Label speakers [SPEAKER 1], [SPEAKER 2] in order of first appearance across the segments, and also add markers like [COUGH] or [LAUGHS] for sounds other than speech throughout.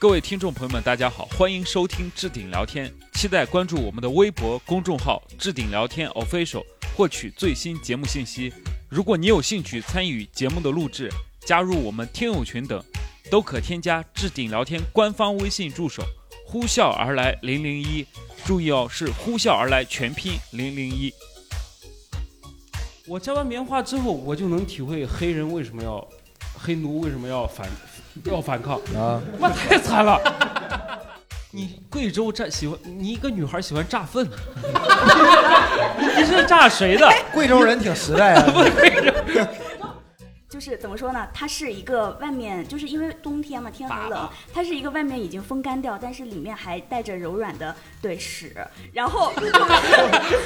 [SPEAKER 1] 各位听众朋友们，大家好，欢迎收听置顶聊天，期待关注我们的微博公众号“置顶聊天 official”，获取最新节目信息。如果你有兴趣参与节目的录制，加入我们听友群等，都可添加置顶聊天官方微信助手“呼啸而来零零一”，注意哦，是“呼啸而来”全拼零零一。
[SPEAKER 2] 我摘完棉花之后，我就能体会黑人为什么要，黑奴为什么要反，要反抗啊！妈太惨了。
[SPEAKER 3] [LAUGHS] 嗯
[SPEAKER 2] 你贵州炸喜欢你一个女孩喜欢炸粪，你是炸谁
[SPEAKER 3] [LAUGHS]
[SPEAKER 2] 的？
[SPEAKER 3] 哎贵州
[SPEAKER 2] [LAUGHS]
[SPEAKER 3] 人挺实在啊，
[SPEAKER 4] 就是怎么说呢？它是一个外面，就是因为冬天嘛，天很
[SPEAKER 1] 粑
[SPEAKER 4] 冷
[SPEAKER 1] 粑，
[SPEAKER 4] 它是一个外面已经风干掉，但是里面还带着柔软的对屎，然后对，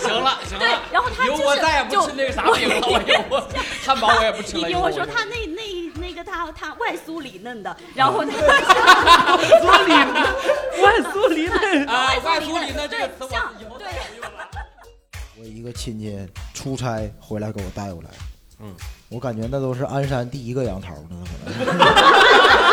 [SPEAKER 5] 行了行了，
[SPEAKER 4] 然后它
[SPEAKER 5] 有
[SPEAKER 4] 就是
[SPEAKER 5] 我再也不
[SPEAKER 4] 就
[SPEAKER 5] 吃那个啥饼了，我有
[SPEAKER 6] [LAUGHS]
[SPEAKER 5] 我汉堡我也不吃
[SPEAKER 4] 你
[SPEAKER 5] 了。
[SPEAKER 4] 听
[SPEAKER 5] 有
[SPEAKER 4] 我说，
[SPEAKER 5] 就
[SPEAKER 4] 它那那那个它它外酥里嫩的，然后
[SPEAKER 5] [LAUGHS]
[SPEAKER 4] 它
[SPEAKER 2] 外酥里
[SPEAKER 4] [LAUGHS]
[SPEAKER 2] 外酥里嫩
[SPEAKER 5] 啊，
[SPEAKER 4] 外
[SPEAKER 5] 外
[SPEAKER 4] 酥
[SPEAKER 5] 酥里嫩这个词
[SPEAKER 4] 对
[SPEAKER 5] 我
[SPEAKER 4] 像
[SPEAKER 5] 以后
[SPEAKER 4] 对
[SPEAKER 5] 再也不用了。
[SPEAKER 3] 我一个亲戚出差回来给我带过来，嗯，我感觉那都是鞍山第一个羊桃呢，那可能。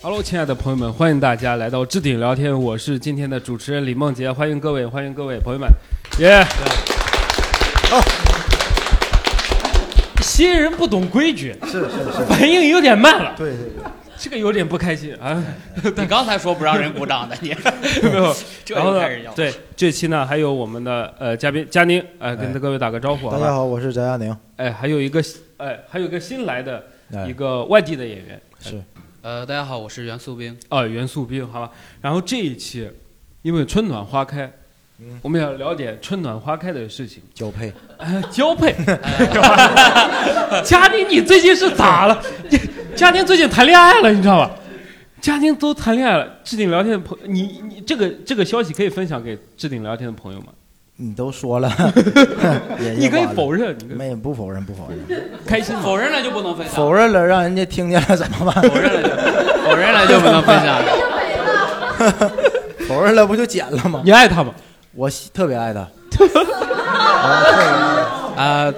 [SPEAKER 2] Hello，亲爱的朋友们，欢迎大家来到置顶聊天，我是今天的主持人李梦洁，欢迎各位，欢迎各位朋友们，耶、新人不懂规矩，
[SPEAKER 3] 是是是，
[SPEAKER 2] 反应有点慢了，
[SPEAKER 3] 对对对，
[SPEAKER 2] 这个有点不开心啊。 [LAUGHS]
[SPEAKER 5] [LAUGHS] 你刚才说不让人鼓掌的，你
[SPEAKER 2] 没有，
[SPEAKER 5] [LAUGHS] 这
[SPEAKER 2] 然后
[SPEAKER 5] 又
[SPEAKER 2] 呢
[SPEAKER 5] 开始要？
[SPEAKER 2] 对，这期呢还有我们的呃嘉宾佳宁，哎，跟
[SPEAKER 3] 哎
[SPEAKER 2] 各位打个招呼，
[SPEAKER 3] 大
[SPEAKER 2] 吧
[SPEAKER 3] 家好，我是翟亚宁，
[SPEAKER 2] 哎，还有一个哎，还有一个新来的一
[SPEAKER 3] 哎，
[SPEAKER 2] 个外地的演员，
[SPEAKER 3] 是
[SPEAKER 5] 呃，大家好，我是袁素冰。
[SPEAKER 2] 啊，袁素冰，好吧。然后这一期，因为春暖花开，
[SPEAKER 3] 嗯
[SPEAKER 2] 我们要聊点春暖花开的事情。
[SPEAKER 3] 交配，
[SPEAKER 2] 哎，交配，嘉宁，你最近是咋了？嘉宁最近谈恋爱了，你知道吧？嘉宁都谈恋爱了，置顶聊天的朋，你你这个这个消息可以分享给置顶聊天的朋友吗？
[SPEAKER 3] 你都说了， [LAUGHS] 也
[SPEAKER 2] 你可以否
[SPEAKER 3] 认，
[SPEAKER 2] 认，你可以
[SPEAKER 3] 没不否认不否认，
[SPEAKER 2] 开心吗？
[SPEAKER 5] 否认了就不能分享，
[SPEAKER 3] 否认了让人家听见了怎么办？
[SPEAKER 5] 否认了就否认了 [LAUGHS] 就不能
[SPEAKER 3] [LAUGHS]
[SPEAKER 5] 分享。
[SPEAKER 3] 否认了不就剪了吗？
[SPEAKER 2] 你爱他吗？
[SPEAKER 3] 我喜特别爱他，啊特别爱
[SPEAKER 5] 呃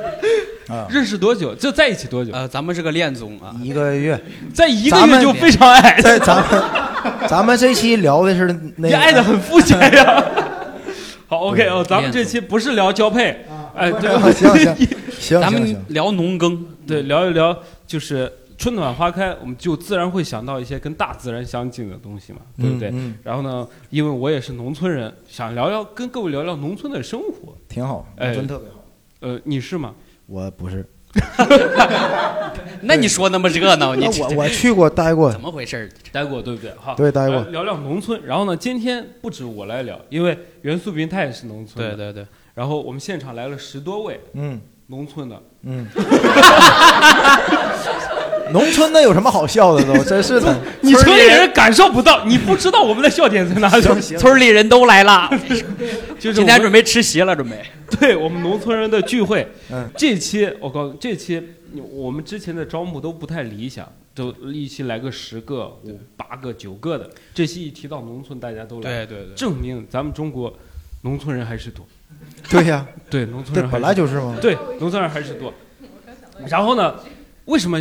[SPEAKER 2] 啊认识多久？就在一起多久？
[SPEAKER 5] 呃，咱们是个恋综啊
[SPEAKER 3] 他，啊一个月，
[SPEAKER 2] 在一个
[SPEAKER 3] 咱
[SPEAKER 2] 月
[SPEAKER 3] 们
[SPEAKER 2] 就非常爱，
[SPEAKER 3] 在咱们 [LAUGHS] 咱们这期聊的是那
[SPEAKER 2] 你
[SPEAKER 3] 个
[SPEAKER 2] 爱的很肤浅呀。好，OK 哦，咱们
[SPEAKER 5] 恋
[SPEAKER 2] 这
[SPEAKER 5] 综
[SPEAKER 2] 期不是聊交配，
[SPEAKER 3] 啊
[SPEAKER 2] 哎，对，
[SPEAKER 3] 行行
[SPEAKER 2] [LAUGHS]
[SPEAKER 3] 行
[SPEAKER 5] 咱
[SPEAKER 3] 行
[SPEAKER 5] 们
[SPEAKER 3] 行，
[SPEAKER 5] 聊农耕，
[SPEAKER 2] 对，聊一聊就是春暖花开，我们就自然会想到一些跟大自然相近的东西嘛，对不对？
[SPEAKER 3] 嗯嗯
[SPEAKER 2] 然后呢，因为我也是农村人，想聊聊跟各位聊聊农村的生活。
[SPEAKER 3] 挺好，
[SPEAKER 2] 哎
[SPEAKER 3] 真特别好。
[SPEAKER 2] 呃，你是吗？
[SPEAKER 3] [LAUGHS] 我不是，
[SPEAKER 5] [LAUGHS] 那你说那么热闹，你
[SPEAKER 3] 那
[SPEAKER 5] 这
[SPEAKER 3] 我我去过待过
[SPEAKER 5] 怎，么回事儿？
[SPEAKER 2] 待过对不对？好，
[SPEAKER 3] 对待过
[SPEAKER 2] 呃聊聊农村。然后呢，今天不止我来聊，因为袁素平他也是农村
[SPEAKER 5] 对
[SPEAKER 2] 的。
[SPEAKER 5] 对对，
[SPEAKER 2] 然后我们现场来了十多位
[SPEAKER 3] 嗯
[SPEAKER 2] 农村的，
[SPEAKER 3] 嗯。农村的有什么好笑的都，真是的。
[SPEAKER 2] 你
[SPEAKER 5] 村
[SPEAKER 2] 村
[SPEAKER 5] 里
[SPEAKER 2] 里
[SPEAKER 5] 人
[SPEAKER 2] 人感受不到，你不知道我们的笑点在哪里。 [LAUGHS]
[SPEAKER 5] 村里人都来了，
[SPEAKER 2] 就是
[SPEAKER 5] 今天
[SPEAKER 2] 我们
[SPEAKER 5] 准备吃席了，准备。
[SPEAKER 2] [LAUGHS] 对我们农村人的聚会。
[SPEAKER 3] 嗯
[SPEAKER 2] 这期我告诉你，这期我们之前的招募都不太理想，就一期来个十个、五八个、九个的。这期一提到农村，大家都来，
[SPEAKER 5] 对对对，
[SPEAKER 2] 证明咱们中国农村人还是多。
[SPEAKER 3] [LAUGHS] 对呀，
[SPEAKER 2] 对，农村
[SPEAKER 3] 对，
[SPEAKER 2] 人还
[SPEAKER 3] 本
[SPEAKER 2] 是
[SPEAKER 3] 来就是嘛。
[SPEAKER 2] 对农村人还是多。然后呢，为什么？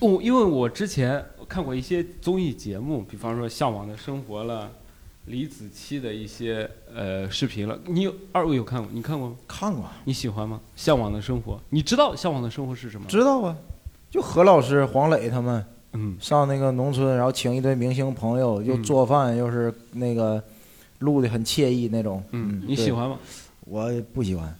[SPEAKER 2] 我因为我之前看过一些综艺节目，比方说《向往的生活》了。李子柒的一些呃视频了，你有二位有看过？你看过吗？
[SPEAKER 3] 看过，
[SPEAKER 2] 你喜欢吗？向往的生活，你知道向往的生活是什么？
[SPEAKER 3] 知道啊。就何老师、黄磊他们
[SPEAKER 2] 嗯，
[SPEAKER 3] 上那个农村，然后请一堆明星朋友，又
[SPEAKER 2] 嗯
[SPEAKER 3] 做饭，又是那个录的很惬意那种。
[SPEAKER 2] 嗯，你喜
[SPEAKER 3] 对
[SPEAKER 2] 欢吗？
[SPEAKER 3] 我不喜欢，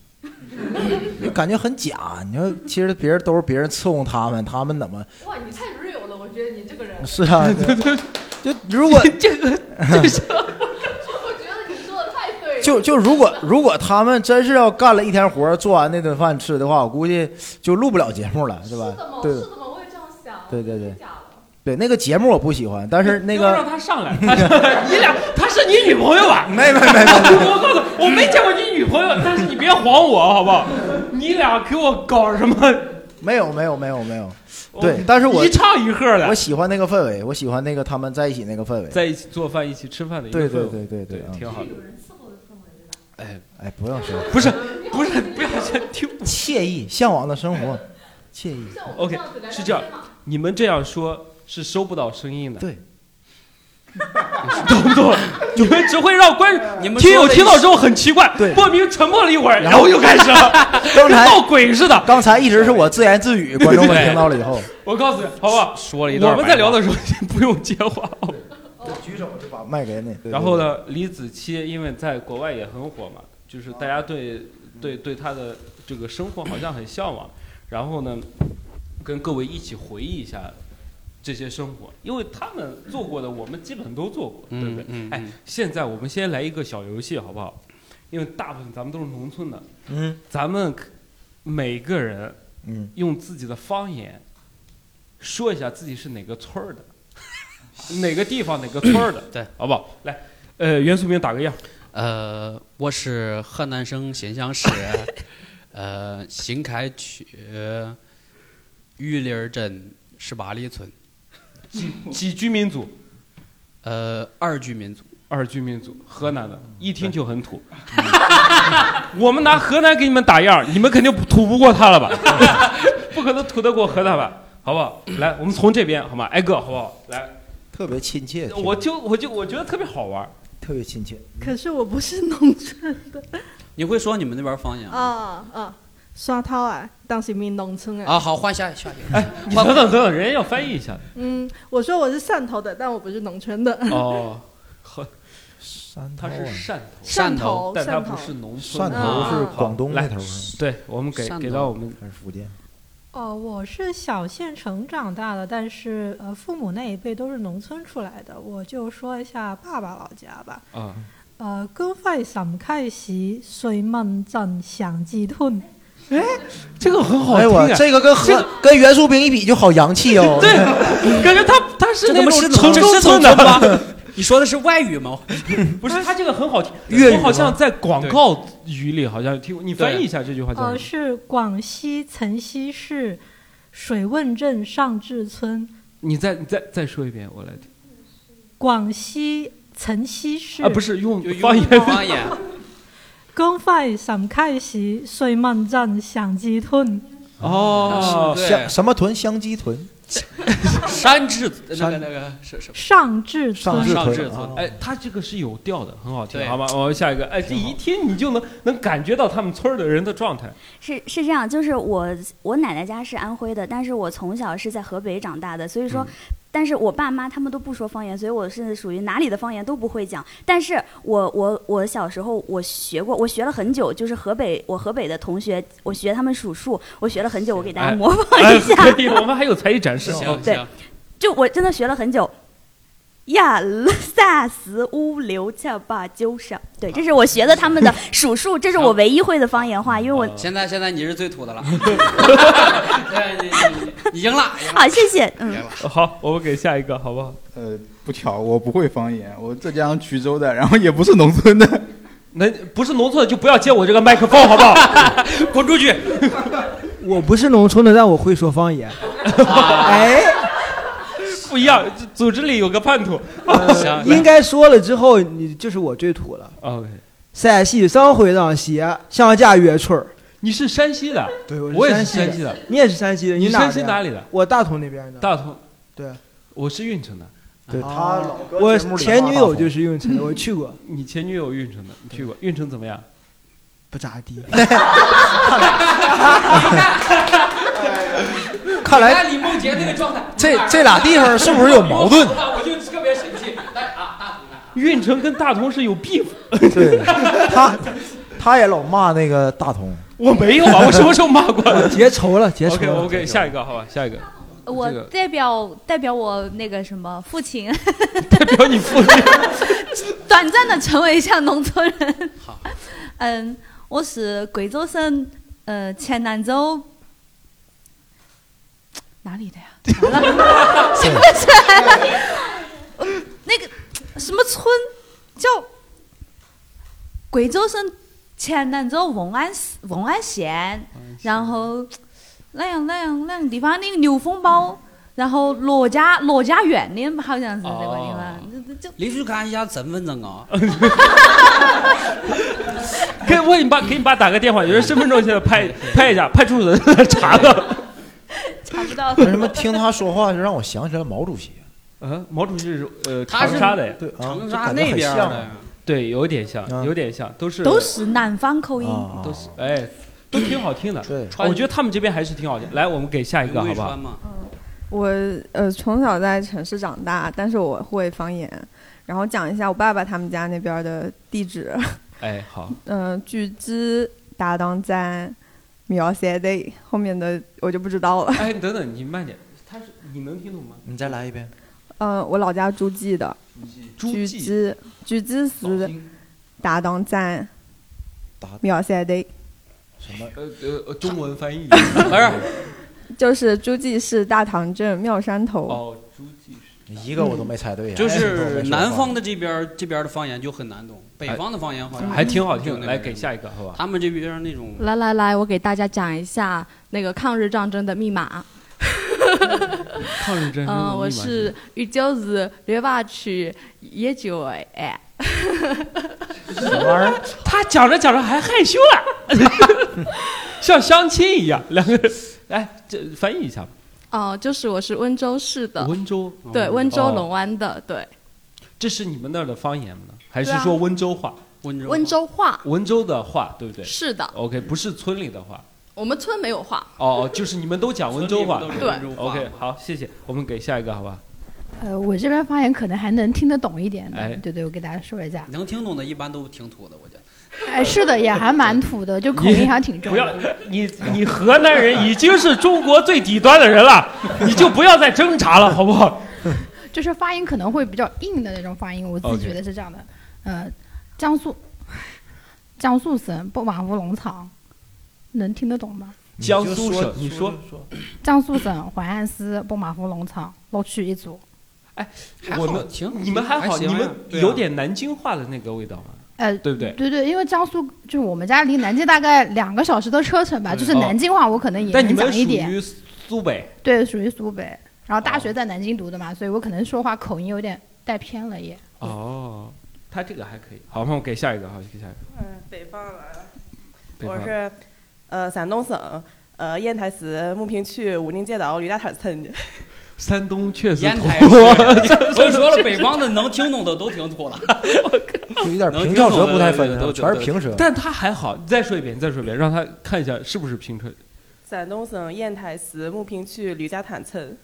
[SPEAKER 3] [LAUGHS] 就感觉很假。你说，其实别人都是别人伺候他们，他们怎么
[SPEAKER 6] 哇，你太 real 了，我觉得你这个人，
[SPEAKER 3] 是
[SPEAKER 2] [LAUGHS]
[SPEAKER 3] 啊？
[SPEAKER 6] [LAUGHS]
[SPEAKER 3] 对就如果
[SPEAKER 2] 这个
[SPEAKER 6] 我觉得你说的太对了。
[SPEAKER 3] 就就如果如果他们真是要干了一天活儿，做完那顿饭吃的话，我估计就录不了节目了，
[SPEAKER 6] 是
[SPEAKER 3] 对
[SPEAKER 6] 的
[SPEAKER 3] 吧
[SPEAKER 6] 吗？？
[SPEAKER 3] 对
[SPEAKER 6] 是的吗？我也这样想。
[SPEAKER 3] 对对对
[SPEAKER 6] 真假
[SPEAKER 2] 啊
[SPEAKER 6] 的
[SPEAKER 3] 对，那个节目我不喜欢，但是那
[SPEAKER 2] 要不让
[SPEAKER 3] 个
[SPEAKER 2] 他上来，他上来，你俩，她是你女朋友吧？
[SPEAKER 3] 没没没没，
[SPEAKER 2] [LAUGHS] 我告诉你，我没见过你女朋友，但是你别晃我，好不好？ [LAUGHS] 你俩给我搞什么？
[SPEAKER 3] 没有没有没有没有，
[SPEAKER 2] 我
[SPEAKER 3] 对，但是我
[SPEAKER 2] 一唱一和
[SPEAKER 3] 我
[SPEAKER 2] 的，
[SPEAKER 3] 喜欢那个氛围，我喜欢那个他们在一起那个氛围。
[SPEAKER 2] 在一起做饭、一起吃饭的一个
[SPEAKER 3] 对
[SPEAKER 2] 氛
[SPEAKER 3] 对
[SPEAKER 2] 围，
[SPEAKER 3] 对对对，嗯
[SPEAKER 2] 挺好的。
[SPEAKER 3] 哎，不用说，
[SPEAKER 2] 不是不是，不要先听
[SPEAKER 3] 惬意向往的生活，惬意。
[SPEAKER 7] 像我们
[SPEAKER 2] OK，
[SPEAKER 7] 这样子聊
[SPEAKER 2] 是
[SPEAKER 7] 聊
[SPEAKER 2] 这样
[SPEAKER 7] 天嘛，
[SPEAKER 2] 你们这样说是收不到声音的，
[SPEAKER 3] 对，
[SPEAKER 2] 懂不
[SPEAKER 3] [LAUGHS]
[SPEAKER 2] 懂？你们只会让观
[SPEAKER 5] 你们
[SPEAKER 2] 听
[SPEAKER 5] 说
[SPEAKER 2] 友
[SPEAKER 5] 的
[SPEAKER 2] 听到之后很奇怪，
[SPEAKER 3] 对
[SPEAKER 2] 莫名沉默了一会儿，
[SPEAKER 3] 然
[SPEAKER 2] 然
[SPEAKER 3] 后
[SPEAKER 2] 后又开始了，
[SPEAKER 3] 刚
[SPEAKER 2] 跟
[SPEAKER 3] 才
[SPEAKER 2] 闹鬼似的。
[SPEAKER 3] 刚才一直是我自言自语，观众们听到了以后，
[SPEAKER 2] [LAUGHS] 我告诉你，好吧，
[SPEAKER 5] 说了一段，
[SPEAKER 2] 我们在聊，的时候先不用接话。
[SPEAKER 3] 举手就把麦给你。
[SPEAKER 2] 哦然后？呢，李子柒因为在国外也很火嘛，就是大家对对对她的这个生活好像很向往。然后呢，跟各位一起回忆一下这些生活，因为他们做过的我们基本都做过，对不
[SPEAKER 5] 嗯
[SPEAKER 2] 对？
[SPEAKER 5] 嗯，
[SPEAKER 2] 哎，现在我们先来一个小游戏好不好？因为大部分咱们都是农村的，
[SPEAKER 3] 嗯
[SPEAKER 2] 咱们每个人
[SPEAKER 3] 嗯，
[SPEAKER 2] 用自己的方言说一下自己是哪个村儿的， [LAUGHS] 哪个地方哪个村儿的，
[SPEAKER 5] 对，
[SPEAKER 2] 好不好？来，呃，袁素明打个样，
[SPEAKER 5] 呃，我是河南省新乡
[SPEAKER 2] [LAUGHS]
[SPEAKER 5] 市，呃，新开区榆林儿镇十八里村，
[SPEAKER 2] 几居民族？
[SPEAKER 5] 呃，二居民族。
[SPEAKER 2] 二居民族，河南的，
[SPEAKER 3] 嗯
[SPEAKER 2] 一听就很土。嗯 [LAUGHS] 我们拿河南给你们打样儿，你们肯定土不过他了吧？ [LAUGHS] 不可能土得过河南吧？好不好？来，我们从这边好吗？挨个好不好？来，
[SPEAKER 3] 特别亲切，
[SPEAKER 2] 我就我就我觉得特别好玩儿。
[SPEAKER 3] 特别亲切。
[SPEAKER 8] 可是我不是农村
[SPEAKER 2] [LAUGHS]
[SPEAKER 5] 你会说你们那边方言
[SPEAKER 8] 啊？啊，刷涛啊，当时民农
[SPEAKER 9] 嗯
[SPEAKER 8] 村啊。
[SPEAKER 5] 啊，好， [LAUGHS] 换下下一个。
[SPEAKER 2] 你等等等等，人家要翻译一下。
[SPEAKER 8] 嗯，我说我是汕头的，但我不是农村的。
[SPEAKER 2] 哦，好，
[SPEAKER 3] 山啊
[SPEAKER 2] 他是汕头，
[SPEAKER 5] 汕
[SPEAKER 8] 汕
[SPEAKER 5] 头
[SPEAKER 8] 头，
[SPEAKER 2] 但他
[SPEAKER 8] 汕
[SPEAKER 2] 不
[SPEAKER 8] 头。
[SPEAKER 2] 是农村
[SPEAKER 3] [LAUGHS] 汕嗯
[SPEAKER 2] 的。
[SPEAKER 3] 头是
[SPEAKER 8] 啊
[SPEAKER 3] 广东
[SPEAKER 2] 来
[SPEAKER 3] 那头是吗
[SPEAKER 2] 对，我们给
[SPEAKER 5] 汕头
[SPEAKER 2] 给到我们
[SPEAKER 3] 还是福建？
[SPEAKER 9] 哦，我是小县城长大的，但是呃，父母那一辈都是农村出来的。我就说一下爸爸老家吧。
[SPEAKER 2] 啊，
[SPEAKER 9] 呃，高快上开时，水门镇响鸡豚。
[SPEAKER 2] 这个很好
[SPEAKER 3] 哎
[SPEAKER 2] 听
[SPEAKER 3] 我
[SPEAKER 2] 啊。
[SPEAKER 3] 这个跟和跟袁素平一比就好洋气哦。
[SPEAKER 2] 对，感觉他他是
[SPEAKER 5] 这
[SPEAKER 2] 那
[SPEAKER 5] 他妈
[SPEAKER 2] 种
[SPEAKER 5] 是
[SPEAKER 2] 成
[SPEAKER 5] 这
[SPEAKER 2] 都
[SPEAKER 5] 是
[SPEAKER 2] 村
[SPEAKER 5] 农
[SPEAKER 2] 的
[SPEAKER 5] 村，吗？ [LAUGHS] 你说的是外语吗？
[SPEAKER 2] [LAUGHS] 不是他这个很好听。
[SPEAKER 3] 粤语
[SPEAKER 2] 我好像
[SPEAKER 3] 吗
[SPEAKER 2] 在广告语里好像听过，你翻译一下这句话叫
[SPEAKER 9] 呃，
[SPEAKER 2] 什么？
[SPEAKER 9] 是广西岑溪市水汶镇上志村，
[SPEAKER 2] 你再你再再说一遍，我来听。
[SPEAKER 9] 广西岑溪市。
[SPEAKER 2] 啊，不是用
[SPEAKER 5] 就用
[SPEAKER 2] 方言。
[SPEAKER 5] 方言。
[SPEAKER 9] 高快上开时，水门镇响鸡豚。
[SPEAKER 2] 哦，
[SPEAKER 3] [LAUGHS]
[SPEAKER 5] 对
[SPEAKER 3] 香，什么豚？香鸡豚？
[SPEAKER 5] 山治那个
[SPEAKER 3] 山
[SPEAKER 5] 那个是什么？
[SPEAKER 9] 上志
[SPEAKER 3] 上
[SPEAKER 9] 村
[SPEAKER 3] 志
[SPEAKER 5] 上
[SPEAKER 3] 豚
[SPEAKER 5] 志
[SPEAKER 3] 啊
[SPEAKER 5] 豚
[SPEAKER 2] 哎，他这个是有调的，很好听，
[SPEAKER 5] 对
[SPEAKER 2] 好吧？我们下一个，哎，这一听你就能能感觉到他们村儿的人的状态。
[SPEAKER 4] 是是这样，就是我我奶奶家是安徽的，但是我从小是在河北长大的，所以说。但是我爸妈他们都不说方言，所以我是属于哪里的方言都不会讲。但是我我我小时候我学过，我学了很久，就是河北我河北的同学，我学他们数数，我学了很久，我给大
[SPEAKER 2] 哎
[SPEAKER 4] 家模仿一下。
[SPEAKER 2] 哎可以，我们还有才艺展示。
[SPEAKER 5] 行
[SPEAKER 2] 好
[SPEAKER 5] 行，
[SPEAKER 4] 对就我真的学了很久。呀， [LAUGHS] 萨斯乌流恰巴鸠上，对，这是我学的他们
[SPEAKER 2] 嗯
[SPEAKER 4] 的数数，这是我唯一会的方言话，因为我
[SPEAKER 5] 现在现在你是最土的
[SPEAKER 2] [LAUGHS]
[SPEAKER 5] 了， [LAUGHS] 对你你你赢了，赢了
[SPEAKER 4] 好，谢谢，嗯
[SPEAKER 5] 赢。了。
[SPEAKER 2] [LAUGHS] 好，我们给下一个，好不好？
[SPEAKER 10] 呃，不巧，我不会方言，我浙江衢州的，然后也不是农村的。
[SPEAKER 2] [LAUGHS] 那不是农村的就不要接我这个麦克风，好不好？ [LAUGHS] 滚出去！
[SPEAKER 11] 我不是农村的，但我会说方言。 [LAUGHS]
[SPEAKER 2] 啊
[SPEAKER 11] 哎，
[SPEAKER 2] 不一样，这组织里有个叛徒。
[SPEAKER 5] 行，
[SPEAKER 11] 呃应该说了之后，你就是我最土了。
[SPEAKER 2] 哦 OK，
[SPEAKER 11] 山西上回党协乡下约村儿，
[SPEAKER 2] 你是山西的，
[SPEAKER 11] 对，
[SPEAKER 2] 我
[SPEAKER 11] 我
[SPEAKER 2] 也
[SPEAKER 11] 山
[SPEAKER 2] 是山
[SPEAKER 11] 西
[SPEAKER 2] 西
[SPEAKER 11] 的，
[SPEAKER 2] 的。
[SPEAKER 11] 你也是山西的，
[SPEAKER 2] 你
[SPEAKER 11] 哪
[SPEAKER 2] 山西
[SPEAKER 11] 的
[SPEAKER 2] 哪？里的？
[SPEAKER 11] 我大同那边的。
[SPEAKER 2] 大同。 [LAUGHS]
[SPEAKER 11] 对，
[SPEAKER 2] 我是运城的。啊
[SPEAKER 3] 对他
[SPEAKER 11] 哦
[SPEAKER 3] 老哥
[SPEAKER 11] 我
[SPEAKER 3] 节目里
[SPEAKER 11] 前女友
[SPEAKER 3] 发
[SPEAKER 11] 就是运城的，我去过，
[SPEAKER 2] 你前女友运城的，你去过？运城怎么样？
[SPEAKER 11] 不咋
[SPEAKER 2] [LAUGHS]
[SPEAKER 11] 地。
[SPEAKER 3] 看来
[SPEAKER 5] 李梦洁那个状态，
[SPEAKER 3] 这这俩地方是不是有矛盾？
[SPEAKER 5] [LAUGHS] 我就特别生气。来啊，大同来，
[SPEAKER 2] 运城跟大同是有 beef。
[SPEAKER 3] 对， [LAUGHS] 他他也老骂那个大同，
[SPEAKER 2] 我没有啊，我什么时候骂
[SPEAKER 3] [LAUGHS]
[SPEAKER 2] 过
[SPEAKER 11] 结仇了，结仇
[SPEAKER 2] ？OK
[SPEAKER 11] 了。
[SPEAKER 2] OK，下一个，好吧，下一个。
[SPEAKER 7] 呃我
[SPEAKER 2] 这个
[SPEAKER 7] 代表代表我那个什么父亲，
[SPEAKER 2] [LAUGHS] 代表你父亲。
[SPEAKER 7] [LAUGHS] 短暂的成为一下农村人。
[SPEAKER 5] 好，
[SPEAKER 7] [LAUGHS] 嗯，我是贵州省呃黔南州哪里的呀？
[SPEAKER 2] [LAUGHS]
[SPEAKER 7] [LAUGHS] 想不起来了。嗯 [LAUGHS] 那个什么村叫贵州省黔南州瓮安市瓮安县，然后那样那样那样地方那个牛风堡，然后罗家罗家院的好像是这个地
[SPEAKER 5] 哦
[SPEAKER 7] 方，就就
[SPEAKER 5] 你去看一下身份证啊。
[SPEAKER 3] 哎
[SPEAKER 2] [LAUGHS] 给我给你爸给你爸打个电话，有人身份证现在拍拍一下，派出所在那查的。
[SPEAKER 7] 知道。
[SPEAKER 3] 为什么听他说话就让我想起来毛主席？啊
[SPEAKER 2] 嗯，毛主席是呃
[SPEAKER 3] 他
[SPEAKER 2] 长
[SPEAKER 3] 是
[SPEAKER 2] 沙的呀，
[SPEAKER 3] 对啊沙
[SPEAKER 5] 长
[SPEAKER 3] 就感觉那边很像啊的呀
[SPEAKER 2] 对，有点像，有点像，都是
[SPEAKER 7] 都是南方口音，
[SPEAKER 2] 都是哎，都挺好听的。
[SPEAKER 3] 哦对
[SPEAKER 2] 我觉得他们这边还是挺好听。来，我们给下一个好不好？
[SPEAKER 12] [LAUGHS] 我呃从小在城市长大，但是我会方言。然后讲一下我爸爸他们家那边的地址，
[SPEAKER 2] 哎，好，
[SPEAKER 12] 嗯、巨资搭档在苗三 day 后面的我就不知
[SPEAKER 3] 哦
[SPEAKER 12] 道了。
[SPEAKER 2] 哎，等等，你慢点，他是你能听懂吗？
[SPEAKER 3] 你再来一遍。
[SPEAKER 12] 嗯，我老家诸暨的，
[SPEAKER 2] 诸
[SPEAKER 12] 暨，巨资市搭档在苗三 day，
[SPEAKER 3] 什么？
[SPEAKER 2] 呃呃呃，中文
[SPEAKER 3] [LAUGHS]
[SPEAKER 2] 翻译
[SPEAKER 5] 不是
[SPEAKER 12] 就是诸暨市大塘镇庙山头。
[SPEAKER 2] 哦，
[SPEAKER 12] 诸
[SPEAKER 2] 暨
[SPEAKER 3] 一个我都没猜对呀。
[SPEAKER 5] 就是南方的这边儿这边儿的方言就很难懂，
[SPEAKER 3] 哎
[SPEAKER 5] 北方的方言好像
[SPEAKER 2] 还挺好
[SPEAKER 5] 就
[SPEAKER 2] 听。
[SPEAKER 5] 那
[SPEAKER 2] 来，
[SPEAKER 5] 边
[SPEAKER 2] 给下一个好吧？
[SPEAKER 5] 他们这边儿那种
[SPEAKER 6] 来来来，我给大家讲一下那个抗日战争的密码。
[SPEAKER 13] 哦
[SPEAKER 2] 抗日战争的密码
[SPEAKER 6] 嗯，我是一九日六八区一九哎，
[SPEAKER 2] 什么玩意儿？他讲着讲着还害羞 [LAUGHS] 了，像相亲一样，两个人。哎，这翻译一下吧。
[SPEAKER 6] 哦、就是我是温州市的，
[SPEAKER 2] 温州
[SPEAKER 6] 对，温州龙
[SPEAKER 2] 哦
[SPEAKER 6] 湾的，对，
[SPEAKER 2] 这是你们那儿的方言吗？还是
[SPEAKER 6] 对啊
[SPEAKER 2] 说温州话？温州
[SPEAKER 6] 温州话，
[SPEAKER 2] 温州的话，对不对？
[SPEAKER 6] 是的
[SPEAKER 2] OK，不是村里的话。
[SPEAKER 6] 我们村没有话。
[SPEAKER 2] 哦，哦就是你们都讲温 [LAUGHS] 州话。
[SPEAKER 6] 村里不都是温州话
[SPEAKER 2] OK，好，谢谢。我们给下一个，好吧？
[SPEAKER 13] 呃，我这边方言可能还能听得懂一点的，
[SPEAKER 5] 哎
[SPEAKER 13] 对对，我给大家说一下。
[SPEAKER 5] 能听懂的，一般都挺土的，我觉得。
[SPEAKER 13] 哎，是的，也还蛮土
[SPEAKER 2] [LAUGHS]
[SPEAKER 13] 的，就口
[SPEAKER 2] 你
[SPEAKER 13] 音还挺重
[SPEAKER 2] 不要
[SPEAKER 13] 的。
[SPEAKER 11] [LAUGHS]
[SPEAKER 5] [LAUGHS]
[SPEAKER 2] 你，你河南人已经是中国最底端的人了，你就不要再挣扎了，好不好？
[SPEAKER 13] 就是发音可能会比较硬的那种发音，我自己
[SPEAKER 2] OK
[SPEAKER 13] 觉得是这样的。呃，江苏，江苏省不瓦乌农场，能听得懂吗？
[SPEAKER 2] 江苏省，你
[SPEAKER 3] 说
[SPEAKER 2] 说，
[SPEAKER 13] 江苏省淮安市不马湖农场落区一族。
[SPEAKER 2] 哎我们你们还
[SPEAKER 5] 还
[SPEAKER 2] 好，
[SPEAKER 5] 行
[SPEAKER 2] 你
[SPEAKER 5] 呀
[SPEAKER 2] 们
[SPEAKER 5] 对啊
[SPEAKER 2] 有点南京话的那个味道吗？
[SPEAKER 13] 呃，
[SPEAKER 2] 对不对？
[SPEAKER 13] 对对，因为江苏就是我们家离南京大概两个小时的车程吧，啊就是
[SPEAKER 5] 嗯
[SPEAKER 2] 哦
[SPEAKER 13] 南京话我可能也
[SPEAKER 2] 但你
[SPEAKER 13] 能
[SPEAKER 2] 们
[SPEAKER 13] 讲
[SPEAKER 2] 属
[SPEAKER 13] 一点。
[SPEAKER 2] 于苏北，
[SPEAKER 13] 对，属于苏北。然后大学在南京读的嘛，所以我可能说话口音有点带偏了也。
[SPEAKER 2] 哦，他这个还可以。好，那我给下一个，好，给下一个。
[SPEAKER 14] 嗯，北方来了，
[SPEAKER 2] 北
[SPEAKER 14] 我
[SPEAKER 2] 方
[SPEAKER 14] 是呃山东省呃烟台市牟平区武宁街道吕家滩村的。
[SPEAKER 2] 山东确实
[SPEAKER 5] 烟
[SPEAKER 2] 土，
[SPEAKER 5] 台
[SPEAKER 2] [LAUGHS]
[SPEAKER 5] 所以说了，北方的能听懂的都
[SPEAKER 11] [LAUGHS]
[SPEAKER 5] 挺土了。
[SPEAKER 3] [LAUGHS] 有点
[SPEAKER 5] 能
[SPEAKER 3] 平
[SPEAKER 5] 听
[SPEAKER 3] 翘
[SPEAKER 5] 懂
[SPEAKER 3] 舌
[SPEAKER 5] 的
[SPEAKER 3] 不太
[SPEAKER 5] 都
[SPEAKER 3] 分
[SPEAKER 5] 都
[SPEAKER 3] 啊，全是
[SPEAKER 5] 都
[SPEAKER 3] 平舌。
[SPEAKER 2] 但他还好。你再说一遍，再说一遍，让他看一下是不是平唇。
[SPEAKER 14] 山东省烟台市牟平区吕家滩村。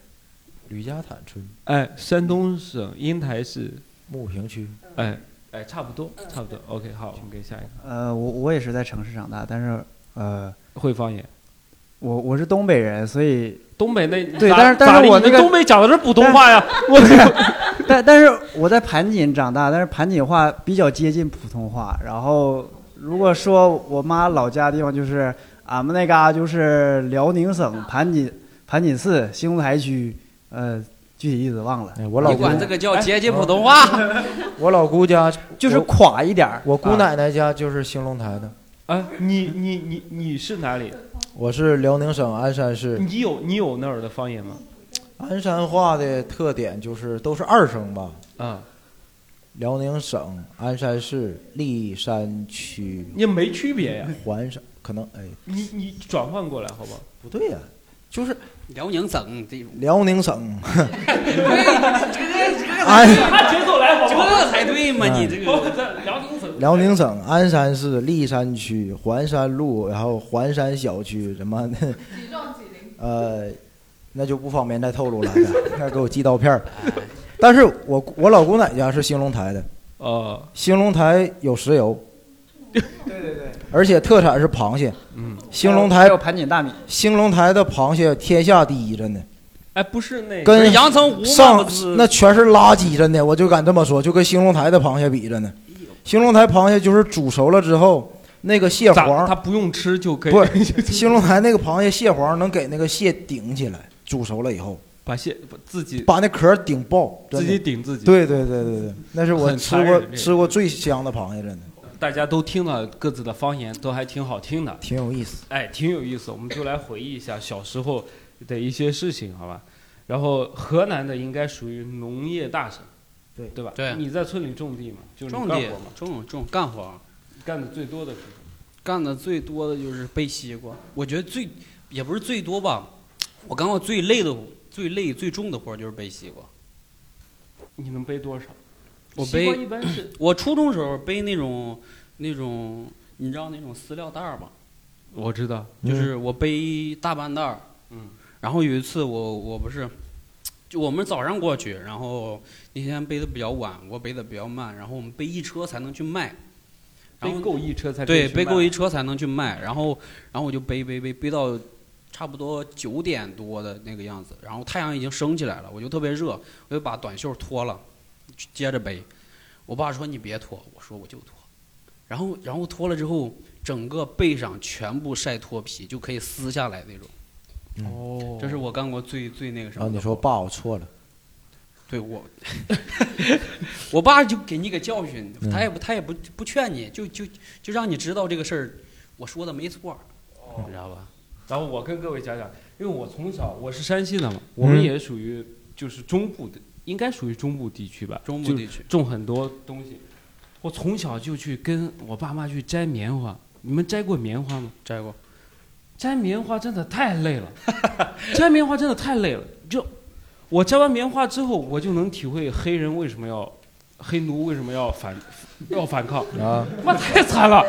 [SPEAKER 3] 吕家坦村
[SPEAKER 2] 哎，山东省烟台市
[SPEAKER 3] 牟平区。
[SPEAKER 2] 哎哎，差不多，差不多。OK，好，我们给下一个。
[SPEAKER 11] 呃，我我也是在城市长大，但是呃，
[SPEAKER 2] 会方言。
[SPEAKER 11] 我我是东北人，所以
[SPEAKER 2] 东北那
[SPEAKER 11] 对，
[SPEAKER 2] 咋
[SPEAKER 11] 但是
[SPEAKER 2] 咋
[SPEAKER 11] 但
[SPEAKER 2] 的
[SPEAKER 11] 是我
[SPEAKER 2] 你
[SPEAKER 11] 那个
[SPEAKER 2] 们东北讲的是普通
[SPEAKER 11] [LAUGHS]
[SPEAKER 2] 话呀，我
[SPEAKER 11] 但但是我在盘锦长大，但是盘锦话比较接近普通话。然后如果说我妈老家地方就是俺们那嘎就是辽宁省盘锦盘锦市兴隆台区，呃，具体地址忘了。
[SPEAKER 2] 哎
[SPEAKER 3] 我老
[SPEAKER 5] 你
[SPEAKER 3] 姑
[SPEAKER 5] 管这个叫接近普通话？
[SPEAKER 2] [LAUGHS]
[SPEAKER 3] 我老姑家
[SPEAKER 11] 就是垮一点
[SPEAKER 3] 我姑
[SPEAKER 2] 啊
[SPEAKER 3] 奶奶家就是兴隆台的，
[SPEAKER 2] 啊，你你你你是哪里？
[SPEAKER 3] 我是辽宁省鞍山市。
[SPEAKER 2] 你有你有那儿的方言吗？
[SPEAKER 3] 鞍山话的特点就是都是二声吧？
[SPEAKER 2] 啊，
[SPEAKER 3] 辽宁省鞍山市历山区。
[SPEAKER 2] 也没区别呀。
[SPEAKER 3] 环山可能哎，
[SPEAKER 5] [LAUGHS]
[SPEAKER 2] 你你转换过来好不好？
[SPEAKER 3] 不对呀、就是
[SPEAKER 5] 辽宁嗯
[SPEAKER 3] [LAUGHS]
[SPEAKER 5] 省这种。
[SPEAKER 3] 辽宁省
[SPEAKER 5] 哎
[SPEAKER 2] 他节奏来好不好？
[SPEAKER 5] 这才对嘛！你这
[SPEAKER 2] 个这辽宁省
[SPEAKER 3] 辽宁省鞍山市历山区环山路，然后环山小区什么 [LAUGHS] 的，呃，那就不方便再透露了， [LAUGHS] 那给我寄刀片儿。但是我我老姑奶家是兴隆台的，
[SPEAKER 2] 哦，
[SPEAKER 3] 兴隆台有石油，
[SPEAKER 11] 对对对，
[SPEAKER 3] 而且特产是螃蟹。
[SPEAKER 2] 嗯，
[SPEAKER 3] 兴隆台
[SPEAKER 11] 还有盘锦大米。
[SPEAKER 3] 兴隆台的螃蟹天下第一，真的。
[SPEAKER 2] 哎，不是那
[SPEAKER 3] 跟
[SPEAKER 5] 阳澄湖嘛
[SPEAKER 3] 上
[SPEAKER 5] 不是
[SPEAKER 3] 那全是垃圾，真的，我就敢这么说，就跟兴隆台的螃蟹比着呢。兴隆台螃蟹就是煮熟了之后，那个蟹黄，
[SPEAKER 2] 它不用吃就可以
[SPEAKER 3] 不是兴隆台那个螃蟹蟹黄能给那个蟹顶起来，煮熟了以后
[SPEAKER 2] 把蟹把自己
[SPEAKER 3] 把那壳顶爆，真的
[SPEAKER 2] 自己顶自己
[SPEAKER 3] 对对对对对，那是我
[SPEAKER 2] 很
[SPEAKER 3] 吃
[SPEAKER 2] 残忍
[SPEAKER 3] 过
[SPEAKER 2] 这个
[SPEAKER 3] 吃过最香的螃蟹，真的
[SPEAKER 2] 大家都听了各自的方言，都还挺好听的，
[SPEAKER 3] 挺有意思。
[SPEAKER 2] 哎，挺有意思，我们就来回忆一下小时候的一些事情，好吧？然后河南的应该属于农业大省，
[SPEAKER 3] 对
[SPEAKER 2] 对吧？
[SPEAKER 5] 对
[SPEAKER 2] 你在村里种地嘛，就是你
[SPEAKER 5] 种
[SPEAKER 2] 干
[SPEAKER 5] 地
[SPEAKER 2] 活嘛，
[SPEAKER 5] 种种干活儿，
[SPEAKER 2] 干的最多的是什么？
[SPEAKER 5] 干的最多的就是背西瓜。我觉得最也不是最多吧，我干过最累的、最累、最重的活儿就是背西瓜。
[SPEAKER 2] 你能背多少？
[SPEAKER 5] 我
[SPEAKER 2] 西瓜
[SPEAKER 5] 背
[SPEAKER 2] 一般是
[SPEAKER 5] [CLEARS THROAT] 我初中时候背那种那种，你知道那种饲料袋儿吗？
[SPEAKER 2] 我知道，
[SPEAKER 5] 就是我背大半袋儿。
[SPEAKER 2] 嗯。
[SPEAKER 5] 然后有一次我我不是，就我们早上过去，然后那天背的比较晚，我背的比较慢，然后我们背一车才能去卖。然后
[SPEAKER 2] 背够一车才可以
[SPEAKER 5] 对，
[SPEAKER 2] 去
[SPEAKER 5] 背够
[SPEAKER 2] 卖
[SPEAKER 5] 一车才能去卖。然后然后我就背背背背到差不多九点多的那个样子，然后太阳已经升起来了，我就特别热，我就把短袖脱了，接着背。我爸说你别脱，我说我就脱。然后然后脱了之后，整个背上全部晒脱皮，就可以撕下来那种。
[SPEAKER 2] 哦
[SPEAKER 5] 这是我干过最最那个什
[SPEAKER 3] 然后
[SPEAKER 5] 么
[SPEAKER 3] 啊你
[SPEAKER 5] 的。
[SPEAKER 3] 说爸，我错了，
[SPEAKER 5] 对我， [LAUGHS] 我爸就给你个教训，
[SPEAKER 3] 嗯
[SPEAKER 5] 他也不他也不不劝你，就就就让你知道这个事儿，我说的没错儿，
[SPEAKER 2] 哦
[SPEAKER 5] 你知道吧？
[SPEAKER 2] 然后我跟各位讲讲，因为我从小
[SPEAKER 5] [LAUGHS]
[SPEAKER 2] 我是山西的嘛，我们也属于就是中部的，应该属于中部地区吧，
[SPEAKER 5] 中
[SPEAKER 2] 部
[SPEAKER 5] 地区
[SPEAKER 2] 种很多东西。我从小就去跟我爸妈去摘棉花，你们摘过棉花吗？
[SPEAKER 5] 摘过。
[SPEAKER 2] 摘棉花真的太累了，摘棉花真的太累了。就我摘完棉花之后，我就能体会黑人为什么要黑奴为什么要反要反抗
[SPEAKER 3] 啊！
[SPEAKER 2] 妈太惨了！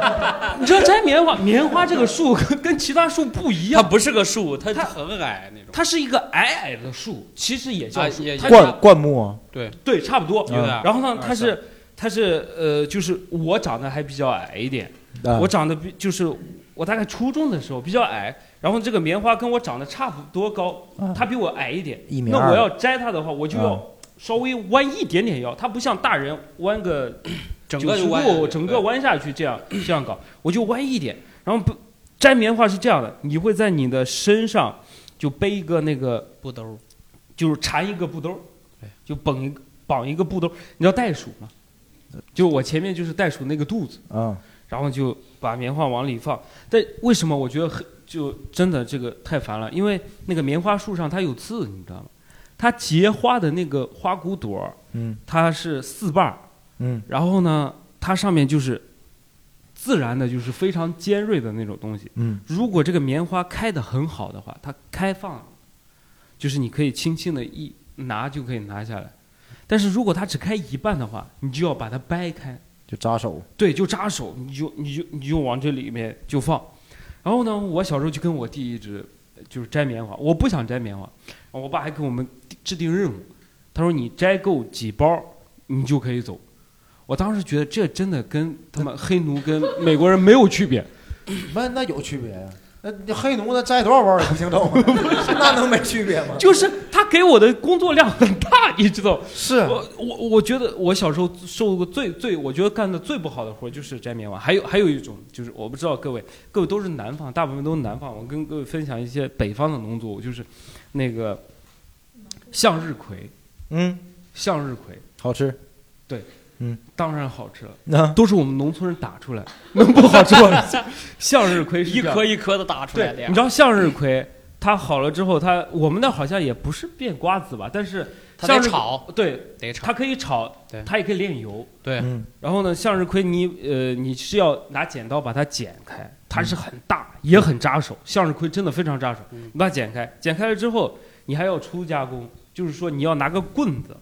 [SPEAKER 5] [LAUGHS]
[SPEAKER 2] 你知道 [LAUGHS] 摘棉花，棉花这个树跟跟其他树不一样，
[SPEAKER 5] 它不是个树，它很矮那种。
[SPEAKER 2] 它是一个矮矮的树，其实也叫
[SPEAKER 5] 啊
[SPEAKER 2] 树
[SPEAKER 5] 也
[SPEAKER 2] 它
[SPEAKER 15] 灌灌木啊，
[SPEAKER 5] 对
[SPEAKER 2] 对，差不多。
[SPEAKER 15] 有点
[SPEAKER 2] 然后呢
[SPEAKER 15] 嗯，
[SPEAKER 2] 它是它是呃，就是我长得还比较矮一点，
[SPEAKER 15] 啊
[SPEAKER 2] 我长得比就是我大概初中的时候比较矮，然后这个棉花跟我长得差不多高，
[SPEAKER 15] 啊
[SPEAKER 2] 它比我矮一点。
[SPEAKER 15] 一米
[SPEAKER 2] 那
[SPEAKER 15] 二
[SPEAKER 2] 我要摘它的话，我就
[SPEAKER 15] 啊
[SPEAKER 2] 要稍微弯一点点腰，它不像大人弯个
[SPEAKER 5] 整个就
[SPEAKER 2] 90
[SPEAKER 5] 弯下
[SPEAKER 2] 度，
[SPEAKER 5] 去
[SPEAKER 2] 整个弯下去这样这样搞，我就弯一点，然后不摘棉花是这样的，你会在你的身上就背一个那个
[SPEAKER 5] 布兜，
[SPEAKER 2] 就是缠一个布兜，就绑一个绑一个布兜，你知道袋鼠吗？就我前面就是袋鼠那个肚
[SPEAKER 5] 嗯
[SPEAKER 2] 子，
[SPEAKER 15] 啊，
[SPEAKER 2] 然后就把棉花往里放。但为什么我觉得很就真的这个太烦了？因为那个棉花树上它有刺，你知道吗？它结花的那个花骨朵儿，
[SPEAKER 15] 嗯
[SPEAKER 2] 它是四瓣儿，
[SPEAKER 15] 嗯
[SPEAKER 2] 然后呢，它上面就是自然的，就是非常尖锐的那种东西。
[SPEAKER 15] 嗯
[SPEAKER 2] 如果这个棉花开得很好的话，它开放了，就是你可以轻轻的一拿就可以拿下来。但是如果它只开一半的话，你就要把它掰开，
[SPEAKER 15] 就扎手。
[SPEAKER 2] 对，就扎手，你就你就你就往这里面就放。然后呢，我小时候就跟我弟一直就是摘棉花，我不想摘棉花，我爸还给我们制定任务，他说你摘够几包，你就可以走。我当时觉得这真的跟他们黑奴跟美国人没有区别，
[SPEAKER 3] 那那有区别呀、那那黑奴那摘多少包也不姓郑， [LAUGHS] 那能没区别吗？
[SPEAKER 2] 就是他给我的工作量很大，你知道？是我我我觉得我小时候受过最最我觉得干的最不好的活就是摘棉花，还有还有一种就是我不知道各位各位都是南方，大部分都是南方，我跟各位分享一些北方的农作物，就是那个向日葵，
[SPEAKER 15] 嗯，
[SPEAKER 2] 向日葵，
[SPEAKER 15] 好吃。
[SPEAKER 2] 对，
[SPEAKER 15] 嗯，
[SPEAKER 2] 当然好吃了，
[SPEAKER 15] 那
[SPEAKER 2] 都是我们农村人打出来，能不好吃
[SPEAKER 5] [LAUGHS]
[SPEAKER 2] 吗？向日葵是这
[SPEAKER 5] 一
[SPEAKER 2] 样
[SPEAKER 5] 颗一颗的打出来的
[SPEAKER 2] 对
[SPEAKER 5] 呀。
[SPEAKER 2] 你知道向日葵它好了之后，它我们那好像也不是变瓜子吧，但是
[SPEAKER 5] 它得
[SPEAKER 2] 向日
[SPEAKER 5] 炒
[SPEAKER 2] 对，
[SPEAKER 5] 得炒
[SPEAKER 2] 它可以炒，它也可以炼油，
[SPEAKER 5] 对嗯
[SPEAKER 2] 然后呢，向日葵你呃你是要拿剪刀把它剪开，它
[SPEAKER 5] 嗯
[SPEAKER 2] 是很大、也很扎手，向日葵真的非常扎手，你把它剪开，剪开了之后你还要初加工，就是说你要拿个棍子，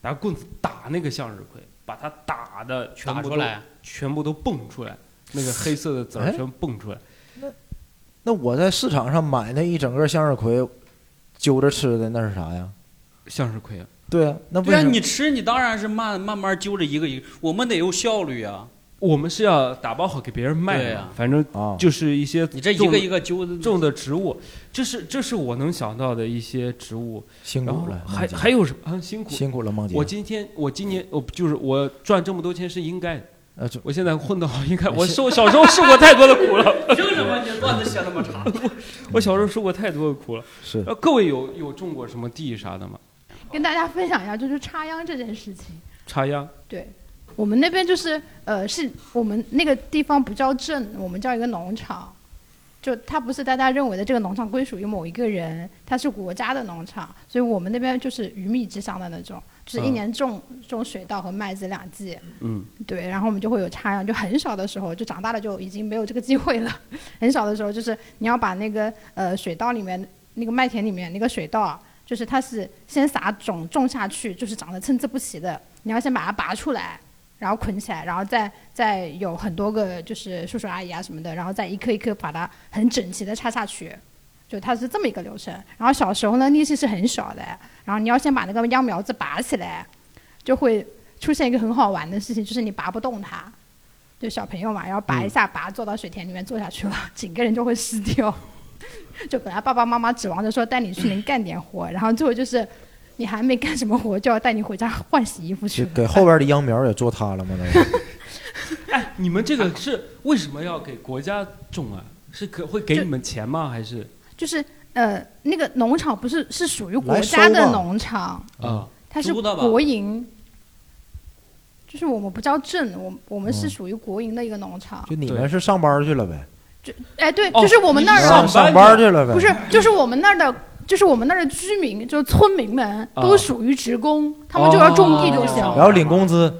[SPEAKER 2] 拿棍子打那个向日葵，把它打的全部
[SPEAKER 5] 打出
[SPEAKER 2] 都
[SPEAKER 5] 来啊
[SPEAKER 2] 全部都蹦出来，那个黑色的籽儿
[SPEAKER 3] 哎
[SPEAKER 2] 全蹦出来。
[SPEAKER 3] 那我在市场上买那一整个向日葵，揪着吃的那是啥呀？
[SPEAKER 2] 向日葵啊。
[SPEAKER 3] 对啊，那为
[SPEAKER 5] 对啊，
[SPEAKER 3] 什么
[SPEAKER 5] 你吃你当然是慢慢慢揪着一个一个，我们得有效率啊。
[SPEAKER 2] 我们是要打包好给别人卖
[SPEAKER 5] 对
[SPEAKER 2] 的
[SPEAKER 5] 啊
[SPEAKER 2] 嘛，反正
[SPEAKER 3] 哦
[SPEAKER 2] 就是一些
[SPEAKER 5] 你这一
[SPEAKER 2] 种
[SPEAKER 5] 个一个揪的
[SPEAKER 2] 种的植物，这是这是我能想到的一些植物。
[SPEAKER 3] 辛苦
[SPEAKER 2] 然后
[SPEAKER 3] 了
[SPEAKER 2] [LAUGHS] 还
[SPEAKER 3] 孟姐
[SPEAKER 2] 还有什么？啊，辛苦
[SPEAKER 3] 辛苦了孟姐
[SPEAKER 2] 我今天我今年我就是我赚这么多钱是应该的。
[SPEAKER 3] 呃，
[SPEAKER 2] 我现在混得好应该。
[SPEAKER 3] 哎
[SPEAKER 2] 我
[SPEAKER 3] 是
[SPEAKER 2] 受小时候受过太多的苦了
[SPEAKER 5] [LAUGHS] 。凭什么你段子写那么长？
[SPEAKER 2] [LAUGHS] 我小时候受过太多的苦了。
[SPEAKER 3] 是
[SPEAKER 2] 呃各位有有种过什么地啥的吗？
[SPEAKER 13] 跟大家分享一下，就是插秧这件事情。
[SPEAKER 2] 插秧。
[SPEAKER 13] 对，我们那边就是呃，是我们那个地方不叫镇，我们叫一个农场。就它不是大家认为的这个农场归属于某一个人，它是国家的农场，所以我们那边就是鱼米之乡的那种，就是一
[SPEAKER 6] 嗯
[SPEAKER 13] 年种、种水稻和麦子两季。
[SPEAKER 2] 嗯，
[SPEAKER 13] 对，然后我们就会有插秧，就很小的时候，就长 [LAUGHS] 大了就已经没有这个机会了。很小的时候，就是你要把那个呃水稻里面那个麦田里面那个水稻，就是它是先撒种种下去，就是长得参差不齐的，你要先把它拔出来，然后捆起来，然后再再有很多个就是叔叔阿姨啊什么的，然后再一颗一颗把它很整齐的插下去。就它是这么一个流程，然后小时候呢力气是很小的，然后你要先把那个秧苗子拔起来，就会出现一个很好玩的事情，就是你拔不动它，就小朋友嘛，然后拔一下，拔坐到水田里面坐下去了，整个人就会湿掉。就本来爸爸妈妈指望着说带你去能干点活，然后最后就是你还没干什么活就要带你回家换洗衣服去
[SPEAKER 3] 就。给后边的秧苗也做塌了吗？那
[SPEAKER 5] [LAUGHS]
[SPEAKER 3] 个
[SPEAKER 2] 哎，你们这个是为什么要给国家种啊？是可会给
[SPEAKER 13] 就
[SPEAKER 2] 你们钱吗？还是
[SPEAKER 13] 就是呃，那个农场不是是属于国
[SPEAKER 2] 来收
[SPEAKER 13] 家的
[SPEAKER 2] 吧
[SPEAKER 13] 农场，
[SPEAKER 2] 啊？
[SPEAKER 13] 它是
[SPEAKER 2] 租的吧
[SPEAKER 13] 国营，就是我们不叫镇，我我们是
[SPEAKER 3] 嗯
[SPEAKER 13] 属于国营的一个农场。
[SPEAKER 3] 就你们是上班去了呗？
[SPEAKER 13] 哎，对，
[SPEAKER 3] 哦
[SPEAKER 13] 就是我们那儿的、
[SPEAKER 3] 上上班去了呗
[SPEAKER 13] 不是，就是我们那儿的，就是我们那儿的居民，就是村民们
[SPEAKER 3] 哦
[SPEAKER 13] 都属于职工，他们就要种地就
[SPEAKER 5] 哦
[SPEAKER 13] 行。
[SPEAKER 3] 然后领工资，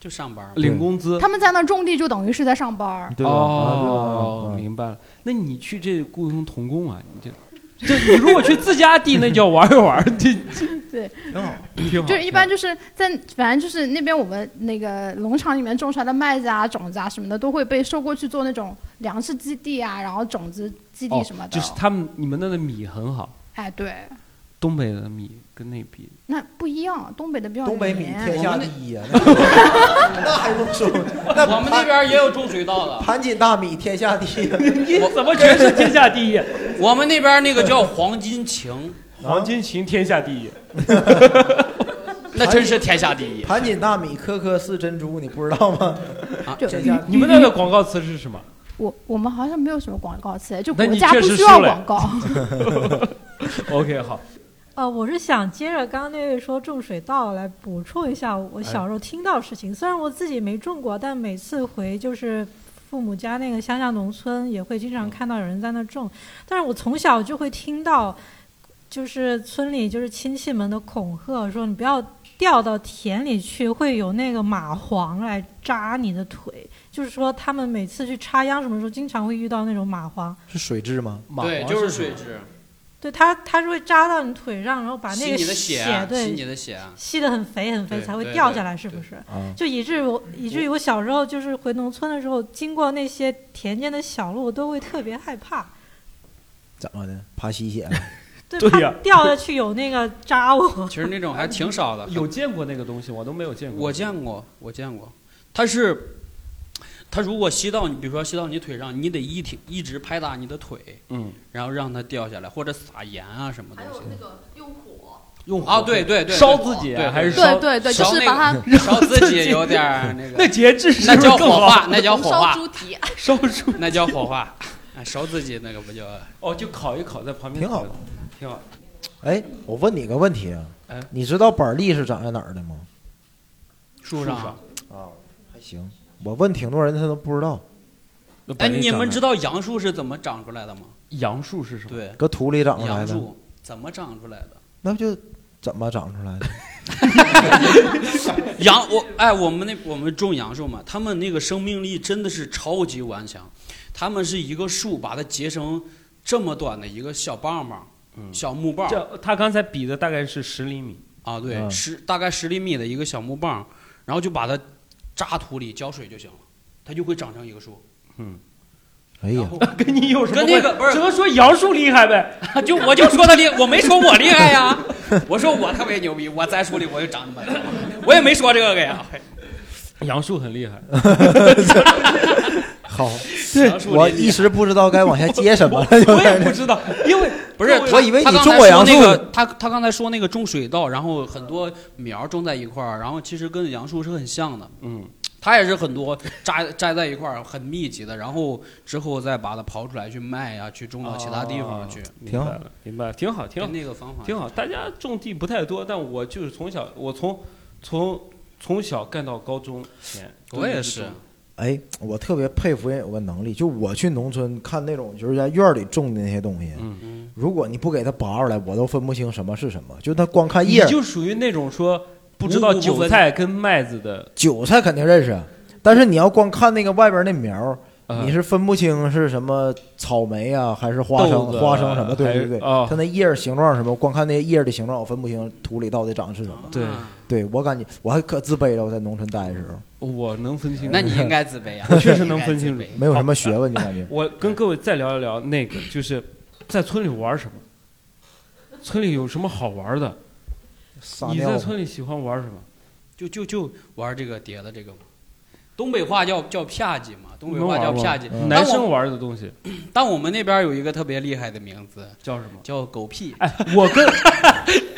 [SPEAKER 5] 就上班
[SPEAKER 2] 领工资？
[SPEAKER 13] 他们在那儿种地就等于是在上班儿。
[SPEAKER 3] 对吧啊
[SPEAKER 2] 哦，明白了。那你去这雇佣童工啊？你这，这你如果去自家地，那叫玩一玩，这
[SPEAKER 13] 对，
[SPEAKER 2] 挺好
[SPEAKER 13] 就。是一般就是在反正就是那边我们那个农场里面种出来的麦子啊、种子啊什么的，都会被收过去做那种粮食基地啊，然后种子基地
[SPEAKER 2] 哦
[SPEAKER 13] 什么，的。
[SPEAKER 2] 就是他们你们那的米很好，
[SPEAKER 13] 哎，对，
[SPEAKER 2] 东北的米跟那比，
[SPEAKER 13] 那不一样，东北的比较
[SPEAKER 3] 东北米
[SPEAKER 13] 黏
[SPEAKER 3] 天下第一
[SPEAKER 13] [LAUGHS]
[SPEAKER 3] 呀，那 [LAUGHS] 那还用说？那
[SPEAKER 5] 哦 [LAUGHS] 我们那边也有种水稻的，
[SPEAKER 3] 盘锦大米天下第
[SPEAKER 5] [LAUGHS]
[SPEAKER 3] 一，
[SPEAKER 2] 你怎么全是天下
[SPEAKER 5] 啊
[SPEAKER 2] 第一？
[SPEAKER 5] 我们那边那个叫黄金芹，
[SPEAKER 2] 黄金芹天下第一，
[SPEAKER 5] [LAUGHS] 那真是天下第
[SPEAKER 3] [LAUGHS]
[SPEAKER 5] 一。啊
[SPEAKER 3] 盘锦大米颗颗是珍珠，你不知道吗？
[SPEAKER 13] 就
[SPEAKER 3] 天下
[SPEAKER 2] 你们那的广告词是什么？
[SPEAKER 13] 我我们好像没有什么广告词，就
[SPEAKER 2] 那
[SPEAKER 13] 国
[SPEAKER 2] 你
[SPEAKER 13] 家
[SPEAKER 2] 确
[SPEAKER 13] 不
[SPEAKER 2] 实
[SPEAKER 13] 需
[SPEAKER 2] 输
[SPEAKER 13] 要
[SPEAKER 2] 了
[SPEAKER 13] 广告。
[SPEAKER 2] [LAUGHS] OK，好，
[SPEAKER 9] 呃，我是想接着刚刚那位说种水稻来补充一下
[SPEAKER 5] 哎
[SPEAKER 9] 我小时候听到的事情。虽然我自己没种过，但每次回就是父母家那个乡下农村，也会经
[SPEAKER 5] 嗯
[SPEAKER 9] 常看到有人在那种。但是我从小就会听到，就是村里就是亲戚们的恐吓，说你不要掉到田里去，会有那个蚂蟥来扎你的腿。就是说他们每次去插秧什么时候，经常会遇到那种蚂蟥。
[SPEAKER 3] 是水蛭吗？
[SPEAKER 5] 对，就是水蛭，
[SPEAKER 9] 对它，它是会扎到你腿上，然后把那
[SPEAKER 5] 吸
[SPEAKER 9] 个
[SPEAKER 5] 你的血啊，
[SPEAKER 9] 对
[SPEAKER 5] 吸你的血啊。
[SPEAKER 9] 吸得很肥很肥
[SPEAKER 5] 对
[SPEAKER 9] 才会
[SPEAKER 5] 对
[SPEAKER 9] 掉
[SPEAKER 5] 对
[SPEAKER 9] 下来，是不是
[SPEAKER 2] 啊
[SPEAKER 5] 嗯？
[SPEAKER 9] 就以至于我以至于我小时候就是回农村的时候，经过那些田间的小路，我都会特别害
[SPEAKER 2] [LAUGHS]
[SPEAKER 9] 怕，
[SPEAKER 3] 怎么的？怕吸血了？
[SPEAKER 9] 对怕掉下
[SPEAKER 5] [LAUGHS]
[SPEAKER 9] 去有那个扎我。
[SPEAKER 5] 其实那种还挺少的。
[SPEAKER 2] 有见过那个东西，我都没有见过。
[SPEAKER 5] 我见过，我见过，它是，它如果吸到你，比如说吸到你腿上，你得一挺一直拍打你的腿，
[SPEAKER 2] 嗯，
[SPEAKER 5] 然后让它掉下来，或者撒盐啊什么东西。
[SPEAKER 2] 用
[SPEAKER 5] 啊，对对对，
[SPEAKER 2] 烧自己
[SPEAKER 5] 对
[SPEAKER 2] 啊
[SPEAKER 5] 对
[SPEAKER 2] 还是
[SPEAKER 5] 对
[SPEAKER 2] 烧？
[SPEAKER 5] 对对就是
[SPEAKER 2] 烧
[SPEAKER 5] 把
[SPEAKER 2] 那个
[SPEAKER 5] 它烧自己有点儿那个
[SPEAKER 2] [LAUGHS] 那节制是
[SPEAKER 5] 那
[SPEAKER 2] 不是
[SPEAKER 5] 叫
[SPEAKER 2] 更
[SPEAKER 5] 火
[SPEAKER 2] 好
[SPEAKER 5] 化，那叫火化，
[SPEAKER 16] 蹄，
[SPEAKER 2] [LAUGHS] 烧猪，
[SPEAKER 5] 那叫火化，啊烧自己那个不就？
[SPEAKER 2] 哦，就烤一烤在旁边，
[SPEAKER 3] 挺好，
[SPEAKER 2] 挺好。
[SPEAKER 3] 哎，我问你个问题啊
[SPEAKER 2] 哎，
[SPEAKER 3] 你知道板栗是长在哪儿的吗？
[SPEAKER 5] 树
[SPEAKER 2] 上
[SPEAKER 5] 啊，
[SPEAKER 3] 还行，我问挺多人他都不知道，
[SPEAKER 5] 哎，你们知道杨树是怎么长出来的吗？
[SPEAKER 2] 杨树是什么？
[SPEAKER 5] 对，
[SPEAKER 3] 搁土里长出来
[SPEAKER 5] 杨
[SPEAKER 3] 的，
[SPEAKER 5] 树怎么长出来的？
[SPEAKER 3] 那不就怎么长出
[SPEAKER 2] [LAUGHS]
[SPEAKER 3] 来的？
[SPEAKER 5] 杨我哎，我们那我们种杨树嘛，他们那个生命力真的是超级顽强，他们是一个树把它结成这么短的一个小棒棒，
[SPEAKER 2] 嗯
[SPEAKER 5] 小木棒
[SPEAKER 2] 这他刚才比的大概是十厘米，
[SPEAKER 5] 啊，对，
[SPEAKER 2] 嗯
[SPEAKER 5] 十大概十厘米的一个小木棒，然后就把它扎土里浇水就行了，它就会长成一个树。
[SPEAKER 2] 嗯，
[SPEAKER 3] 哎呀，
[SPEAKER 2] [LAUGHS] 跟你有什么
[SPEAKER 5] 跟那
[SPEAKER 2] 关？
[SPEAKER 5] 个不是
[SPEAKER 2] 只能说杨树厉害呗。
[SPEAKER 5] [LAUGHS] 就我就说他厉，我没说我厉害呀， [LAUGHS] 我说我特别牛逼，我在树里我就长那么大，我也没说这个呀。
[SPEAKER 2] 杨树很
[SPEAKER 13] [LAUGHS]
[SPEAKER 2] 厉害，
[SPEAKER 3] 好，
[SPEAKER 2] 杨树
[SPEAKER 3] 我
[SPEAKER 2] 林里
[SPEAKER 3] 一时不知道该往下接 [LAUGHS] 什么了。
[SPEAKER 2] [LAUGHS] 我也不知道，因为
[SPEAKER 5] 不是，他
[SPEAKER 3] 我以为
[SPEAKER 5] 他
[SPEAKER 3] 你
[SPEAKER 5] 刚
[SPEAKER 3] 种
[SPEAKER 5] 才
[SPEAKER 3] 过
[SPEAKER 5] 说
[SPEAKER 3] 杨
[SPEAKER 5] 那
[SPEAKER 3] 树
[SPEAKER 5] 个他他刚才说那个种水稻，然后很多苗种在一块儿，然后其实跟杨树是很像的。
[SPEAKER 2] 嗯，
[SPEAKER 5] 它也是很多扎扎在一块儿，很密集的，然后之后再把它刨出来去卖呀、去种到其他地方去。
[SPEAKER 2] 哦啊明白了，明白了，挺好，挺好，
[SPEAKER 5] 跟那个方法
[SPEAKER 2] 挺好。大家种地不太多，但我就是从小，我从从从小干到高中前，
[SPEAKER 5] 我也是
[SPEAKER 2] 种
[SPEAKER 3] 哎，我特别佩服人有个能力，就我去农村看那种就是在院儿里种的那些东西，
[SPEAKER 2] 嗯，
[SPEAKER 3] 如果你不给它拔出来，我都分不清什么是什么，就它光看啊叶儿
[SPEAKER 2] 你，就属于那种说不知道韭菜跟麦子的，
[SPEAKER 3] 啊韭菜肯定认识，但是你要光看那个外边那苗儿，
[SPEAKER 2] 嗯
[SPEAKER 11] 呃
[SPEAKER 3] 你是分不清是什么草莓啊，还是花生
[SPEAKER 11] 豆子啊
[SPEAKER 3] 花生什么？
[SPEAKER 11] 还
[SPEAKER 3] 对
[SPEAKER 11] 是
[SPEAKER 3] 对对，
[SPEAKER 11] 啊
[SPEAKER 2] 哦
[SPEAKER 3] 它那叶儿形状是什么？光看那叶儿的形状，我分不清土里到底长的是什么。
[SPEAKER 11] 对
[SPEAKER 3] 对我感觉我还可自卑了，我在农村待的时候，
[SPEAKER 2] 我能分清楚，
[SPEAKER 5] 那你应该自卑啊
[SPEAKER 2] 我 [LAUGHS] 确实能分清楚，
[SPEAKER 3] 没有什么学问，就感觉。
[SPEAKER 2] 我跟各位再聊一聊那个，就是在村里玩什么，村里有什么好玩的？你
[SPEAKER 5] 尿
[SPEAKER 2] 在村里喜欢玩什么？
[SPEAKER 5] 就就就玩这个碟的这个嘛，东北话叫叫啪叽嘛，东北
[SPEAKER 2] 能
[SPEAKER 5] 话
[SPEAKER 2] 玩
[SPEAKER 5] 叫
[SPEAKER 2] 吗
[SPEAKER 5] 啪叽。
[SPEAKER 2] 男生玩的东西。
[SPEAKER 5] 但我们那边有一个特别厉害的名字，
[SPEAKER 2] 叫什么？
[SPEAKER 5] 叫狗屁。
[SPEAKER 2] 哎，我
[SPEAKER 5] [LAUGHS]
[SPEAKER 2] 跟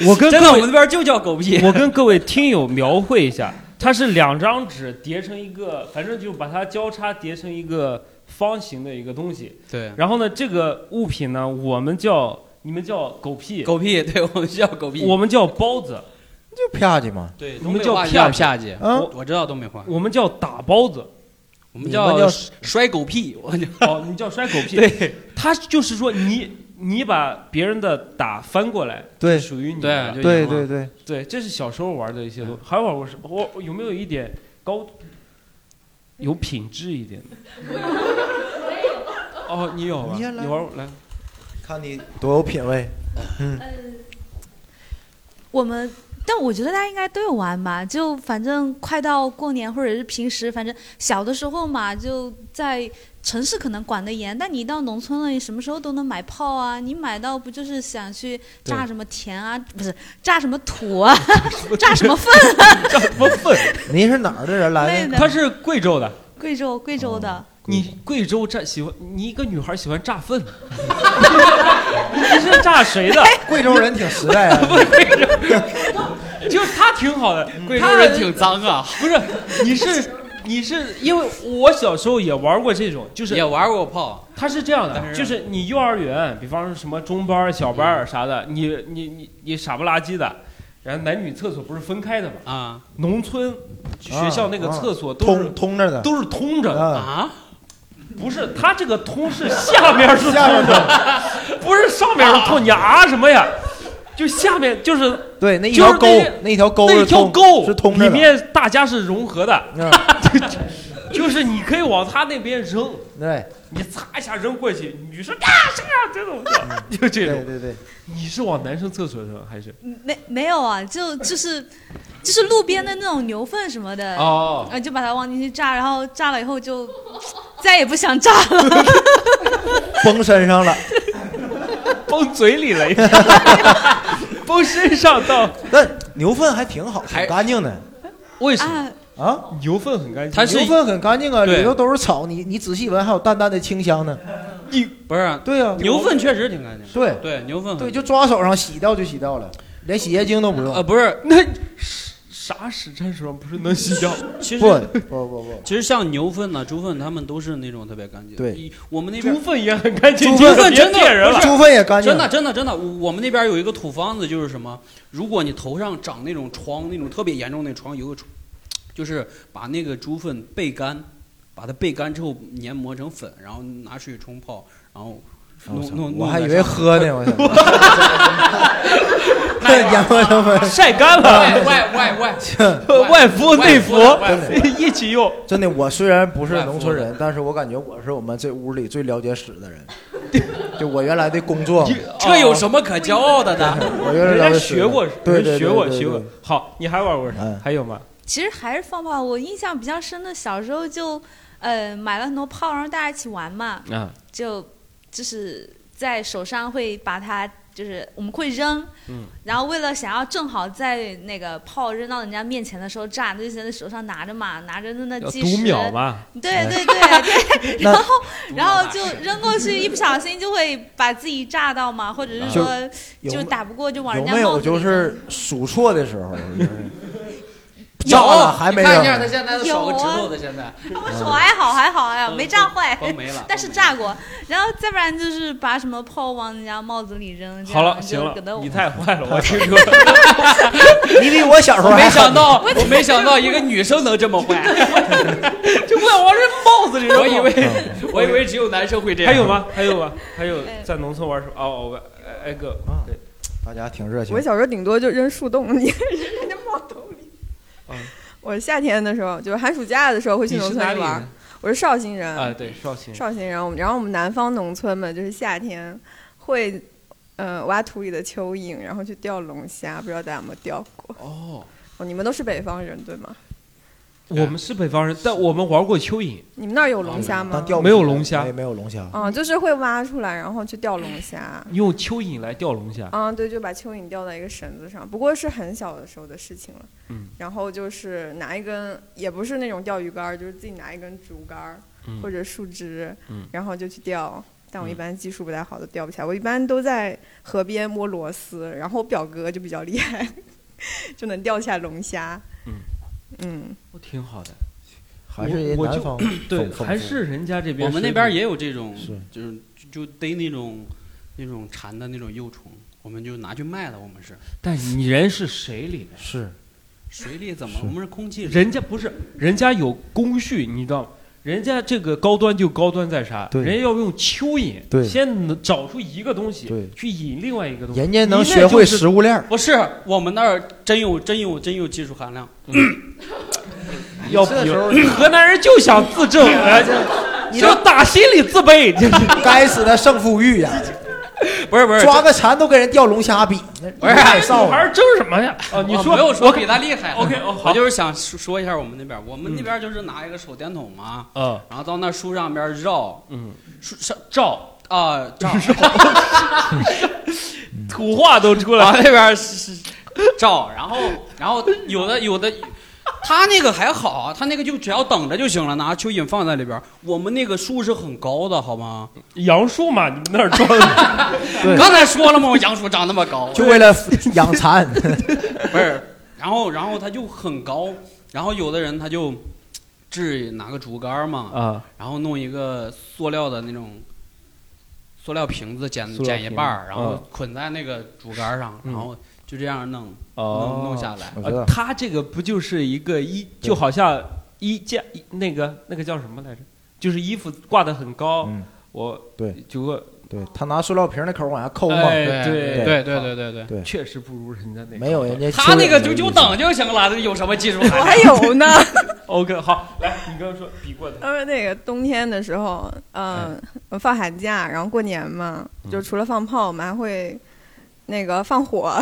[SPEAKER 2] 我跟
[SPEAKER 5] 真的我
[SPEAKER 2] 各位
[SPEAKER 5] 们那边就叫狗屁。
[SPEAKER 2] [LAUGHS]
[SPEAKER 5] [LAUGHS]
[SPEAKER 2] 我跟各位听友描绘一下，它是两张纸叠成一个，反正就把它交叉叠成一个方形的一个东西。
[SPEAKER 5] 对，
[SPEAKER 2] 然后呢，这个物品呢，我们叫你们叫狗屁，
[SPEAKER 5] 狗屁，对我们叫狗屁，
[SPEAKER 2] 我们叫包子，
[SPEAKER 3] 就啪叽嘛。
[SPEAKER 5] 对，
[SPEAKER 2] 你
[SPEAKER 5] 东
[SPEAKER 2] 们
[SPEAKER 5] 北
[SPEAKER 2] 叫
[SPEAKER 5] 话
[SPEAKER 2] 啪
[SPEAKER 5] 叫
[SPEAKER 2] 叽
[SPEAKER 5] 啪叽。
[SPEAKER 2] 啊
[SPEAKER 5] 我我知道东北话，
[SPEAKER 2] 我们叫打包子，
[SPEAKER 5] 我们
[SPEAKER 2] 你
[SPEAKER 5] 叫
[SPEAKER 2] 们叫
[SPEAKER 5] 摔狗屁。我就
[SPEAKER 2] 哦，你叫摔狗
[SPEAKER 5] [LAUGHS]
[SPEAKER 2] 屁。对，他就是说你你把别人的打翻过来，
[SPEAKER 17] 对
[SPEAKER 2] 是属于你的，
[SPEAKER 17] 对对就赢了对对
[SPEAKER 2] 对，这是小时候玩的一些东
[SPEAKER 5] 嗯
[SPEAKER 2] 西。还玩过什么？我我有没有一点高有品质一点的？哦，你有吧？
[SPEAKER 3] 你
[SPEAKER 2] 你
[SPEAKER 3] 先来
[SPEAKER 2] 玩过来，
[SPEAKER 3] 看你多有品位，嗯，
[SPEAKER 7] 我们，但我觉得大家应该都有玩吧，就反正快到过年或者是平时，反正小的时候嘛，就在城市可能管得严，但你到农村了，你什么时候都能买炮啊，你买到不就是想去炸
[SPEAKER 18] 对
[SPEAKER 7] 什么田啊，不是炸什么土啊，炸什么粪啊？
[SPEAKER 3] 您是哪儿的人来
[SPEAKER 7] 的妹妹他
[SPEAKER 2] 是贵州的。
[SPEAKER 7] 贵州，贵州的，
[SPEAKER 3] 嗯
[SPEAKER 2] 你贵州炸喜欢你一个女孩喜欢
[SPEAKER 3] [LAUGHS]
[SPEAKER 2] 炸粪，你是炸谁的？
[SPEAKER 3] 贵州人挺实在 [LAUGHS] 啊。
[SPEAKER 2] [LAUGHS] 就是他挺好的，
[SPEAKER 5] 贵州人挺脏啊。
[SPEAKER 2] 不是，你是你是因为我小时候也玩过这种，就是
[SPEAKER 5] 也玩过炮。
[SPEAKER 2] 他是这样的
[SPEAKER 5] 但，是嗯
[SPEAKER 2] 就是你幼儿园，比方说什么中班儿、小班儿啥的，你你你你傻不拉几的，然后男女厕所不是分开的嘛？
[SPEAKER 5] 啊，
[SPEAKER 2] 农村学校那个
[SPEAKER 3] 啊啊
[SPEAKER 2] 厕所都是
[SPEAKER 3] 通通着的
[SPEAKER 2] 都是通着的
[SPEAKER 5] 啊。
[SPEAKER 2] 不是，他这个通是下面是
[SPEAKER 3] 下面
[SPEAKER 2] 通的， [LAUGHS] 不是上面是通。你啊什么呀？就下面就是
[SPEAKER 3] 对，那一
[SPEAKER 2] 就是
[SPEAKER 3] 条沟，那一条沟是
[SPEAKER 2] 那条
[SPEAKER 3] 通
[SPEAKER 2] 沟
[SPEAKER 3] 是通着的
[SPEAKER 2] 里
[SPEAKER 3] 嗯
[SPEAKER 2] 面大家是融合的， [LAUGHS] 就就是你可以往他那边扔，
[SPEAKER 3] 对，
[SPEAKER 2] 你擦一下扔过去，女生啊这样这种的，就这种。
[SPEAKER 3] 对对对，
[SPEAKER 2] 你是往男生厕所扔还是？
[SPEAKER 7] [LAUGHS]
[SPEAKER 2] [LAUGHS]
[SPEAKER 7] 没没有啊，就就是就是路边的那种牛粪什么的，
[SPEAKER 2] 哦
[SPEAKER 7] 呃就把它往进去炸，然后炸了以后就 [LAUGHS] 再也不想炸了。
[SPEAKER 3] 崩身上了，
[SPEAKER 2] 崩嘴里
[SPEAKER 3] [LAUGHS]
[SPEAKER 2] 了，崩身上到。
[SPEAKER 3] 但牛粪还挺好，挺干净的。
[SPEAKER 2] 为什么
[SPEAKER 3] 啊？
[SPEAKER 2] 牛粪很干净，
[SPEAKER 3] 牛粪很干净啊，
[SPEAKER 5] 对
[SPEAKER 3] 里头都是草，你你仔细闻还有淡淡的清香呢。
[SPEAKER 5] [LAUGHS]
[SPEAKER 2] 你啊
[SPEAKER 5] 不是？啊
[SPEAKER 3] 对呀，
[SPEAKER 5] 牛粪确实挺干净。
[SPEAKER 3] 对
[SPEAKER 5] 对，牛粪很
[SPEAKER 3] 对，就抓手上洗掉就洗掉了，连洗洁精都不用。
[SPEAKER 5] 呃，不是，
[SPEAKER 3] [LAUGHS]
[SPEAKER 2] 那啥屎沾手上不是能洗掉？
[SPEAKER 5] [LAUGHS] 其实
[SPEAKER 3] 不不不不，
[SPEAKER 5] 其实像牛粪呐、猪粪，他们都是那种特别干净。
[SPEAKER 3] 对
[SPEAKER 5] 一，我们那边
[SPEAKER 2] 猪粪也很干净
[SPEAKER 5] 猪
[SPEAKER 2] 你可
[SPEAKER 5] 粪
[SPEAKER 2] 别
[SPEAKER 5] 真的
[SPEAKER 2] 骗人了
[SPEAKER 5] 不是
[SPEAKER 2] 猪粪也干
[SPEAKER 3] 啊
[SPEAKER 2] 净
[SPEAKER 5] 真的真的真的，我我们那边有一个土方子，就是什么，如果你头上长那种疮，那种特别严重的疮，有个疮，就是把那个猪粪焙干，把它焙干之后研磨成粉，然后拿水冲泡，然后弄弄弄。
[SPEAKER 3] 我还以为喝呢，我操！
[SPEAKER 5] 研
[SPEAKER 3] 磨成粉，
[SPEAKER 2] 晒干了
[SPEAKER 5] 外外外外
[SPEAKER 2] [LAUGHS] 外敷内服 [LAUGHS]
[SPEAKER 3] 真的
[SPEAKER 2] 一起用。
[SPEAKER 3] 真的，我虽然不是农村人，但是我感觉我是我们这屋里最了解屎的人。就我原来的工作，
[SPEAKER 5] [LAUGHS] 这有什么可骄傲的呢？
[SPEAKER 3] [LAUGHS] 我原来
[SPEAKER 2] 人
[SPEAKER 3] 了
[SPEAKER 2] 家
[SPEAKER 3] 解屎
[SPEAKER 2] 学过，
[SPEAKER 3] 对
[SPEAKER 2] 人家
[SPEAKER 3] 对对
[SPEAKER 2] 学过，
[SPEAKER 3] 对对
[SPEAKER 2] 学过
[SPEAKER 3] 对。哎
[SPEAKER 2] 好，你还玩过啥？还有吗？
[SPEAKER 7] 其实还是放炮，我印象比较深的，小时候就呃买了很多炮，然后大家一起玩嘛，
[SPEAKER 2] 啊，
[SPEAKER 7] 就就是在手上会把它，就是我们会扔，
[SPEAKER 2] 嗯，
[SPEAKER 7] 然后为了想要正好在那个炮扔到人家面前的时候炸，就在那手上拿着嘛，拿着那那
[SPEAKER 2] 要
[SPEAKER 7] 计
[SPEAKER 2] 读
[SPEAKER 7] 时，
[SPEAKER 2] 秒哎嘛
[SPEAKER 7] 对对
[SPEAKER 2] [LAUGHS]
[SPEAKER 7] 对对，
[SPEAKER 2] 那
[SPEAKER 7] 然后然后就扔过去，一不小心就会把自己炸到嘛，或者
[SPEAKER 2] 啊
[SPEAKER 7] 是
[SPEAKER 3] 就
[SPEAKER 7] 说
[SPEAKER 3] 有
[SPEAKER 7] 就
[SPEAKER 3] 没
[SPEAKER 7] 打不过就往
[SPEAKER 3] 有
[SPEAKER 7] 人家
[SPEAKER 3] 没
[SPEAKER 7] 帽
[SPEAKER 3] 有
[SPEAKER 7] 子里
[SPEAKER 3] 就是数错的时候？
[SPEAKER 5] 有
[SPEAKER 3] 炸了还没
[SPEAKER 5] 你看一下
[SPEAKER 3] 扔
[SPEAKER 5] 他？现在的手指头的现在。
[SPEAKER 7] 我手还好还好哎呀，没炸坏
[SPEAKER 5] 崩
[SPEAKER 7] [LAUGHS]
[SPEAKER 5] 没了，
[SPEAKER 7] 但是炸过。然后再不然就是把什么炮往人家帽子里扔。这
[SPEAKER 2] 好了，
[SPEAKER 7] 样就
[SPEAKER 2] 行
[SPEAKER 7] 搁得
[SPEAKER 2] 了，
[SPEAKER 7] 我
[SPEAKER 2] 你太坏
[SPEAKER 3] [LAUGHS]
[SPEAKER 2] 了，我听说了。
[SPEAKER 3] 你比我小时候
[SPEAKER 5] 我
[SPEAKER 3] 还
[SPEAKER 5] 没想到，我没想到一个女生能这么坏， [LAUGHS] 就不想往这帽子里扔。我以 [LAUGHS] 为，
[SPEAKER 2] 嗯
[SPEAKER 5] 我以为只有男生会这样。
[SPEAKER 2] 还有吗？还有吗？哎还有在农村玩什么？哦，哦哎哎哥，
[SPEAKER 3] 啊
[SPEAKER 2] 对，
[SPEAKER 3] 大家挺热情
[SPEAKER 12] 我。小时候顶多就扔树洞，你 [LAUGHS] 扔人家帽兜里
[SPEAKER 2] 嗯。
[SPEAKER 12] 我夏天的时候，就是寒暑假的时候会去
[SPEAKER 2] 你是
[SPEAKER 12] 农
[SPEAKER 2] 哪
[SPEAKER 12] 村
[SPEAKER 2] 里
[SPEAKER 12] 玩
[SPEAKER 2] 人。
[SPEAKER 12] 我是绍兴人
[SPEAKER 2] 啊对绍兴
[SPEAKER 12] 绍兴人。我们然后我们南方农村嘛，就是夏天会呃挖土里的蚯蚓，然后去钓龙虾，不知道大家有没有钓过？
[SPEAKER 2] 哦，
[SPEAKER 12] 哦，你们都是北方人对吗？
[SPEAKER 2] 我们是北方人，但我们玩过蚯蚓，
[SPEAKER 12] 你们那儿有龙虾吗？
[SPEAKER 2] 没有龙虾，
[SPEAKER 3] 没有龙虾
[SPEAKER 12] 嗯，就是会挖出来，然后去钓龙虾。
[SPEAKER 2] 用蚯蚓来钓龙虾。
[SPEAKER 12] 嗯，对，就把蚯蚓吊到一个绳子上，不过是很小的时候的事情了。
[SPEAKER 2] 嗯
[SPEAKER 12] 然后就是拿一根，也不是那种钓鱼竿儿，就是自己拿一根竹竿儿、
[SPEAKER 2] 嗯
[SPEAKER 12] 或者树枝，
[SPEAKER 2] 嗯
[SPEAKER 12] 然后就去钓。但我一般技术不太好，都钓不起来。我一般都在河边摸螺丝，然后我表哥就比较厉害， [LAUGHS] 就能钓下龙虾。
[SPEAKER 2] 嗯
[SPEAKER 12] 嗯，
[SPEAKER 2] 挺好的，
[SPEAKER 3] 还是
[SPEAKER 2] 我我
[SPEAKER 3] 南
[SPEAKER 2] 就
[SPEAKER 3] 方
[SPEAKER 2] 对
[SPEAKER 3] 丰，富
[SPEAKER 2] 还是人家这边
[SPEAKER 5] 我们那
[SPEAKER 2] 水
[SPEAKER 5] 边
[SPEAKER 2] 土
[SPEAKER 5] 也有这种
[SPEAKER 3] 是，
[SPEAKER 5] 就是就就逮那种那种馋的那种幼虫，我们就拿去卖了。我们是
[SPEAKER 2] 但你人是水里的，
[SPEAKER 3] 是
[SPEAKER 5] 水里怎么？我们是空气里。
[SPEAKER 2] 人家不是，人家有工序，你知道吗？人家这个高端就高端在啥？
[SPEAKER 3] 对
[SPEAKER 2] 人家要用蚯蚓，
[SPEAKER 3] 对
[SPEAKER 2] 先能找出一个东西，
[SPEAKER 3] 对
[SPEAKER 2] 去引另外一个东西。
[SPEAKER 3] 人家能
[SPEAKER 2] 你那
[SPEAKER 3] 学会
[SPEAKER 2] 就是
[SPEAKER 3] 食物链儿，
[SPEAKER 5] 不是，我们那儿真有真有真有技术含量。
[SPEAKER 2] 嗯要
[SPEAKER 5] 这时候
[SPEAKER 2] 比河南人就想自证，哎
[SPEAKER 3] 你
[SPEAKER 2] 就打心里自卑，这是
[SPEAKER 3] [LAUGHS] 该死的胜负欲呀！
[SPEAKER 5] [LAUGHS] 不是不是
[SPEAKER 3] 抓个蝉都跟人钓龙虾比，
[SPEAKER 5] 不是哎
[SPEAKER 3] 海少
[SPEAKER 5] 女孩
[SPEAKER 2] 争什么呀？
[SPEAKER 5] [LAUGHS]
[SPEAKER 2] 哦，你说
[SPEAKER 5] 我没有说
[SPEAKER 2] 我
[SPEAKER 5] 比他厉害。
[SPEAKER 2] [LAUGHS] OK，哦好
[SPEAKER 5] 我就是想说说一下我们那边，我们那边就是拿一个手电筒嘛，
[SPEAKER 2] 嗯，
[SPEAKER 5] 然后到那树上边绕，
[SPEAKER 2] 嗯，
[SPEAKER 5] 树上
[SPEAKER 2] 照
[SPEAKER 5] 啊照， [LAUGHS]
[SPEAKER 2] [LAUGHS] 土话都出来
[SPEAKER 5] 往那边是是照，然后然后有的有的。他那个还好，啊他那个就只要等着就行了，拿蚯蚓放在里边。我们那个树是很高的，好吗？
[SPEAKER 2] 杨树嘛，你们那儿装的
[SPEAKER 5] [LAUGHS]
[SPEAKER 3] 对
[SPEAKER 5] 刚才说了吗？我杨树长那么高，
[SPEAKER 3] 就为
[SPEAKER 2] [LAUGHS]
[SPEAKER 3] 了养蚕。
[SPEAKER 5] [LAUGHS] 不是，然后然后他就很高，然后有的人他就制拿个竹竿儿嘛，
[SPEAKER 2] 啊，
[SPEAKER 5] 然后弄一个塑料的那种塑料瓶子剪
[SPEAKER 2] 塑料
[SPEAKER 5] 剪一半儿，
[SPEAKER 2] 瓶
[SPEAKER 5] 然后
[SPEAKER 2] 嗯
[SPEAKER 5] 捆在那个竹竿儿上，
[SPEAKER 2] 嗯
[SPEAKER 5] 然后就这样弄、
[SPEAKER 2] 哦
[SPEAKER 5] 弄弄下来。
[SPEAKER 2] 呃他这个不就是一个衣，就好像衣架一那个那个叫什么来着？就是衣服挂得很高，
[SPEAKER 3] 嗯
[SPEAKER 2] 我
[SPEAKER 3] 对
[SPEAKER 2] 就个
[SPEAKER 3] 对他拿塑料瓶的口往下抠嘛，
[SPEAKER 2] 哎
[SPEAKER 5] 对
[SPEAKER 2] 对对
[SPEAKER 5] 对对对
[SPEAKER 3] 对
[SPEAKER 2] 确实不如人家那个。
[SPEAKER 3] 没有人家
[SPEAKER 5] 他那个
[SPEAKER 3] 蚯蚓的
[SPEAKER 5] 就就
[SPEAKER 3] 意思
[SPEAKER 5] 等就行了，有什么技术含量？
[SPEAKER 12] 我还有呢。
[SPEAKER 2] [LAUGHS]
[SPEAKER 12] 呃
[SPEAKER 2] OK，好，来，你刚刚说比过的，
[SPEAKER 12] 他说那个冬天的时候，嗯、
[SPEAKER 2] 哎
[SPEAKER 12] 我放寒假，然后过年嘛，
[SPEAKER 2] 嗯
[SPEAKER 12] 就除了放炮，我们还会那个放火。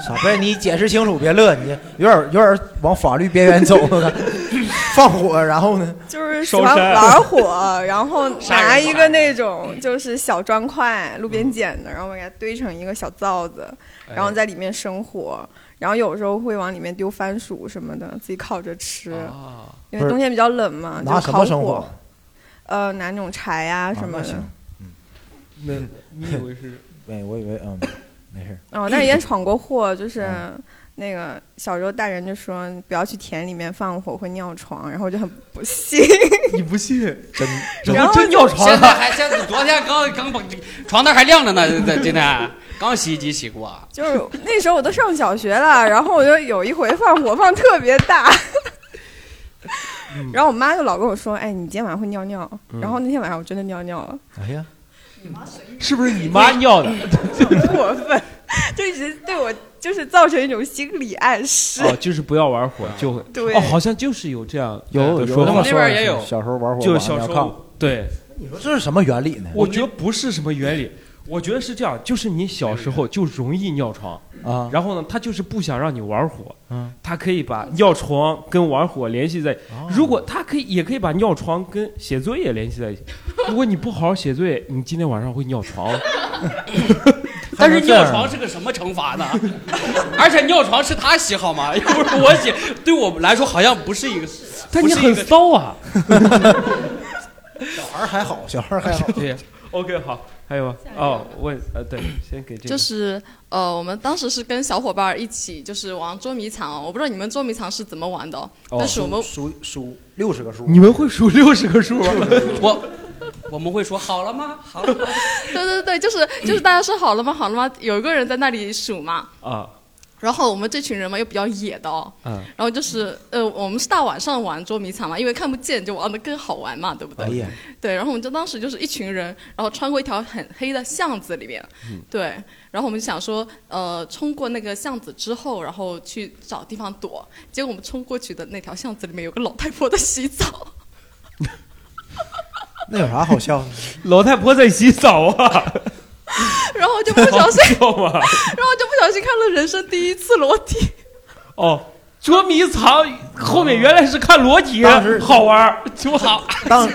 [SPEAKER 3] 啥？不是你解释清楚，别乐，你有点有点往法律边缘走了， [LAUGHS] 放火，然后呢？
[SPEAKER 12] 就是喜
[SPEAKER 3] 烧
[SPEAKER 12] 欢
[SPEAKER 3] 山
[SPEAKER 12] 玩火，然后
[SPEAKER 3] 杀人
[SPEAKER 12] 拿一个那种就是小砖块，路边捡的，然后把它堆成一个小灶子，
[SPEAKER 6] 哎
[SPEAKER 12] 然后在里面生火，然后有时候会往里面丢番薯什么的，自己烤着吃。因为
[SPEAKER 3] 不是
[SPEAKER 12] 冬天比较冷嘛，就
[SPEAKER 3] 拿什
[SPEAKER 12] 烤
[SPEAKER 3] 么生
[SPEAKER 12] 火
[SPEAKER 3] 火？。啊
[SPEAKER 12] 呃，拿那种柴呀、什
[SPEAKER 3] 那
[SPEAKER 12] 么的
[SPEAKER 3] 行。
[SPEAKER 2] 那你以
[SPEAKER 3] [LAUGHS]
[SPEAKER 2] 为是？
[SPEAKER 3] 哎，我以为
[SPEAKER 2] [LAUGHS]
[SPEAKER 3] 嗯，没事。
[SPEAKER 12] 哦，但是
[SPEAKER 3] [LAUGHS]
[SPEAKER 12] 也闯过祸，就是
[SPEAKER 3] 嗯
[SPEAKER 12] 那个小时候大人就说你不要去田里面放火会尿床，然后我就很不信。
[SPEAKER 2] 你不信？
[SPEAKER 5] [LAUGHS]
[SPEAKER 3] 真
[SPEAKER 12] 然后
[SPEAKER 5] 真尿
[SPEAKER 3] 啊
[SPEAKER 5] 床现
[SPEAKER 2] 啊
[SPEAKER 5] 在还现在昨天刚刚把床单还晾着呢，在今天刚洗衣机洗过。啊
[SPEAKER 12] 就是那时候我都上小学了，然后我就有一回放火放特别大，然后我妈就老跟我说：“哎，你今天晚上会尿尿。”
[SPEAKER 2] 嗯
[SPEAKER 12] 然后那天晚上我真的尿尿了，
[SPEAKER 3] 哎呀，
[SPEAKER 2] 是不是你妈
[SPEAKER 12] [LAUGHS]
[SPEAKER 2] 尿的？
[SPEAKER 12] 过分，就一直对我就是造成一种心理暗示。
[SPEAKER 2] 哦，就是不要玩火，就会
[SPEAKER 12] 对
[SPEAKER 2] 哦，好像就是有这样
[SPEAKER 3] 有有
[SPEAKER 2] 的说
[SPEAKER 3] 那
[SPEAKER 2] 法
[SPEAKER 3] 么，说法是小时候玩火
[SPEAKER 2] 就是
[SPEAKER 3] 晚
[SPEAKER 2] 小
[SPEAKER 3] 上
[SPEAKER 2] 时
[SPEAKER 3] 炕
[SPEAKER 2] 候对。
[SPEAKER 3] 你说这是什么原理呢？
[SPEAKER 2] 我觉得不是什么原理，我觉得是这样，就是你小时候就容易尿床
[SPEAKER 3] 啊，
[SPEAKER 2] 然后呢，他就是不想让你玩火，
[SPEAKER 3] 嗯，
[SPEAKER 2] 他可以把尿床跟玩火联系在，如果他可以也可以把尿床跟写作业联系 [LAUGHS] 在一起，如果你不好好写作业，你今天晚上会尿 [LAUGHS] 床， [LAUGHS]
[SPEAKER 5] 但是尿床是个什么惩罚呢？而且尿床是他洗好吗？ [LAUGHS] 又不是我洗，对我们来说好像不是一个，
[SPEAKER 2] 但
[SPEAKER 5] 不
[SPEAKER 2] 你
[SPEAKER 5] 是一
[SPEAKER 2] 很
[SPEAKER 5] 个
[SPEAKER 3] [LAUGHS]
[SPEAKER 2] 骚啊，
[SPEAKER 3] 小孩儿还好，小孩儿还好。
[SPEAKER 2] [LAUGHS] 对，OK 好，还有吗？哦，问呃对，先给这个，
[SPEAKER 6] 就是呃，我们当时是跟小伙伴儿一起，就是玩捉迷藏。我不知道你们捉迷藏是怎么玩的，哦但是我们
[SPEAKER 3] 数数六十个数，
[SPEAKER 2] 你们会数六十个数吗？
[SPEAKER 5] [LAUGHS] 我我们会说好了吗？好了吗？
[SPEAKER 6] 对对对，就是就是大家说好了吗？好了吗？有一个人在那里数嘛，
[SPEAKER 2] 啊，
[SPEAKER 6] 然后我们这群人嘛又比较野的哦，
[SPEAKER 5] 啊
[SPEAKER 3] 啊
[SPEAKER 7] 嗯
[SPEAKER 6] 然后就是呃，我们是大晚上玩捉迷藏嘛，因为看不见就玩的更好玩嘛，对不对？
[SPEAKER 7] 哎呀，
[SPEAKER 6] 对，然后我们就当时就是一群人，然后穿过一条很黑的巷子里面，
[SPEAKER 7] 嗯
[SPEAKER 6] 对，然后我们就想说，呃，冲过那个巷子之后，然后去找地方躲，结果我们冲过去的那条巷子里面有个老太婆在洗澡，
[SPEAKER 3] 那有啥好笑的？
[SPEAKER 2] 老太婆在洗澡啊，
[SPEAKER 6] 然后我就不小心，
[SPEAKER 2] 好笑啊吗？
[SPEAKER 6] 然后我就不小心看了人生第一次裸体，
[SPEAKER 2] 哦，捉迷藏后面原来是看裸体，好玩
[SPEAKER 5] [LAUGHS]
[SPEAKER 2] 儿，就 [LAUGHS] 好。
[SPEAKER 3] 当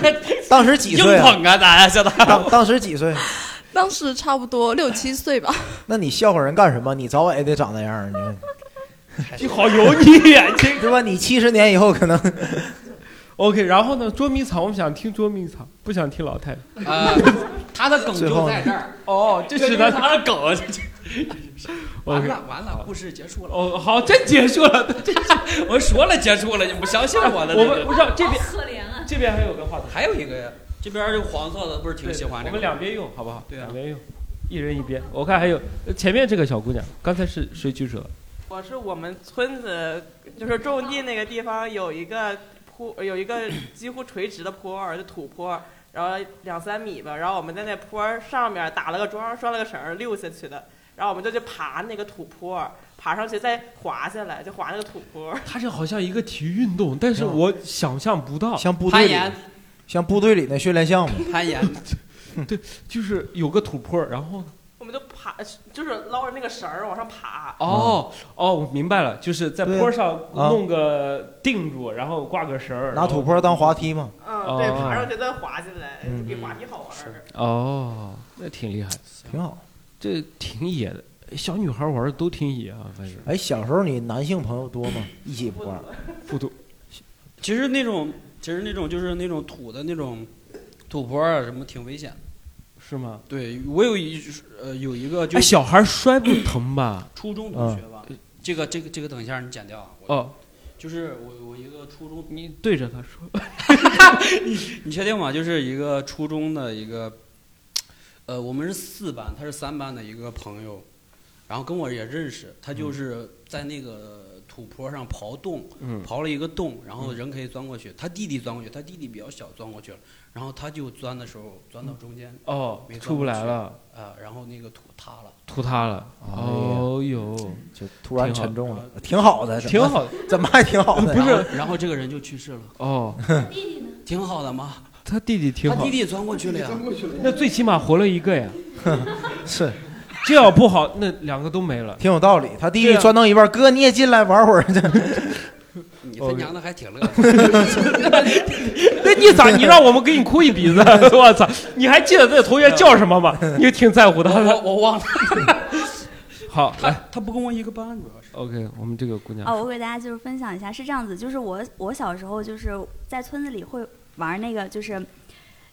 [SPEAKER 3] 当时几岁、啊？
[SPEAKER 2] [LAUGHS] 硬捧啊，咱这
[SPEAKER 3] 当当时几岁？
[SPEAKER 6] 当时差不多六七岁吧。
[SPEAKER 3] 那你笑话人干什么？你早晚也得长那样儿，你
[SPEAKER 2] 哦你好油腻呀、
[SPEAKER 3] 对吧？你七十年以后可能
[SPEAKER 2] [LAUGHS] OK，然后呢？捉迷藏，我们想听捉迷藏，不想听老太太。
[SPEAKER 5] 呃，他的梗就在这儿。哦，这
[SPEAKER 2] 就是
[SPEAKER 5] 是
[SPEAKER 2] 他
[SPEAKER 5] 他
[SPEAKER 2] [LAUGHS]
[SPEAKER 5] 的梗。啊完
[SPEAKER 2] OK，
[SPEAKER 5] 了完了，故事结束了。
[SPEAKER 2] 哦，好，真结束了。
[SPEAKER 5] [LAUGHS] 我说了结束了，你不相信我了？
[SPEAKER 2] 我们不知道这边
[SPEAKER 5] 可怜啊，
[SPEAKER 2] 这边还有个话筒，
[SPEAKER 5] 还有一个呀，这边这个黄色的不是挺喜欢这个？
[SPEAKER 2] 我们两边用好不嗯好？
[SPEAKER 5] 对啊
[SPEAKER 2] 两边用，一人一边。我看还有呃前面这个小姑娘，刚才是谁举手了？
[SPEAKER 14] 我是我们村子，就是种地那个地方有一个坡，有一个几乎垂直的坡儿，就土坡，然后两三米吧。然后我们在那坡儿上面打了个桩，拴了个绳儿，溜下去的。然后我们就去爬那个土坡儿，爬上去再滑下来，就滑那个土坡儿。 [LAUGHS]
[SPEAKER 2] 它这好像一个体育运动，但是我想象不到，
[SPEAKER 3] 像部队里，像部队里那训练项目。
[SPEAKER 5] 攀岩，
[SPEAKER 2] [LAUGHS] 对，就是有个土坡，然后呢？
[SPEAKER 14] 我们就爬，就是捞着那个绳儿往上爬。
[SPEAKER 2] 哦哦，我明白了，就是在
[SPEAKER 3] 嗯对
[SPEAKER 2] 坡上
[SPEAKER 3] 啊
[SPEAKER 2] 弄个定住，然后挂个绳儿，
[SPEAKER 3] 拿土坡当滑梯嘛。
[SPEAKER 14] 嗯，对，
[SPEAKER 2] 哦
[SPEAKER 14] 爬上去再滑下来，
[SPEAKER 2] 嗯
[SPEAKER 14] 比滑梯好玩儿。
[SPEAKER 2] 哦，那挺厉害，
[SPEAKER 3] 挺好，
[SPEAKER 2] 这挺野的。小女孩玩的都挺野啊，反正
[SPEAKER 3] 哎，小时候你男性朋友多吗？一起玩儿，
[SPEAKER 2] 不多。
[SPEAKER 5] 其实那种，其实那种就是那种土的那种土坡啊，什么挺危险的。
[SPEAKER 2] 是吗？
[SPEAKER 5] 对我有一呃有一个就
[SPEAKER 2] 哎，小孩摔不疼
[SPEAKER 3] 嗯
[SPEAKER 2] 吧？
[SPEAKER 5] 初中同学吧，这个这个这个等一下你剪掉啊。我
[SPEAKER 2] 哦，
[SPEAKER 5] 就是我我一个初中，
[SPEAKER 2] 你对着他说，
[SPEAKER 5] [LAUGHS] 你确定吗？就是一个初中的一个，呃，我们是四班，他是三班的一个朋友，然后跟我也认识，他就是在那个土坡上刨洞，
[SPEAKER 2] 嗯
[SPEAKER 5] 刨了一个洞，然后人可以钻过去，他弟弟钻过去，他弟弟比较小，钻过去了，然后他就钻的时候钻到中间，
[SPEAKER 2] 哦
[SPEAKER 5] 没钻
[SPEAKER 2] 出不来
[SPEAKER 5] 过去
[SPEAKER 2] 了，
[SPEAKER 5] 啊，然后那个土塌了。哎
[SPEAKER 2] 吐塌了。哦呦，
[SPEAKER 3] 哎就突然沉重
[SPEAKER 2] 了，
[SPEAKER 3] 挺好的，
[SPEAKER 2] 挺好的，
[SPEAKER 3] 怎么还挺好
[SPEAKER 2] [LAUGHS]
[SPEAKER 3] 的？
[SPEAKER 5] 不是，然后这个人就去世了。
[SPEAKER 2] 哦， [LAUGHS]
[SPEAKER 5] 挺好的嘛，
[SPEAKER 2] 他弟弟挺
[SPEAKER 5] 他
[SPEAKER 2] 好，
[SPEAKER 5] 弟弟钻过去了呀。
[SPEAKER 2] 那最起码活了一个呀。
[SPEAKER 3] [LAUGHS] 是，
[SPEAKER 2] 这要不好，那两个都没了。
[SPEAKER 3] 挺有道理。他弟
[SPEAKER 2] 对
[SPEAKER 3] 弟
[SPEAKER 2] 啊
[SPEAKER 3] 钻到一半，哥你也进来玩
[SPEAKER 15] [LAUGHS]
[SPEAKER 3] 会儿去。
[SPEAKER 5] 你他娘的还挺乐
[SPEAKER 3] 哦
[SPEAKER 5] 的。
[SPEAKER 2] [LAUGHS] 那你咋？你让我们给你哭一
[SPEAKER 3] [LAUGHS]
[SPEAKER 2] 鼻子？我操！你还记得那同学叫什么吗？你挺在乎他
[SPEAKER 5] 我
[SPEAKER 2] 的。
[SPEAKER 5] 我忘了，
[SPEAKER 2] [LAUGHS]
[SPEAKER 5] 哦
[SPEAKER 2] 好，来
[SPEAKER 5] 他不跟我一个班，主要是。
[SPEAKER 2] ，OK，我们这个姑娘
[SPEAKER 4] 哦，我给大家就是分享一下，是这样子，就是我我小时候就是在村子里会玩那个，就是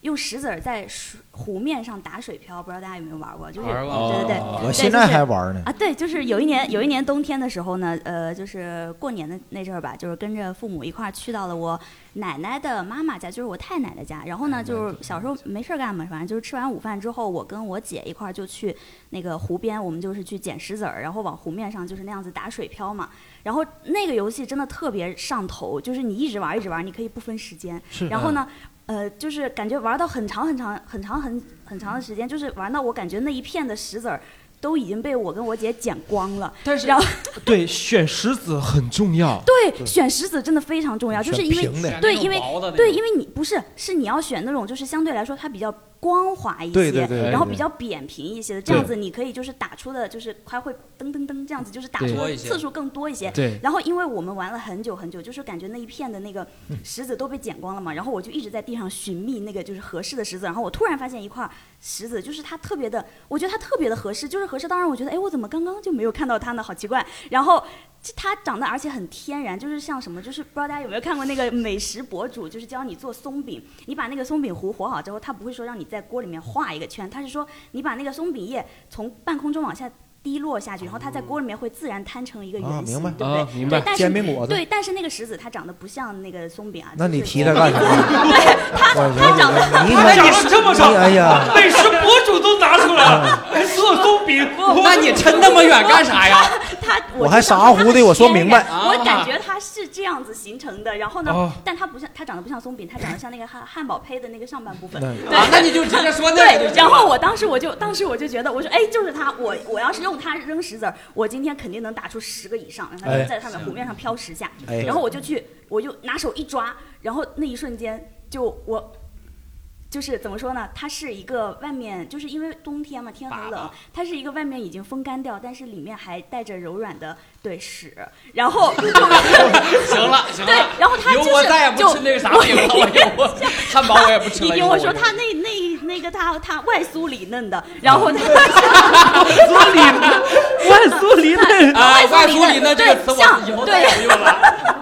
[SPEAKER 4] 用石子儿在水湖面上打水漂，不知道大家有没有玩过？就是
[SPEAKER 3] 玩过
[SPEAKER 4] 对对对，
[SPEAKER 3] 哦
[SPEAKER 4] 对
[SPEAKER 3] 我现在
[SPEAKER 4] 就是
[SPEAKER 3] 还玩呢
[SPEAKER 4] 啊，对，就是有一年有一年冬天的时候呢，呃，就是过年的那阵儿吧，就是跟着父母一块儿去到了我奶奶的妈妈家，就是我太奶奶家。然后呢，就是小时候没事儿干嘛，反正就是吃完午饭之后，我跟我姐一块儿就去那个湖边，我们就是去捡石子儿，然后往湖面上就是那样子打水漂嘛。然后那个游戏真的特别上头，就是你一直玩一直玩，你可以不分时间
[SPEAKER 19] 是。
[SPEAKER 4] 然后呢，呃，就是感觉玩到很长很长很长很很长的时间，就是玩到我感觉那一片的石子儿都已经被我跟我姐捡光了。
[SPEAKER 2] 但是
[SPEAKER 4] 然
[SPEAKER 2] [LAUGHS]
[SPEAKER 4] 后。
[SPEAKER 2] 对选石子很重要。
[SPEAKER 4] 对，选石子真的非常重要，就是
[SPEAKER 2] 选
[SPEAKER 4] 因
[SPEAKER 2] 平的
[SPEAKER 4] 为对，
[SPEAKER 2] 选那种
[SPEAKER 4] 因为
[SPEAKER 2] 薄的那种
[SPEAKER 4] 对，因为你不是是你要选那种就是相对来说它比较光滑一些，
[SPEAKER 3] 对对对对
[SPEAKER 4] 然后
[SPEAKER 3] 对
[SPEAKER 4] 比较扁平一些的，
[SPEAKER 3] 对
[SPEAKER 4] 这样子你可以就是打出的就是它会噔噔噔这样子，就是打出
[SPEAKER 3] 对
[SPEAKER 4] 的次数更多一些。
[SPEAKER 3] 对
[SPEAKER 4] 然后因为我们玩了很久很久，就是感觉那一片的那个石子都被捡光了嘛，然后我就一直在地上寻觅那个就是合适的石子，然后我突然发现一块石子，就是它特别的，我觉得它特别的合适，就是合适。当然我觉得，哎，我怎么刚刚就没有看到它呢？好奇怪。然后这它长得而且很天然，就是像什么，就是不知道大家有没有看过那个美食博主，就是教你做松饼，你把那个松饼糊和好之后，他不会说让你在锅里面画一个圈，他是说你把那个松饼叶从半空中往下。滴落下去，然后它在锅里面会自然摊成一个圆形，
[SPEAKER 3] 啊明白
[SPEAKER 4] 对不对？
[SPEAKER 3] 啊明白
[SPEAKER 4] 对但是
[SPEAKER 3] 煎饼果子
[SPEAKER 4] 对，但是那个石子它长得不像那个松饼啊。
[SPEAKER 3] 那你
[SPEAKER 4] 就是
[SPEAKER 3] 提它干什么
[SPEAKER 4] 对，它
[SPEAKER 3] 我
[SPEAKER 4] 它长得
[SPEAKER 3] 你
[SPEAKER 2] 他长得这么
[SPEAKER 3] 你
[SPEAKER 2] 长，
[SPEAKER 3] 哎呀，嗯
[SPEAKER 2] 美食博主都拿出来了，还做松饼，
[SPEAKER 4] 不
[SPEAKER 2] 我
[SPEAKER 5] 那你抻那么远干啥呀？
[SPEAKER 4] 他
[SPEAKER 15] 我还傻乎乎地我说明白
[SPEAKER 4] [LAUGHS] 我感觉他是这样子形成的。然后呢，
[SPEAKER 15] 哦
[SPEAKER 4] 但他不像他长得不像松饼，他长得像那个汉汉堡胚的那个上半部分。
[SPEAKER 15] 那
[SPEAKER 4] 对、
[SPEAKER 5] 啊那你就直接说那个就
[SPEAKER 4] 对，
[SPEAKER 5] 行
[SPEAKER 4] 然后
[SPEAKER 5] 了
[SPEAKER 4] 我当时我就当时我就觉得，我说哎，就是他，我我要是用它扔石子儿，我今天肯定能打出十个以上，让它
[SPEAKER 15] 哎
[SPEAKER 4] 在上面湖面上飘十下。
[SPEAKER 15] 哎
[SPEAKER 4] 然后我就去，我就拿手一抓，然后那一瞬间就我就是怎么说呢？它是一个外面，就是因为冬天嘛，天很冷，它是一个外面已经风干掉，但是里面还带着柔软的对屎，然后
[SPEAKER 5] [LAUGHS] 行了行了，
[SPEAKER 4] 对，然后它就
[SPEAKER 5] 以
[SPEAKER 4] 是
[SPEAKER 5] 后我再也不吃那个啥饼了，我以后我汉堡我也不吃
[SPEAKER 4] [LAUGHS] 你
[SPEAKER 5] 了。以
[SPEAKER 4] 听
[SPEAKER 5] 后
[SPEAKER 4] 我
[SPEAKER 5] 就
[SPEAKER 4] 说，它那那那个它它外酥里嫩的，然后它
[SPEAKER 5] 嗯酥里
[SPEAKER 4] 外
[SPEAKER 5] 酥里嫩啊
[SPEAKER 4] 外酥
[SPEAKER 5] 外酥里嫩这个
[SPEAKER 4] 对
[SPEAKER 5] 词我
[SPEAKER 4] 像
[SPEAKER 5] 以后再
[SPEAKER 4] 对
[SPEAKER 5] 也不用了。
[SPEAKER 4] [LAUGHS]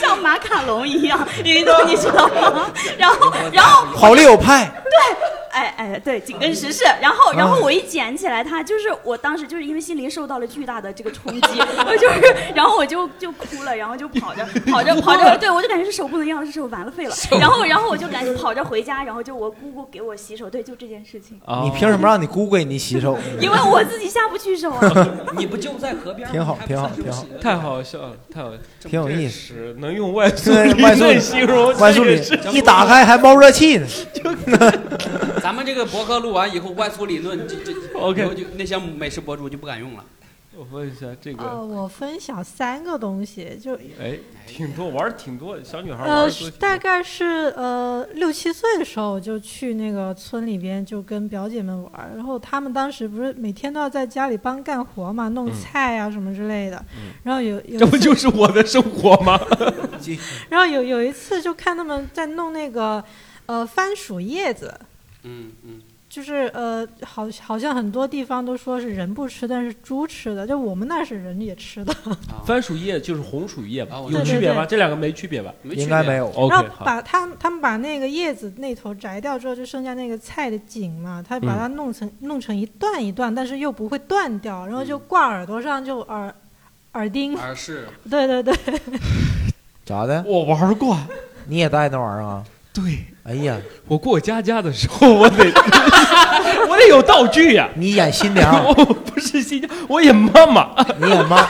[SPEAKER 4] 像马卡龙一样，云东，你知道吗？然后，然后
[SPEAKER 15] 好丽友派，
[SPEAKER 4] 对，哎哎，对，紧跟时事。然后，然后
[SPEAKER 15] 啊
[SPEAKER 4] 我一捡起来它，就是我当时就是因为心灵受到了巨大的这个冲击， [LAUGHS] 我就是，然后我就就哭了，然后就跑着跑着跑着，对我就感觉是手不能要，是手完了废了。然后，然后我就赶紧跑着回家，然后就我姑姑给我洗手，对，就这件事情，
[SPEAKER 2] 哦
[SPEAKER 15] 你凭什么让你姑给你洗手？
[SPEAKER 4] [LAUGHS] 因为我自己下不去手啊。
[SPEAKER 5] [LAUGHS] 你不就在河边
[SPEAKER 15] 挺好，
[SPEAKER 9] [LAUGHS]
[SPEAKER 15] 挺好，挺好。
[SPEAKER 2] 太好笑了，太好，
[SPEAKER 15] 挺有意思
[SPEAKER 2] 思，能用 [LAUGHS] 外
[SPEAKER 15] 对
[SPEAKER 2] 酥里
[SPEAKER 15] 外
[SPEAKER 2] 嫩形容
[SPEAKER 15] 酥外酥
[SPEAKER 2] 这个事
[SPEAKER 15] 里一打开还冒热气呢。
[SPEAKER 5] 咱们这个博客录完以后，外酥里嫩，这这
[SPEAKER 2] OK
[SPEAKER 5] 以后就那些美食博主就不敢用了。
[SPEAKER 2] 我问一下这
[SPEAKER 9] 呃，
[SPEAKER 2] 个，
[SPEAKER 9] 我分享三个东西，就
[SPEAKER 2] 哎， [LAUGHS] 挺多玩儿挺多，小女孩玩
[SPEAKER 9] 呃
[SPEAKER 2] 儿多，，
[SPEAKER 9] 大概是呃六七岁的时候，我就去那个村里边就跟表姐们玩儿，然后她们当时不是每天都要在家里帮干活嘛，弄
[SPEAKER 2] 嗯
[SPEAKER 9] 菜啊呀、什么之类的，
[SPEAKER 5] 嗯
[SPEAKER 9] 然后有有
[SPEAKER 2] [LAUGHS] 这不
[SPEAKER 9] 一次
[SPEAKER 2] 就是我的生活
[SPEAKER 9] [LAUGHS]
[SPEAKER 2] 吗？
[SPEAKER 9] 然后有有一次就看他们在弄那个呃番薯叶子，
[SPEAKER 5] 嗯嗯，
[SPEAKER 9] 就是呃好好像很多地方都说是人不吃，但是猪吃的，就我们那儿是人也吃的。
[SPEAKER 2] 番薯叶就是红薯叶吧，有
[SPEAKER 9] 对
[SPEAKER 2] 区
[SPEAKER 9] 对
[SPEAKER 2] 别吗？
[SPEAKER 9] 对
[SPEAKER 2] 这两个没区别吧？
[SPEAKER 5] 没区别应该没有
[SPEAKER 2] OK，
[SPEAKER 9] 然后
[SPEAKER 2] 好。
[SPEAKER 9] 把他们他们把那个叶子那头摘掉之后，就剩下那个菜的茎嘛，他把它
[SPEAKER 2] 嗯
[SPEAKER 9] 弄成、弄成一段一段，但是又不会断掉，然后
[SPEAKER 2] 嗯
[SPEAKER 9] 就挂耳朵上，就耳耳钉。
[SPEAKER 5] 而是
[SPEAKER 9] [LAUGHS] 对对对，
[SPEAKER 15] [LAUGHS] 咋的？
[SPEAKER 2] 我玩过，
[SPEAKER 15] 你也带那玩意儿啊？
[SPEAKER 2] 对。
[SPEAKER 15] 哎呀，
[SPEAKER 2] 我过我家家的时候，我得 [LAUGHS] 我得有道具呀、
[SPEAKER 15] 你演新娘，
[SPEAKER 2] [LAUGHS] 我不是新娘，我演妈妈。
[SPEAKER 15] 你演妈，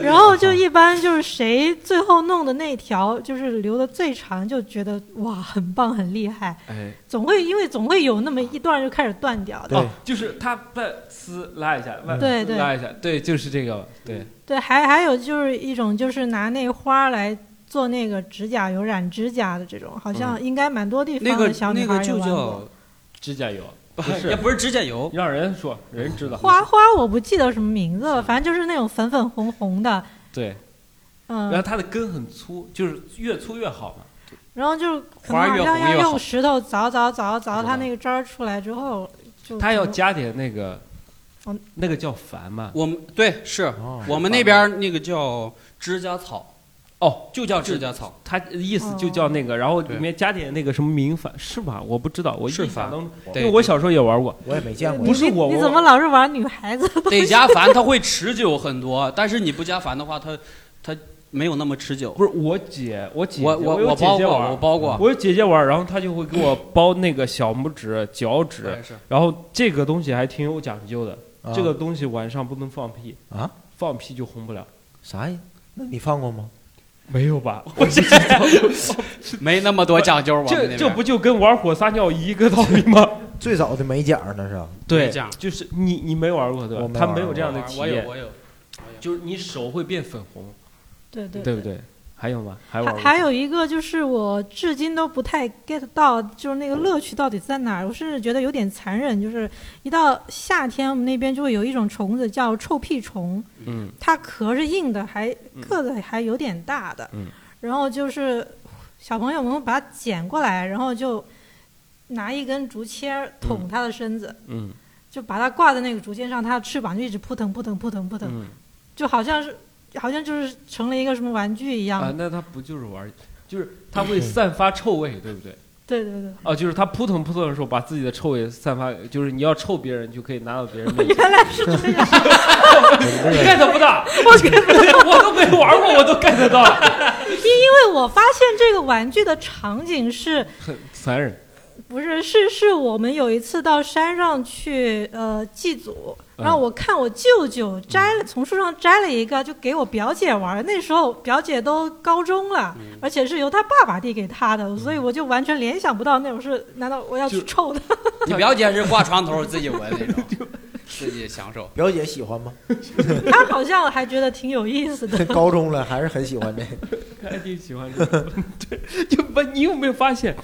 [SPEAKER 9] 然后
[SPEAKER 2] 啊
[SPEAKER 9] 就一般就是谁最后弄的那条就是留的最长，就觉得哇很棒很厉害。
[SPEAKER 2] [LAUGHS] 哎，
[SPEAKER 9] 总会因为总会有那么一段就开始断掉的。
[SPEAKER 2] 哦，就是他外丝拉一下，
[SPEAKER 5] 嗯
[SPEAKER 2] 外
[SPEAKER 9] 对
[SPEAKER 2] 丝
[SPEAKER 9] 对
[SPEAKER 2] 拉一下，对，就是这个，对，
[SPEAKER 9] 对，还还有就是一种就是拿那花儿来做那个指甲油染指甲的这种，好像
[SPEAKER 2] 嗯
[SPEAKER 9] 应该蛮多地
[SPEAKER 5] 那
[SPEAKER 9] 方
[SPEAKER 5] 个
[SPEAKER 9] 的小女
[SPEAKER 5] 那
[SPEAKER 9] 孩
[SPEAKER 5] 个
[SPEAKER 9] 儿有
[SPEAKER 5] 就
[SPEAKER 9] 玩过。
[SPEAKER 5] 叫
[SPEAKER 2] 指甲油，不
[SPEAKER 5] 是
[SPEAKER 2] 是
[SPEAKER 5] 也不是指甲油，
[SPEAKER 2] 让人说人知道
[SPEAKER 9] 花花我不记得什么名字了，反正就是那种粉粉红红的，
[SPEAKER 2] 对，然后
[SPEAKER 9] 嗯，
[SPEAKER 2] 它的根很粗，就是越粗越好嘛。
[SPEAKER 9] 然后就是可
[SPEAKER 2] 花儿
[SPEAKER 9] 能好
[SPEAKER 2] 越
[SPEAKER 9] 像
[SPEAKER 2] 红
[SPEAKER 9] 要
[SPEAKER 2] 越好
[SPEAKER 9] 用石头凿凿凿凿它那个汁儿出来之后，就
[SPEAKER 2] 它要
[SPEAKER 9] 可能
[SPEAKER 2] 加点那个
[SPEAKER 9] 嗯，
[SPEAKER 2] 那个叫矾嘛，
[SPEAKER 5] 我们对是我们那边儿那个叫指甲草，
[SPEAKER 2] 哦，
[SPEAKER 5] 就叫指甲草，哦
[SPEAKER 2] 它意思就叫那个，然后里面加点那个什么明矾，是吧？我不知道，我
[SPEAKER 5] 是
[SPEAKER 2] 印象
[SPEAKER 5] 矾
[SPEAKER 2] 当中，因
[SPEAKER 5] 对
[SPEAKER 2] 为我小时候也玩过，
[SPEAKER 15] 我也没见
[SPEAKER 2] 不是我，
[SPEAKER 9] 你
[SPEAKER 2] 我
[SPEAKER 9] 怎么老是玩女孩子的
[SPEAKER 7] [LAUGHS]
[SPEAKER 9] 东西？
[SPEAKER 5] 得加矾，它会持久很多，但是你不加矾的话，它它没有那么持久。
[SPEAKER 2] 不是我姐，我姐姐，
[SPEAKER 5] 我我
[SPEAKER 2] 有
[SPEAKER 5] 我
[SPEAKER 2] 姐
[SPEAKER 5] 包
[SPEAKER 2] 姐
[SPEAKER 5] 过
[SPEAKER 2] 玩
[SPEAKER 5] 我包过
[SPEAKER 2] 我
[SPEAKER 5] [LAUGHS]
[SPEAKER 2] 有姐姐玩，然后她就会给我包那个小拇指、脚趾
[SPEAKER 5] 我也是，
[SPEAKER 2] 然后这个东西还挺有讲究的，
[SPEAKER 15] 啊
[SPEAKER 2] 这个东西晚上不能放屁
[SPEAKER 15] 啊，
[SPEAKER 2] 放屁就红不了。
[SPEAKER 15] 啥呀？那你放过吗？
[SPEAKER 2] 没有吧？
[SPEAKER 15] 我
[SPEAKER 2] [LAUGHS] 这
[SPEAKER 5] [LAUGHS] 没那么多讲究，我们那
[SPEAKER 2] 这
[SPEAKER 5] 边
[SPEAKER 2] 这不就跟玩火撒尿一个道理吗？
[SPEAKER 15] [LAUGHS] 最早的美甲那是？
[SPEAKER 2] 对
[SPEAKER 5] 没讲，
[SPEAKER 2] 就是你你没玩过对吧
[SPEAKER 15] 我？没
[SPEAKER 2] 他
[SPEAKER 15] 玩
[SPEAKER 2] 没有
[SPEAKER 15] 过
[SPEAKER 2] 这样的
[SPEAKER 5] 我
[SPEAKER 2] 体
[SPEAKER 5] 我
[SPEAKER 2] 验
[SPEAKER 5] 有，我有，
[SPEAKER 2] [LAUGHS] 就是你手会变粉红，
[SPEAKER 9] [LAUGHS] 对对
[SPEAKER 2] 对不对？还有吗？还玩
[SPEAKER 9] 还
[SPEAKER 2] 过
[SPEAKER 9] 还有一个就是我至今都不太 get 到，就是那个乐趣到底在哪儿？我甚至觉得有点残忍，就是一到夏天，我们那边就会有一种虫子叫臭屁虫，
[SPEAKER 2] 嗯
[SPEAKER 9] 它壳是硬的，还个子还有点大的，
[SPEAKER 2] 嗯
[SPEAKER 9] 然后就是小朋友们会把它捡过来，然后就拿一根竹签儿捅它的身子，
[SPEAKER 2] 嗯
[SPEAKER 9] 就把它挂在那个竹签上，它的翅膀就一直扑腾扑腾扑腾扑腾，
[SPEAKER 2] 嗯
[SPEAKER 9] 就好像是好像就是成了一个什么玩具一样。
[SPEAKER 2] 啊，那它不就是玩，就是 [LAUGHS] 它会散发臭味，对不对？
[SPEAKER 9] 对对对，
[SPEAKER 2] 哦，就是它扑腾扑腾的时候，把自己的臭味散发，就是你要臭别人，就可以拿到别人面前。
[SPEAKER 9] 原来是这
[SPEAKER 3] [LAUGHS]
[SPEAKER 9] 样。
[SPEAKER 2] get 不到，我 get 不到， [LAUGHS] 我都没玩过，我都 get 到了，
[SPEAKER 9] 因因为我发现这个玩具的场景是
[SPEAKER 2] 很残 [LAUGHS] 忍。
[SPEAKER 9] 不是是是我们有一次到山上去呃祭祖，然
[SPEAKER 3] 嗯
[SPEAKER 9] 后我看我舅舅摘了从树上摘了一个，就给我表姐玩。那时候表姐都高中了，
[SPEAKER 3] 嗯
[SPEAKER 9] 而且是由她爸爸递给她的，所以我就完全联想不到那种是，难道我要去臭
[SPEAKER 3] [LAUGHS]
[SPEAKER 9] 她？
[SPEAKER 5] [LAUGHS] 你表姐是挂床头自己闻那种，自己享受。
[SPEAKER 3] 表姐喜
[SPEAKER 15] [LAUGHS]
[SPEAKER 3] 欢吗？
[SPEAKER 9] 她好像还觉得挺有意思的。
[SPEAKER 3] [LAUGHS] 高中了还是很喜欢这个。
[SPEAKER 2] [LAUGHS] 还挺喜欢这个。 [LAUGHS] 对，就不，你有没有发现，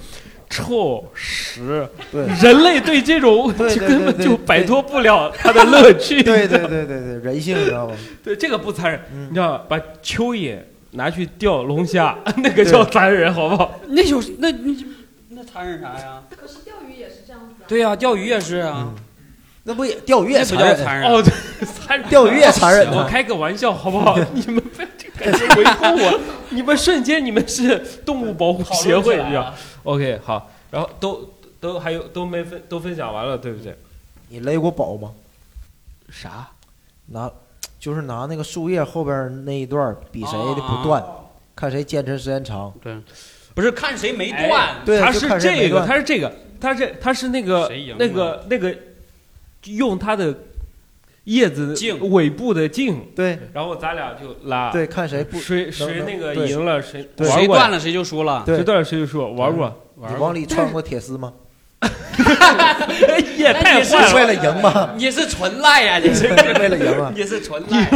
[SPEAKER 2] 臭屎，
[SPEAKER 3] 对
[SPEAKER 2] 人类对这种问
[SPEAKER 3] 对
[SPEAKER 2] 题
[SPEAKER 3] 对
[SPEAKER 2] 根本
[SPEAKER 3] 对
[SPEAKER 2] 就
[SPEAKER 3] 对
[SPEAKER 2] 摆脱不了它的乐趣。
[SPEAKER 3] 对嗯对对对对，人性你知道
[SPEAKER 2] [LAUGHS]
[SPEAKER 3] 吗？
[SPEAKER 2] 对，这个不残忍，你知道吧把蚯蚓拿去钓龙虾， [LAUGHS] 那个叫残忍，好不好？
[SPEAKER 5] 那有那你那残忍啥呀？
[SPEAKER 7] 可是钓鱼也是这样子啊。
[SPEAKER 5] 对呀、钓鱼也是啊，
[SPEAKER 15] 嗯
[SPEAKER 3] 那不也钓鱼也
[SPEAKER 5] 不叫
[SPEAKER 3] 残
[SPEAKER 5] 残
[SPEAKER 3] 忍
[SPEAKER 5] 忍
[SPEAKER 2] 哦，
[SPEAKER 3] [LAUGHS]
[SPEAKER 2] 对，残忍
[SPEAKER 3] 钓鱼也残忍
[SPEAKER 2] 我开个玩笑，好
[SPEAKER 3] [LAUGHS]
[SPEAKER 2] 不好？你们不要这感觉维护我，你们瞬间你们是动物保护协
[SPEAKER 1] 讨
[SPEAKER 2] 会
[SPEAKER 1] 论起
[SPEAKER 2] 一
[SPEAKER 1] 来啊
[SPEAKER 2] 样
[SPEAKER 1] 了。
[SPEAKER 2] OK，好，然后都都还有都没分都分享完了，对不对？
[SPEAKER 3] 你勒过宝吗？
[SPEAKER 2] 啥？
[SPEAKER 3] 拿，就是拿那个树叶后边那一段儿比谁的
[SPEAKER 2] 哦
[SPEAKER 3] 不断，看谁坚持时间长。
[SPEAKER 5] 对，不是看谁没断，
[SPEAKER 3] 对
[SPEAKER 2] 哎他
[SPEAKER 3] 就是看谁
[SPEAKER 2] 这
[SPEAKER 3] 没
[SPEAKER 2] 个，
[SPEAKER 3] 断
[SPEAKER 2] 他是这个，他是他是那个
[SPEAKER 5] 赢
[SPEAKER 2] 那个那个，用他的叶子尾部的茎，
[SPEAKER 3] 对，
[SPEAKER 2] 然后咱俩就拉，
[SPEAKER 3] 对看谁不
[SPEAKER 2] 谁
[SPEAKER 3] 能
[SPEAKER 2] 谁
[SPEAKER 3] 能
[SPEAKER 2] 那个
[SPEAKER 3] 对
[SPEAKER 2] 赢了谁
[SPEAKER 3] 对
[SPEAKER 2] 玩
[SPEAKER 5] 谁
[SPEAKER 2] 过
[SPEAKER 5] 断了谁就输了。
[SPEAKER 2] 谁断了谁就输，玩过
[SPEAKER 3] 嗯你往里穿过铁丝吗？
[SPEAKER 2] 也太坏了，
[SPEAKER 3] 为了赢吗？
[SPEAKER 5] [LAUGHS] 你是纯赖呀、你是
[SPEAKER 3] 为了赢啊
[SPEAKER 5] [LAUGHS] 你是纯赖。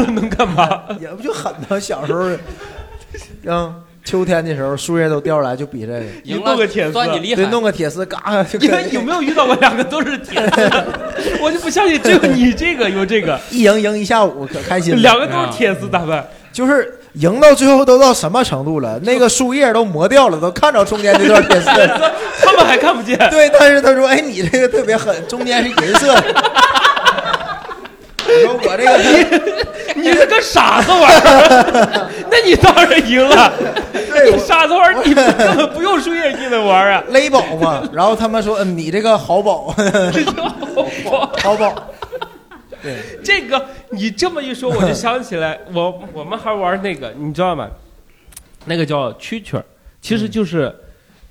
[SPEAKER 3] 也不就狠呢？小时候，嗯，秋天的时候树叶都掉下来就比这个，
[SPEAKER 2] 赢了弄个铁丝算你厉害
[SPEAKER 3] 对，弄个铁丝，嘎就
[SPEAKER 2] 你们
[SPEAKER 3] [LAUGHS]
[SPEAKER 2] 有没有遇到过两个都是铁丝？ [LAUGHS] 我就不相信只有你这个有这个，
[SPEAKER 3] 一赢赢一下午，可开心了。
[SPEAKER 2] 两个都是铁丝咋办？
[SPEAKER 3] 就是赢到最后都到什么程度了？那个树叶都磨掉了，都看着中间那段铁丝了
[SPEAKER 2] [LAUGHS] 他们还看不见。
[SPEAKER 3] 对，但是他说：“哎，你这个特别狠，中间是银色的。” [LAUGHS] 我说：“我这个
[SPEAKER 2] [LAUGHS] 你是跟傻子玩儿，啊那你当然赢了。你傻子玩儿，你根本不用输液你能玩啊？
[SPEAKER 3] [LAUGHS] 勒宝嘛。”然后他们说：“嗯，你这个好
[SPEAKER 2] [LAUGHS]
[SPEAKER 3] 宝， [LAUGHS] 好宝。”
[SPEAKER 2] 这个你这么一说，我就想起
[SPEAKER 5] [LAUGHS]
[SPEAKER 2] 来，我我们还玩那个，你知道吗？那个叫蛐蛐儿，其
[SPEAKER 5] 嗯
[SPEAKER 2] 实就是、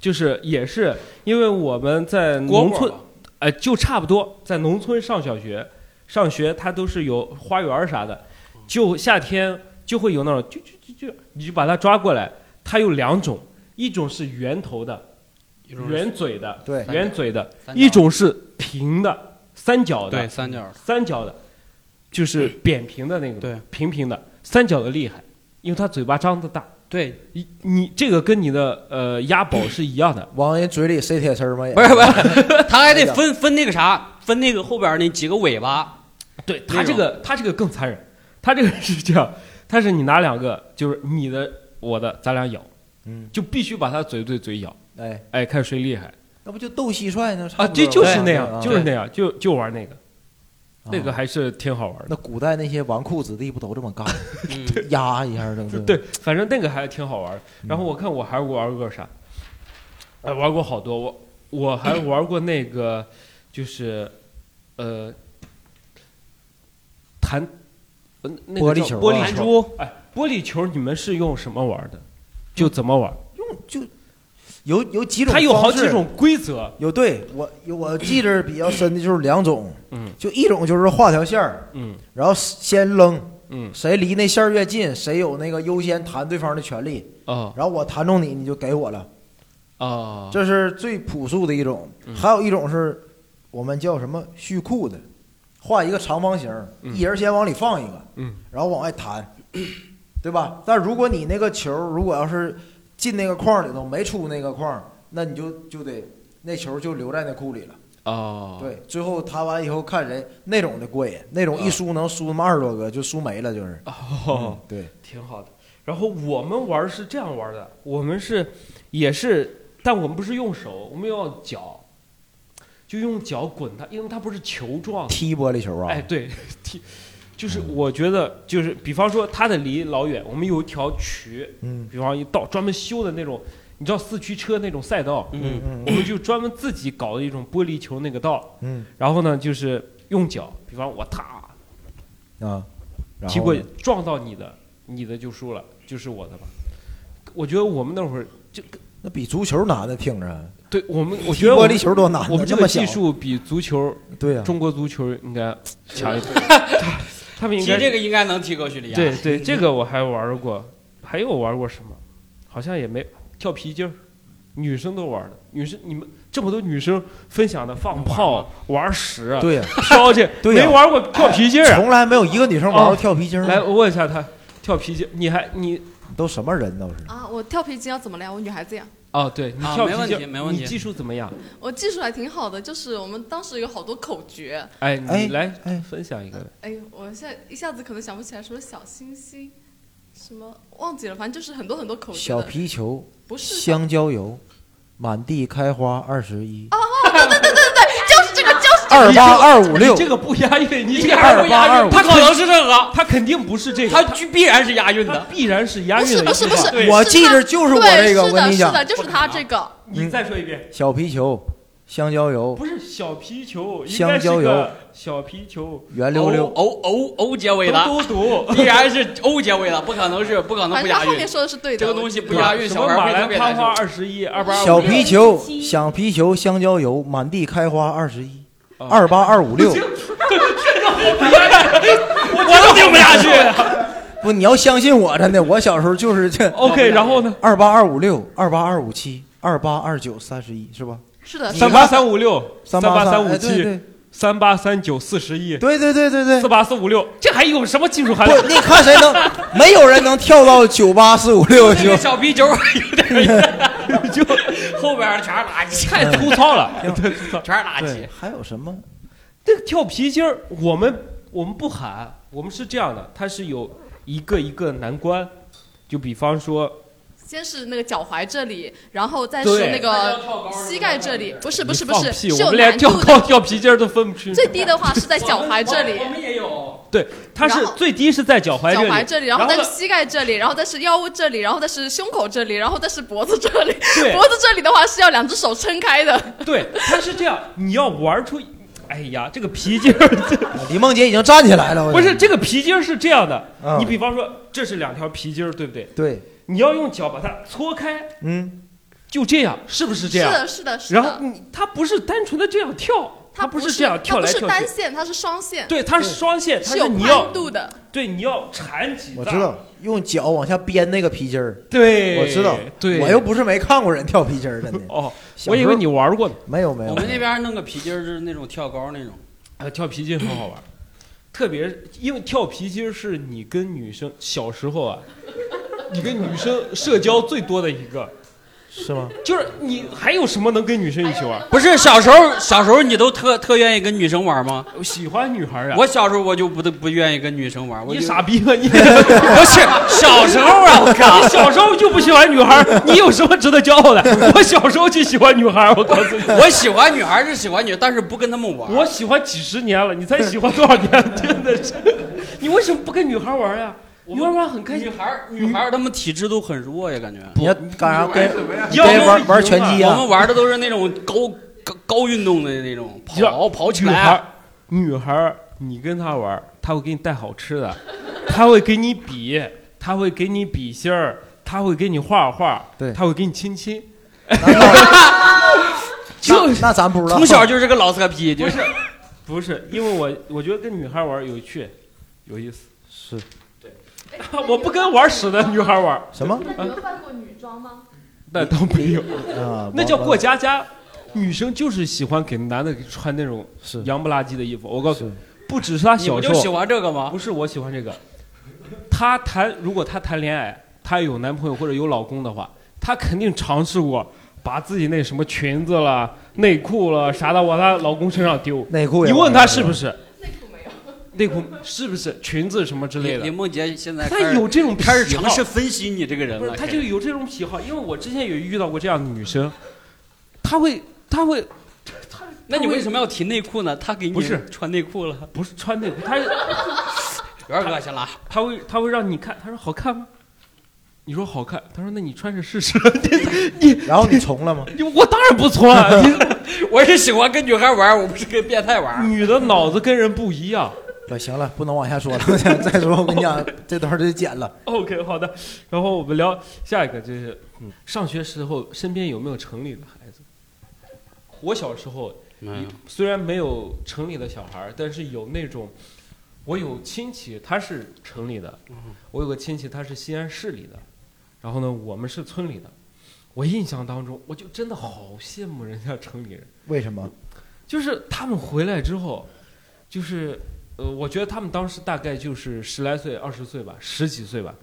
[SPEAKER 2] 就是也是因为我们在
[SPEAKER 5] 蝈
[SPEAKER 2] 农
[SPEAKER 5] 蝈
[SPEAKER 2] 村
[SPEAKER 5] 吧，
[SPEAKER 2] 呃，就差不多在农村上小学，上学它都是有花园儿啥的，就夏天就会有那种就就就就，你就把它抓过来，它有两种，一种是圆头的，
[SPEAKER 5] 种是
[SPEAKER 2] 圆嘴的，
[SPEAKER 3] 对
[SPEAKER 2] 圆嘴的
[SPEAKER 5] 三，角
[SPEAKER 2] 一种是平的，三角的，
[SPEAKER 5] 对三角的
[SPEAKER 2] 三角的，就是扁平的那种，对，平平的，三角的厉害，因为它嘴巴张得大。
[SPEAKER 5] 对，
[SPEAKER 2] 你你这个跟你的呃押宝是一样的，
[SPEAKER 3] 往人嘴里塞铁丝儿吗？也
[SPEAKER 5] 不是不是，
[SPEAKER 3] [LAUGHS]
[SPEAKER 5] 他还得分分那个啥，分那个后边那几个尾巴。
[SPEAKER 2] 对他这个他这个更残忍，他这个是这样，他是你拿两个，就是你的我的，咱俩咬，
[SPEAKER 3] 嗯，
[SPEAKER 2] 就必须把他嘴对嘴咬，
[SPEAKER 3] 哎
[SPEAKER 2] 哎，看谁厉害
[SPEAKER 3] 那不就斗蟋蟀呢？
[SPEAKER 2] 啊，
[SPEAKER 3] 这
[SPEAKER 2] 这就是那样，就是那样，就就玩那个，那个还是挺好玩的。
[SPEAKER 3] 啊
[SPEAKER 2] 嗯
[SPEAKER 3] 那古代那些纨绔子弟不都这么
[SPEAKER 2] [LAUGHS]
[SPEAKER 3] 干吗？ [LAUGHS] 压一下嗯儿，对
[SPEAKER 2] 对，反正那个还挺好玩儿。然后我看我还玩过啥，哎，玩过好多。我我还玩过那个，就是呃，弹呃那个
[SPEAKER 3] 玻璃
[SPEAKER 2] 叫
[SPEAKER 3] 球
[SPEAKER 2] 玻
[SPEAKER 3] 啊
[SPEAKER 2] 璃球，哎，玻璃球你们是用什么玩的？就怎么玩？
[SPEAKER 3] 有有几种，
[SPEAKER 2] 它有好几种规则。
[SPEAKER 3] 有对我有我记着比较深的就是两种，
[SPEAKER 2] 嗯，
[SPEAKER 3] 就一种就是画条线儿，
[SPEAKER 2] 嗯，
[SPEAKER 3] 然后先扔，
[SPEAKER 2] 嗯，
[SPEAKER 3] 谁离那线儿越近，谁有那个优先弹对方的权利，
[SPEAKER 2] 哦，
[SPEAKER 3] 然后我弹中你，你就给我了，
[SPEAKER 2] 哦，
[SPEAKER 3] 这是最朴素的一种。还有一种是我们叫什么续库的，画一个长方形儿，
[SPEAKER 2] 嗯
[SPEAKER 3] 一人先往里放一个，
[SPEAKER 2] 嗯，
[SPEAKER 3] 然后往外弹， [CLEARS THROAT] 对吧？但如果你那个球儿如果要是进那个框里头没出那个框，那你就就得那球儿就留在那库里了。
[SPEAKER 2] 哦，
[SPEAKER 3] 对，最后弹完以后看谁那种的过瘾，那种一输能输他妈二十多个，就输没了，就是。
[SPEAKER 2] 哦
[SPEAKER 3] 嗯，对，
[SPEAKER 2] 挺好的。然后我们玩儿是这样玩儿的，我们是也是，但我们不是用手，我们要脚，就用脚滚它，因为它不是球状的。
[SPEAKER 3] 踢玻璃球啊！
[SPEAKER 2] 哎，对， [LAUGHS] 踢，就是我觉得就是，比方说它的离老远，我们有一条渠，
[SPEAKER 3] 嗯
[SPEAKER 2] 比方一道专门修的那种，你知道四驱车那种赛道，
[SPEAKER 5] 嗯
[SPEAKER 3] 嗯
[SPEAKER 2] 我们就专门自己搞的一种玻璃球那个道，
[SPEAKER 3] 嗯，
[SPEAKER 2] 然后呢就是用脚，比方我踏
[SPEAKER 3] 啊，然
[SPEAKER 2] 踢
[SPEAKER 3] 后
[SPEAKER 2] 过
[SPEAKER 3] 呢
[SPEAKER 2] 撞到你的，你的就输了，就是我的吧。我觉得我们那会儿就
[SPEAKER 3] 那比足球难的听着。啊
[SPEAKER 2] 对我们，我
[SPEAKER 3] 踢
[SPEAKER 2] 觉得
[SPEAKER 3] 玻
[SPEAKER 2] 我
[SPEAKER 3] 璃
[SPEAKER 2] 们
[SPEAKER 3] 球多难
[SPEAKER 2] 我们
[SPEAKER 3] 呢
[SPEAKER 2] 这
[SPEAKER 3] 这
[SPEAKER 2] 个
[SPEAKER 3] 么小
[SPEAKER 2] 技术比足球，
[SPEAKER 3] 对啊呀
[SPEAKER 2] 中国足球应
[SPEAKER 5] [LAUGHS]
[SPEAKER 2] 该强一点。他们应
[SPEAKER 5] 踢
[SPEAKER 2] 该
[SPEAKER 5] 这个应该能踢过叙利亚。
[SPEAKER 2] 对
[SPEAKER 5] [LAUGHS]
[SPEAKER 2] 对，这个我还玩过，还有玩过什么？好像也没跳皮筋儿，女生都玩的。女生你们这么多女生分享的放炮、玩屎，啊
[SPEAKER 3] 对呀
[SPEAKER 2] 飘去，
[SPEAKER 3] [LAUGHS] 对呀
[SPEAKER 2] 没玩过跳皮筋儿啊，
[SPEAKER 3] 从来没有一个女生玩过
[SPEAKER 2] 哦
[SPEAKER 3] 跳皮筋儿
[SPEAKER 2] 来，我问一下她，跳皮筋，你还你
[SPEAKER 3] 都什么人都是？
[SPEAKER 6] [LAUGHS] 啊，我跳皮筋要怎么了呀？我女孩子呀。
[SPEAKER 2] 哦，对你
[SPEAKER 5] 啊
[SPEAKER 2] 跳
[SPEAKER 5] 没
[SPEAKER 2] 皮
[SPEAKER 5] 问
[SPEAKER 2] 筋
[SPEAKER 5] 题
[SPEAKER 2] 儿，
[SPEAKER 5] 没问
[SPEAKER 2] 你
[SPEAKER 5] 题
[SPEAKER 2] 技术怎么样？
[SPEAKER 6] 我技术还挺好的，就是我们当时有好多口诀。
[SPEAKER 2] 哎，你来分享一个。
[SPEAKER 6] 哎呦，我现在一下子可能想不起来，什么小星星，什么忘记了，反正就是很多很多口诀
[SPEAKER 3] 小
[SPEAKER 6] 的。
[SPEAKER 3] 皮球，
[SPEAKER 6] 不是
[SPEAKER 3] 香蕉油，满地开花二十一，
[SPEAKER 6] 哦哦，对对对对对，就是这个，就是这个。
[SPEAKER 3] 二八二五六
[SPEAKER 2] 哎你，这个不押韵，你这个
[SPEAKER 3] 二八二五
[SPEAKER 2] 他
[SPEAKER 5] 可能是这个，
[SPEAKER 2] 他肯定不是这个，他必然是押韵的，必然是押
[SPEAKER 6] 不
[SPEAKER 2] 韵
[SPEAKER 6] 是
[SPEAKER 2] 的。
[SPEAKER 6] 不是不是，
[SPEAKER 3] 我
[SPEAKER 2] 啊
[SPEAKER 6] 他
[SPEAKER 3] 记着就是我
[SPEAKER 6] 对
[SPEAKER 3] 这个
[SPEAKER 6] 是
[SPEAKER 3] 我跟
[SPEAKER 6] 的，
[SPEAKER 3] 你
[SPEAKER 6] 是
[SPEAKER 3] 讲
[SPEAKER 6] 的，就是他这个。
[SPEAKER 2] 你再说一遍，
[SPEAKER 3] 小皮球，香蕉油，
[SPEAKER 2] 不是小皮球，应该
[SPEAKER 3] 香
[SPEAKER 2] 是
[SPEAKER 3] 蕉油
[SPEAKER 2] 个，小皮球，哦
[SPEAKER 3] 圆溜溜，
[SPEAKER 5] 哦欧欧欧结尾的，
[SPEAKER 2] 都读，
[SPEAKER 5] [LAUGHS] 必然是欧结尾的，不可能是不可能
[SPEAKER 6] 反
[SPEAKER 5] 不
[SPEAKER 6] 正他
[SPEAKER 5] 押
[SPEAKER 6] 后
[SPEAKER 5] 韵。
[SPEAKER 6] 面说的是对的。
[SPEAKER 5] 这个东西不押韵，
[SPEAKER 2] 什
[SPEAKER 5] 小
[SPEAKER 2] 么
[SPEAKER 5] 孩
[SPEAKER 2] 马
[SPEAKER 5] 会特
[SPEAKER 2] 兰
[SPEAKER 5] 别
[SPEAKER 2] 开
[SPEAKER 5] 难
[SPEAKER 2] 花
[SPEAKER 5] 受。
[SPEAKER 2] 二十一，二八
[SPEAKER 3] 小皮球，小皮球，香蕉油，满地开花二十一，
[SPEAKER 2] 哦
[SPEAKER 3] 二八二五六。
[SPEAKER 2] [LAUGHS] 我都听不下去了。
[SPEAKER 3] 不，你要相信我，真的，我小时候就是这。
[SPEAKER 2] [LAUGHS]
[SPEAKER 6] [LAUGHS]
[SPEAKER 2] OK，然后呢？
[SPEAKER 3] 二八二五六，二八二五七，二八二九三十一，是吧？
[SPEAKER 6] 是的
[SPEAKER 2] 三八三五六，
[SPEAKER 3] [LAUGHS] 三
[SPEAKER 2] 八
[SPEAKER 3] 八
[SPEAKER 2] 三
[SPEAKER 3] 三
[SPEAKER 2] 五
[SPEAKER 3] 哎对
[SPEAKER 2] 七
[SPEAKER 3] 对，
[SPEAKER 2] 三八三九四十一，
[SPEAKER 3] 对对对对对，
[SPEAKER 2] 四八四五六，这还有什么技术含
[SPEAKER 3] 不
[SPEAKER 2] 量？，
[SPEAKER 3] 你看谁能？没有人能跳到九八四五
[SPEAKER 2] [LAUGHS]
[SPEAKER 3] 六
[SPEAKER 5] 那
[SPEAKER 3] 就
[SPEAKER 5] 个。小皮球有点 [LAUGHS] 远，就后边全是垃 [LAUGHS] 圾，
[SPEAKER 2] 太粗糙了，
[SPEAKER 5] 全是垃圾
[SPEAKER 3] 对。，还有什么？
[SPEAKER 2] 这个跳皮筋儿，我们我们不喊，我们是这样的，它是有一个一个难关，就比方说，
[SPEAKER 6] 先是那个脚踝这里，然后再
[SPEAKER 2] 对
[SPEAKER 6] 是那个膝盖这里，不是不是不
[SPEAKER 2] 你
[SPEAKER 6] 是，
[SPEAKER 2] 放屁
[SPEAKER 6] 是
[SPEAKER 2] 我
[SPEAKER 6] 有
[SPEAKER 2] 们连
[SPEAKER 6] 难
[SPEAKER 2] 跳
[SPEAKER 6] 度
[SPEAKER 2] 高
[SPEAKER 6] 的。
[SPEAKER 2] 跳皮筋儿都分不清。
[SPEAKER 6] 最低的话是在脚踝这里，
[SPEAKER 2] [LAUGHS] 对，它是
[SPEAKER 6] 然后
[SPEAKER 2] 最低是在脚踝
[SPEAKER 6] 脚
[SPEAKER 2] 这里，
[SPEAKER 6] 踝这里，然
[SPEAKER 2] 然
[SPEAKER 6] 后再
[SPEAKER 2] 呢
[SPEAKER 6] 是膝盖这里，然后再是腰这里，然后再是胸口这里，然后再是脖子这里
[SPEAKER 2] 对。
[SPEAKER 6] 脖子这里的话是要两只手撑开的。
[SPEAKER 2] 对，它是这样，你要玩出，哎呀，这个皮筋儿，
[SPEAKER 3] 李梦洁已经站起来了。我
[SPEAKER 2] 不是这个皮筋儿是这样的，
[SPEAKER 3] 嗯
[SPEAKER 2] 你比方说这是两条皮筋儿，对不对？
[SPEAKER 3] 对，
[SPEAKER 2] 你要用脚把它搓开，
[SPEAKER 3] 嗯，
[SPEAKER 2] 就这样，是不是这样？
[SPEAKER 6] 是的是的是的
[SPEAKER 2] 然后你它不是单纯的这样跳，它不
[SPEAKER 6] 不
[SPEAKER 2] 是这样跳
[SPEAKER 6] 它不
[SPEAKER 2] 来
[SPEAKER 6] 是
[SPEAKER 2] 跳
[SPEAKER 6] 单
[SPEAKER 2] 去，
[SPEAKER 6] 线，它是双线。
[SPEAKER 2] 对，它是双线，它
[SPEAKER 6] 是有
[SPEAKER 2] 你要
[SPEAKER 6] 宽度的。
[SPEAKER 2] 对，你要缠几
[SPEAKER 3] 我
[SPEAKER 2] 大
[SPEAKER 3] 知道，用脚往下编那个皮筋儿。
[SPEAKER 2] 对
[SPEAKER 3] 我知道。
[SPEAKER 2] 对
[SPEAKER 3] 我又不是没看过人跳皮筋儿，真的。
[SPEAKER 2] 哦，
[SPEAKER 5] 我以为你
[SPEAKER 2] 玩过呢。
[SPEAKER 3] 没有没有。
[SPEAKER 5] 我们那边弄个皮筋儿是那种跳高那种，
[SPEAKER 2] 啊，跳皮筋很好玩，特别是因为跳皮筋儿是你跟女生小时候
[SPEAKER 3] [LAUGHS]
[SPEAKER 2] 啊，你跟女生社交最多的一个，
[SPEAKER 3] 是吗？
[SPEAKER 2] 就是你还有什么能跟女生一起玩？
[SPEAKER 5] 不是小时候小时候你都特特愿意跟女生玩吗？
[SPEAKER 2] 我喜欢女孩啊。
[SPEAKER 5] 我小时候我就不得不愿意跟女生玩，我
[SPEAKER 2] 你
[SPEAKER 5] 就
[SPEAKER 2] 傻逼吗？你 [LAUGHS] 不
[SPEAKER 5] 是小时候
[SPEAKER 2] [LAUGHS]
[SPEAKER 5] 啊我靠
[SPEAKER 2] 你小时候就不喜欢女孩儿，你有什么值得骄傲的？ [LAUGHS] 我小时候就喜欢女孩 [LAUGHS] 儿，我告诉你，
[SPEAKER 5] 我喜欢女孩是喜欢女，但是不跟她们玩。
[SPEAKER 2] 我喜欢几十年了，你才喜欢多少年？真的是，你为什么不跟女孩玩呀？女孩玩很开心。
[SPEAKER 5] 女孩女孩她们体质都很弱呀，感觉。
[SPEAKER 3] 你要干啥跟
[SPEAKER 5] 你
[SPEAKER 3] 跟玩玩拳击
[SPEAKER 5] 我
[SPEAKER 3] 啊
[SPEAKER 5] 们？玩的都是那种高高高运动的那种，跑跑起
[SPEAKER 2] 女孩
[SPEAKER 5] 来
[SPEAKER 2] 儿。，女孩儿，你跟她玩儿，她会给你带好吃的， [LAUGHS] 她会给你笔，她会给你笔芯儿，她会给你画画，
[SPEAKER 3] 对，
[SPEAKER 2] 她会给你亲亲。
[SPEAKER 3] 就那咱不知道。
[SPEAKER 5] 从小就是个老色
[SPEAKER 2] [LAUGHS]
[SPEAKER 5] 批，就
[SPEAKER 2] 不是，不是，因为我我觉得跟女孩玩儿有趣，有意思。
[SPEAKER 3] 是，
[SPEAKER 2] [LAUGHS] 我不跟玩屎的女孩玩儿。啊
[SPEAKER 3] 什么？
[SPEAKER 20] 扮过女装吗？
[SPEAKER 2] [LAUGHS] 那倒没有，
[SPEAKER 3] [LAUGHS] 啊
[SPEAKER 2] [LAUGHS] 那叫过家家。女生就是喜欢给男的穿那种洋不拉几的衣服。我告诉你，不只是她
[SPEAKER 5] 你
[SPEAKER 2] 小
[SPEAKER 5] 不
[SPEAKER 2] 时
[SPEAKER 5] 就
[SPEAKER 2] 候
[SPEAKER 5] 喜欢这个吗？
[SPEAKER 2] 不是我喜欢这个，她谈如果她谈恋爱，她有男朋友或者有老公的话，她肯定尝试过把自己那什么裙子啦、内裤啦啥的往她老公身上丢。
[SPEAKER 3] 内裤也
[SPEAKER 2] 你
[SPEAKER 3] 往
[SPEAKER 2] 问
[SPEAKER 3] 上
[SPEAKER 2] 她
[SPEAKER 3] 丢
[SPEAKER 2] 是不是？内裤没有。内裤是不是裙子什么之类的？
[SPEAKER 5] 李梦洁现在
[SPEAKER 2] 她
[SPEAKER 5] 开始
[SPEAKER 2] 有这种
[SPEAKER 5] 开始
[SPEAKER 2] 癖好
[SPEAKER 5] 尝试分析你这个人
[SPEAKER 2] 不是，
[SPEAKER 5] 了。
[SPEAKER 2] 她
[SPEAKER 5] 开
[SPEAKER 2] 就
[SPEAKER 5] 始
[SPEAKER 2] 有这种癖好，因为我之前有遇到过这样的女生，她会，她会，
[SPEAKER 5] 那你为什么要提内裤呢？她给你
[SPEAKER 2] 不是
[SPEAKER 5] 穿内裤了，
[SPEAKER 2] 不是穿内裤，她
[SPEAKER 5] 有点恶心了。啊
[SPEAKER 2] 她会，她会让你看，她说好看吗？你说好看，她说那你穿上
[SPEAKER 3] [LAUGHS]
[SPEAKER 2] 试试。
[SPEAKER 3] 然后你从了吗？
[SPEAKER 2] 我当然不
[SPEAKER 3] [LAUGHS]
[SPEAKER 2] 从了，你
[SPEAKER 5] 我是喜欢跟女孩玩，我不是跟变态玩。
[SPEAKER 2] 女的脑子跟人不一样。
[SPEAKER 3] 那行了，不能往下说了。 [LAUGHS] 再说，我跟你讲，这段儿就剪了。
[SPEAKER 2] OK，好的。然后我们聊下一个，就是嗯上学时候身边有没有城里的孩子？我小时候
[SPEAKER 5] 没有
[SPEAKER 2] 虽然没有城里的小孩儿，但是有那种，我有亲戚他是城里的，
[SPEAKER 5] 嗯
[SPEAKER 2] 我有个亲戚他是西安市里的，然后呢我们是村里的。我印象当中，我就真的好羡慕人家城里人，
[SPEAKER 3] 为什么？
[SPEAKER 2] [LAUGHS] 就是他们回来之后，就是呃，我觉得他们当时大概就是十来岁、二十岁吧，十几岁吧。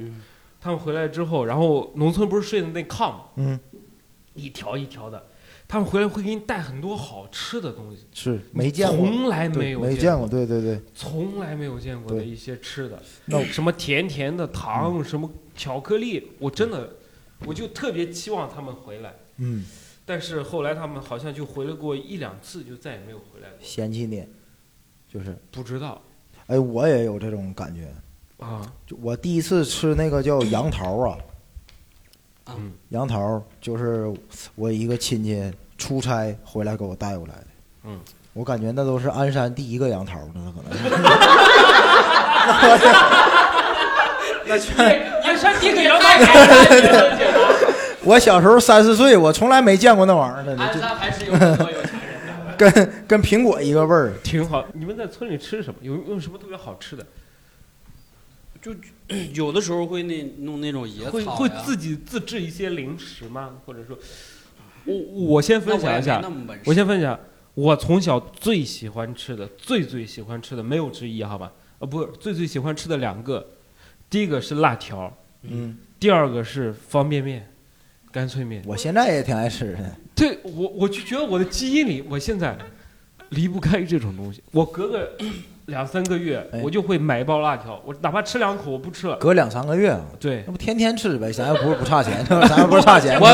[SPEAKER 2] 他们回来之后，然后农村不是睡的那炕嘛，
[SPEAKER 3] 嗯，
[SPEAKER 2] 一条一条的，他们回来会给你带很多好吃的东西，
[SPEAKER 3] 是没见过，
[SPEAKER 2] 从来
[SPEAKER 3] 对
[SPEAKER 2] 没有
[SPEAKER 3] 没
[SPEAKER 2] 见
[SPEAKER 3] 见过，对对对，
[SPEAKER 2] 从来没有见过的一些吃的
[SPEAKER 3] 那我，嗯
[SPEAKER 2] 什么甜甜的糖，什么巧克力，我真的，我就特别期望他们回来。
[SPEAKER 3] 嗯，
[SPEAKER 2] 但是后来他们好像就回来过一两次，就再也没有回来过。
[SPEAKER 3] 嫌弃你，就是
[SPEAKER 2] 不知道
[SPEAKER 3] 哎，我也有这种感觉。
[SPEAKER 2] 啊，
[SPEAKER 3] 就我第一次吃那个叫杨桃啊，
[SPEAKER 2] 嗯，
[SPEAKER 3] 杨桃就是我一个亲戚出差回来给我带过来的。
[SPEAKER 2] 嗯，
[SPEAKER 3] 我感觉那都是鞍山第一个杨桃呢，可能是。 [LAUGHS]
[SPEAKER 2] [LAUGHS] 那也也算第一个杨桃
[SPEAKER 3] 对对对
[SPEAKER 5] [LAUGHS]
[SPEAKER 3] [LAUGHS] 我小时候三四岁，我从来没见过那玩意儿呢。鞍山还是 [LAUGHS] 有很多有钱人跟跟苹果一个味儿。
[SPEAKER 2] 挺好。你们在村里吃什么？有有什么特别好吃的？
[SPEAKER 5] 就 [CLEARS THROAT] 有的时候会那弄那种野草
[SPEAKER 2] 会
[SPEAKER 5] 呀
[SPEAKER 2] 会自己自制一些零食吗？或者说，我我先分享一下
[SPEAKER 5] 啊那我也没那么本事，
[SPEAKER 2] 我先分享，我从小最喜欢吃的，最最喜欢吃的没有之一，好吧？呃，不是，最最喜欢吃的两个，第一个是辣条，
[SPEAKER 3] 嗯，
[SPEAKER 2] 第二个是方便面，干脆面。
[SPEAKER 3] 我现在也挺爱吃的。
[SPEAKER 2] 对我，我就觉得我的基因里，我现在离不开这种东西。我隔个两三个月，
[SPEAKER 3] 哎
[SPEAKER 2] 我就会买一包辣条，我哪怕吃两口，我不吃了。
[SPEAKER 3] 隔两三个月啊，
[SPEAKER 2] 对，
[SPEAKER 3] 那不天天吃呗，咱又不是不差钱，咱又不是差
[SPEAKER 2] [LAUGHS]
[SPEAKER 3] 钱。
[SPEAKER 5] 我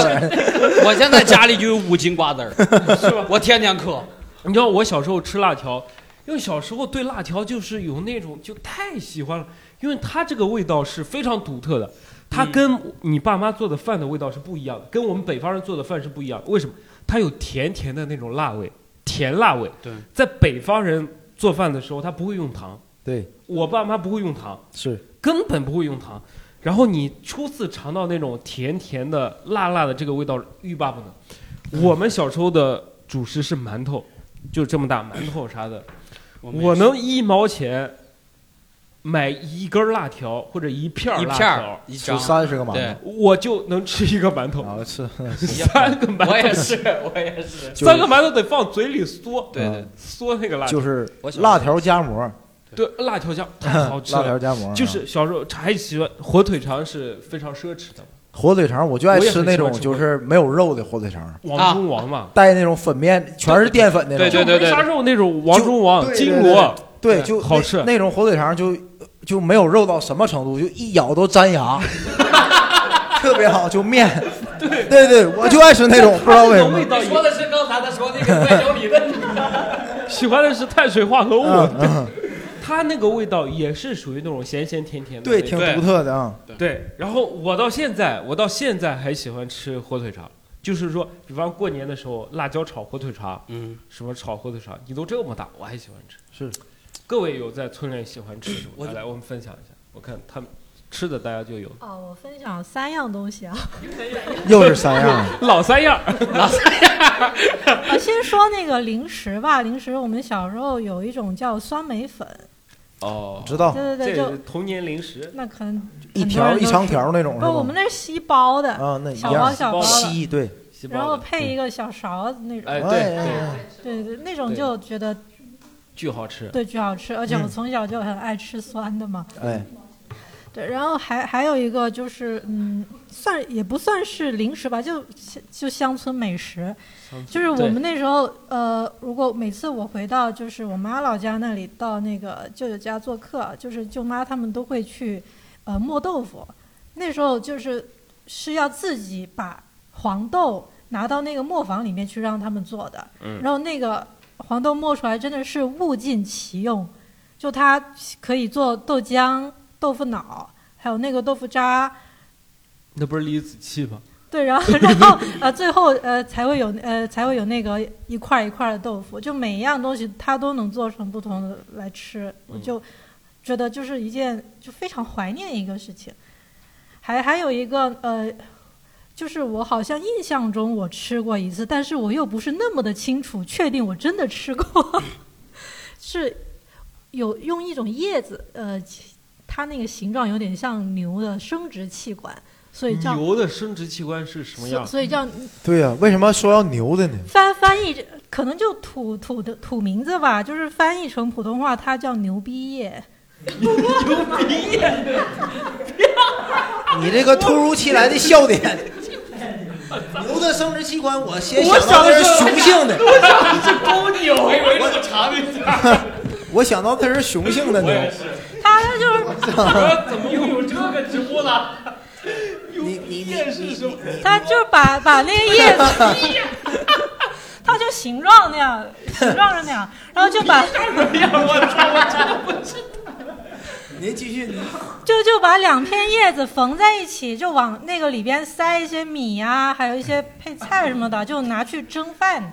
[SPEAKER 5] 我现在家里就有五斤瓜子儿，
[SPEAKER 3] [LAUGHS]
[SPEAKER 2] 是吧？
[SPEAKER 5] 我天天嗑。
[SPEAKER 2] 你知道我小时候吃辣条，因为小时候对辣条就是有那种就太喜欢了，因为它这个味道是非常独特的，它跟你爸妈做的饭的味道是不一样的，跟我们北方人做的饭是不一样的。为什么？它有甜甜的那种辣味，甜辣味。
[SPEAKER 5] 对，
[SPEAKER 2] 在北方人做饭的时候，他不会用糖，
[SPEAKER 3] 对，
[SPEAKER 2] 我爸妈不会用糖，
[SPEAKER 3] 是
[SPEAKER 2] 根本不会用糖。然后你初次尝到那种甜甜的、辣辣的这个味道，欲罢不能。我们小时候的主食是馒头，就这么大馒头啥的。
[SPEAKER 5] 们
[SPEAKER 2] 我
[SPEAKER 5] 也是
[SPEAKER 2] 能一毛钱买一根辣条或者一片儿
[SPEAKER 5] 一
[SPEAKER 2] 辣
[SPEAKER 5] 片儿
[SPEAKER 2] 条，
[SPEAKER 5] 一张吃30个馒头对
[SPEAKER 2] 我就能吃一个馒头。
[SPEAKER 3] 我吃
[SPEAKER 2] 三个馒头，
[SPEAKER 5] 我也是，我也是。
[SPEAKER 3] 就是
[SPEAKER 2] 三个馒头得放嘴里嗦，
[SPEAKER 3] 对对
[SPEAKER 2] 嗦那个辣
[SPEAKER 3] 嗯
[SPEAKER 2] 条，
[SPEAKER 3] 就是辣条夹馍，
[SPEAKER 2] 对，辣
[SPEAKER 3] [LAUGHS]
[SPEAKER 2] 条酱太好吃了。
[SPEAKER 3] 辣条夹啊馍
[SPEAKER 2] 就是小时候还喜欢火腿肠是非常奢侈的
[SPEAKER 5] 啊
[SPEAKER 2] 嘛，
[SPEAKER 3] 火腿肠，我就爱
[SPEAKER 2] 我也
[SPEAKER 3] 吃
[SPEAKER 2] 很
[SPEAKER 3] 那
[SPEAKER 2] 喜欢
[SPEAKER 3] 种
[SPEAKER 2] 吃
[SPEAKER 3] 就是没有肉的火腿肠，
[SPEAKER 2] 王中王嘛，
[SPEAKER 3] 带那种粉面，全是淀粉那种，
[SPEAKER 2] 就没啥肉那种王中王、
[SPEAKER 3] 对
[SPEAKER 2] 金
[SPEAKER 3] 对
[SPEAKER 2] 锣，
[SPEAKER 3] 对，就
[SPEAKER 2] 好
[SPEAKER 3] 那
[SPEAKER 2] 吃。
[SPEAKER 3] 那种火腿肠就就没有肉到什么程度，就一咬都粘牙，特别好，就面。对对对，我就爱吃那
[SPEAKER 5] [LAUGHS]
[SPEAKER 3] 种，不知道为什么。
[SPEAKER 5] 你说的是刚才他说那个外焦里嫩，
[SPEAKER 2] 喜欢的是碳水化合物
[SPEAKER 3] 嗯，嗯
[SPEAKER 2] 它那个味道也是属于那种咸咸甜甜的
[SPEAKER 3] 对，
[SPEAKER 2] 味道，
[SPEAKER 3] 挺独特的啊。
[SPEAKER 2] 对，然后我到现在，我到现在还喜欢吃火腿肠，就是说，比方过年的时候，辣椒炒火腿肠，
[SPEAKER 5] 嗯，
[SPEAKER 2] 什么炒火腿肠，你都这么大，我还喜欢吃。
[SPEAKER 3] 是，
[SPEAKER 2] 各位有在村里喜欢吃什么？
[SPEAKER 5] 我
[SPEAKER 2] 来，我们分享一下，我看他们吃的，大家就有。
[SPEAKER 9] 哦，我分享三样东西啊。
[SPEAKER 3] 又是三样，
[SPEAKER 2] [LAUGHS] 老三样，老三
[SPEAKER 9] 啊，先说那个零食吧，零食我们小时候有一种叫酸梅粉，
[SPEAKER 2] [LAUGHS] 哦，
[SPEAKER 3] 知道
[SPEAKER 9] 对对对
[SPEAKER 2] 这
[SPEAKER 9] 就
[SPEAKER 2] 也是童年零食。
[SPEAKER 9] 那可能
[SPEAKER 3] 一
[SPEAKER 9] 很多
[SPEAKER 3] 条
[SPEAKER 9] 人
[SPEAKER 3] 一
[SPEAKER 9] 都
[SPEAKER 3] 长
[SPEAKER 9] 吃
[SPEAKER 3] 条那种是
[SPEAKER 9] 不，
[SPEAKER 3] 吧
[SPEAKER 9] 我们那是细包的
[SPEAKER 3] 啊，那一
[SPEAKER 9] 小包
[SPEAKER 3] 样
[SPEAKER 9] 小包的，
[SPEAKER 3] 稀对，嗯
[SPEAKER 9] 然后配一个小勺子那种，
[SPEAKER 2] 哎
[SPEAKER 3] 对
[SPEAKER 2] 对
[SPEAKER 9] 对对，那种
[SPEAKER 2] 对
[SPEAKER 9] 就觉得
[SPEAKER 2] 巨好吃。
[SPEAKER 9] 对巨好吃，而且
[SPEAKER 2] 嗯
[SPEAKER 9] 我从小就很爱吃酸的嘛。
[SPEAKER 3] 哎，
[SPEAKER 9] 对，然后还还有一个就是，嗯，算也不算是零食吧，就就乡村美食，
[SPEAKER 2] 嗯
[SPEAKER 9] 就是我们那时候，呃，如果每次我回到就是我妈老家那里，到那个舅舅家做客，就是舅妈他们都会去，呃，磨豆腐。那时候就是是要自己把黄豆拿到那个磨坊里面去让他们做的，
[SPEAKER 12] 嗯
[SPEAKER 9] 然后那个黄豆磨出来真的是物尽其用，就它可以做豆浆、豆腐脑，还有那个豆腐渣，
[SPEAKER 2] 那不是李子柒吗？
[SPEAKER 9] 对，
[SPEAKER 2] [LAUGHS]
[SPEAKER 9] 然后然后呃，最后呃才会有呃才会有那个一块儿一块儿的豆腐，就每一样东西它都能做成不同的来吃，我
[SPEAKER 12] 嗯
[SPEAKER 9] 就觉得就是一件就非常怀念一个事情。还还有一个呃，就是我好像印象中我吃过一次，但是我又不是那么的清楚，确定我真的吃过， [LAUGHS] 是有用一种叶子，呃，它那个形状有点像牛的生殖器官，所以叫
[SPEAKER 2] 牛的生殖器官是什么样？
[SPEAKER 9] 所以叫
[SPEAKER 3] 对呀、为什么说要牛的呢？
[SPEAKER 9] 翻翻译这可能就土土的土名字吧，就是翻译成普通话，它叫牛逼叶。牛逼叶，
[SPEAKER 3] 你这个突如其来的笑点，牛的生殖器官，我先想到的是雄性的，
[SPEAKER 2] 我
[SPEAKER 11] [LAUGHS]
[SPEAKER 2] 想的是公牛，
[SPEAKER 3] 我以为是
[SPEAKER 2] 我查了一下，
[SPEAKER 3] 我想到的是雄性的牛。
[SPEAKER 9] 他那就是
[SPEAKER 2] 我怎么又有这个 [LAUGHS] 直播了？
[SPEAKER 3] 你你
[SPEAKER 2] 是什么？
[SPEAKER 9] 他就把把那个叶子， [LAUGHS] 他就形状那样，形状是那样，然后就把哎
[SPEAKER 2] 我操！我真的不知道。
[SPEAKER 3] 您继续，
[SPEAKER 9] 就就把两片叶子缝在一起，就往那个里边塞一些米呀、还有一些配菜什么的，就拿去蒸饭，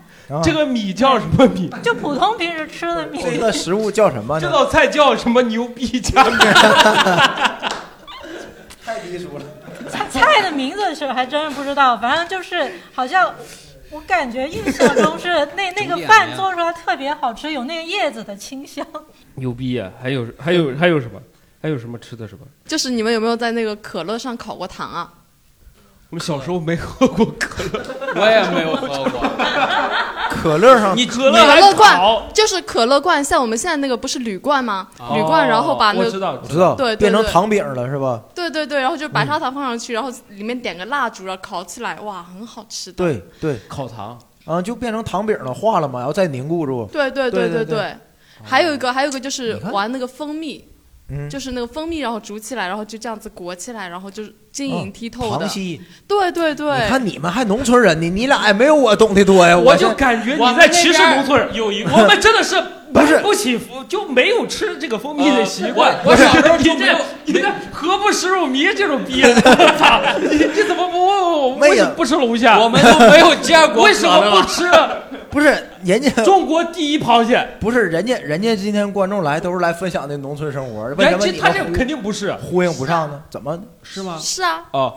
[SPEAKER 2] 这个米叫什么米？
[SPEAKER 9] [LAUGHS] 就普通平时吃的米。
[SPEAKER 3] 这个食物叫什么
[SPEAKER 2] 这
[SPEAKER 3] 呢？
[SPEAKER 2] 道菜叫什么？牛逼加面。
[SPEAKER 3] [LAUGHS] 太低俗了。
[SPEAKER 9] 菜菜的名字是还真是不知道，反正就是好像我感觉印象中
[SPEAKER 2] [LAUGHS]
[SPEAKER 9] 是那那个饭做出来特别好吃，有那个叶子的清香。
[SPEAKER 2] 牛逼呀、还有还有还有什么？还有什么吃的什么？
[SPEAKER 6] 就是你们有没有在那个可乐上烤过糖啊？
[SPEAKER 2] 我们小时候没喝过可乐，
[SPEAKER 5] [LAUGHS] 我
[SPEAKER 2] [LAUGHS] 哎
[SPEAKER 5] 也没有喝过。
[SPEAKER 3] 可乐上，
[SPEAKER 2] 你可
[SPEAKER 6] 可乐罐就是可乐罐，像我们现在那个不是铝罐吗？
[SPEAKER 3] 哦
[SPEAKER 6] 铝罐，然后把那
[SPEAKER 3] 我
[SPEAKER 6] 个
[SPEAKER 3] 知道我知道，
[SPEAKER 6] 对，对
[SPEAKER 3] 变成
[SPEAKER 6] 对
[SPEAKER 3] 糖饼了是吧？
[SPEAKER 6] 对对对，然后就白砂糖放上去，然后里面点个蜡烛，然后烤起来，哇，很好吃的。
[SPEAKER 3] 对对，
[SPEAKER 2] 烤糖
[SPEAKER 3] 啊，就变成糖饼了，化了嘛，然后再凝固住。
[SPEAKER 6] 对对
[SPEAKER 3] 对
[SPEAKER 6] 对
[SPEAKER 3] 对，
[SPEAKER 6] 还有一个还有一个就是玩那个蜂蜜，
[SPEAKER 3] 嗯
[SPEAKER 6] 就是那个蜂蜜，然后煮起来，然后就这样子裹起来，然后就是晶
[SPEAKER 3] 哦
[SPEAKER 6] 莹剔透的。
[SPEAKER 3] 糖稀
[SPEAKER 6] 对对
[SPEAKER 3] 你
[SPEAKER 6] 对，
[SPEAKER 3] 看你们还农村人呢，你俩也没有哎我懂得多呀。
[SPEAKER 2] 我
[SPEAKER 3] 现
[SPEAKER 2] 就感觉你在歧视农村人。有一，我们
[SPEAKER 3] [LAUGHS]
[SPEAKER 2] 真的是
[SPEAKER 3] 不是
[SPEAKER 2] 不起伏，就没有吃这个蜂蜜的习惯。
[SPEAKER 3] 我我小
[SPEAKER 2] 时候你这你这何不食肉糜这种逼，
[SPEAKER 3] [LAUGHS]
[SPEAKER 2] 我操！
[SPEAKER 5] [LAUGHS]
[SPEAKER 2] 你你怎么不问问我 [LAUGHS] 为什么不吃龙虾？我们
[SPEAKER 5] 都没有见过
[SPEAKER 2] [LAUGHS] 为什么不吃？
[SPEAKER 3] 不是人家
[SPEAKER 2] 中国第一螃蟹，
[SPEAKER 3] 不是人家人家今天观众来都是来分享的农村生活，为什么
[SPEAKER 2] 人
[SPEAKER 3] 你
[SPEAKER 2] 家他这
[SPEAKER 3] 们
[SPEAKER 2] 肯定不是
[SPEAKER 3] 呼应不上呢？怎么
[SPEAKER 2] 是吗？
[SPEAKER 6] 是啊，
[SPEAKER 2] 哦，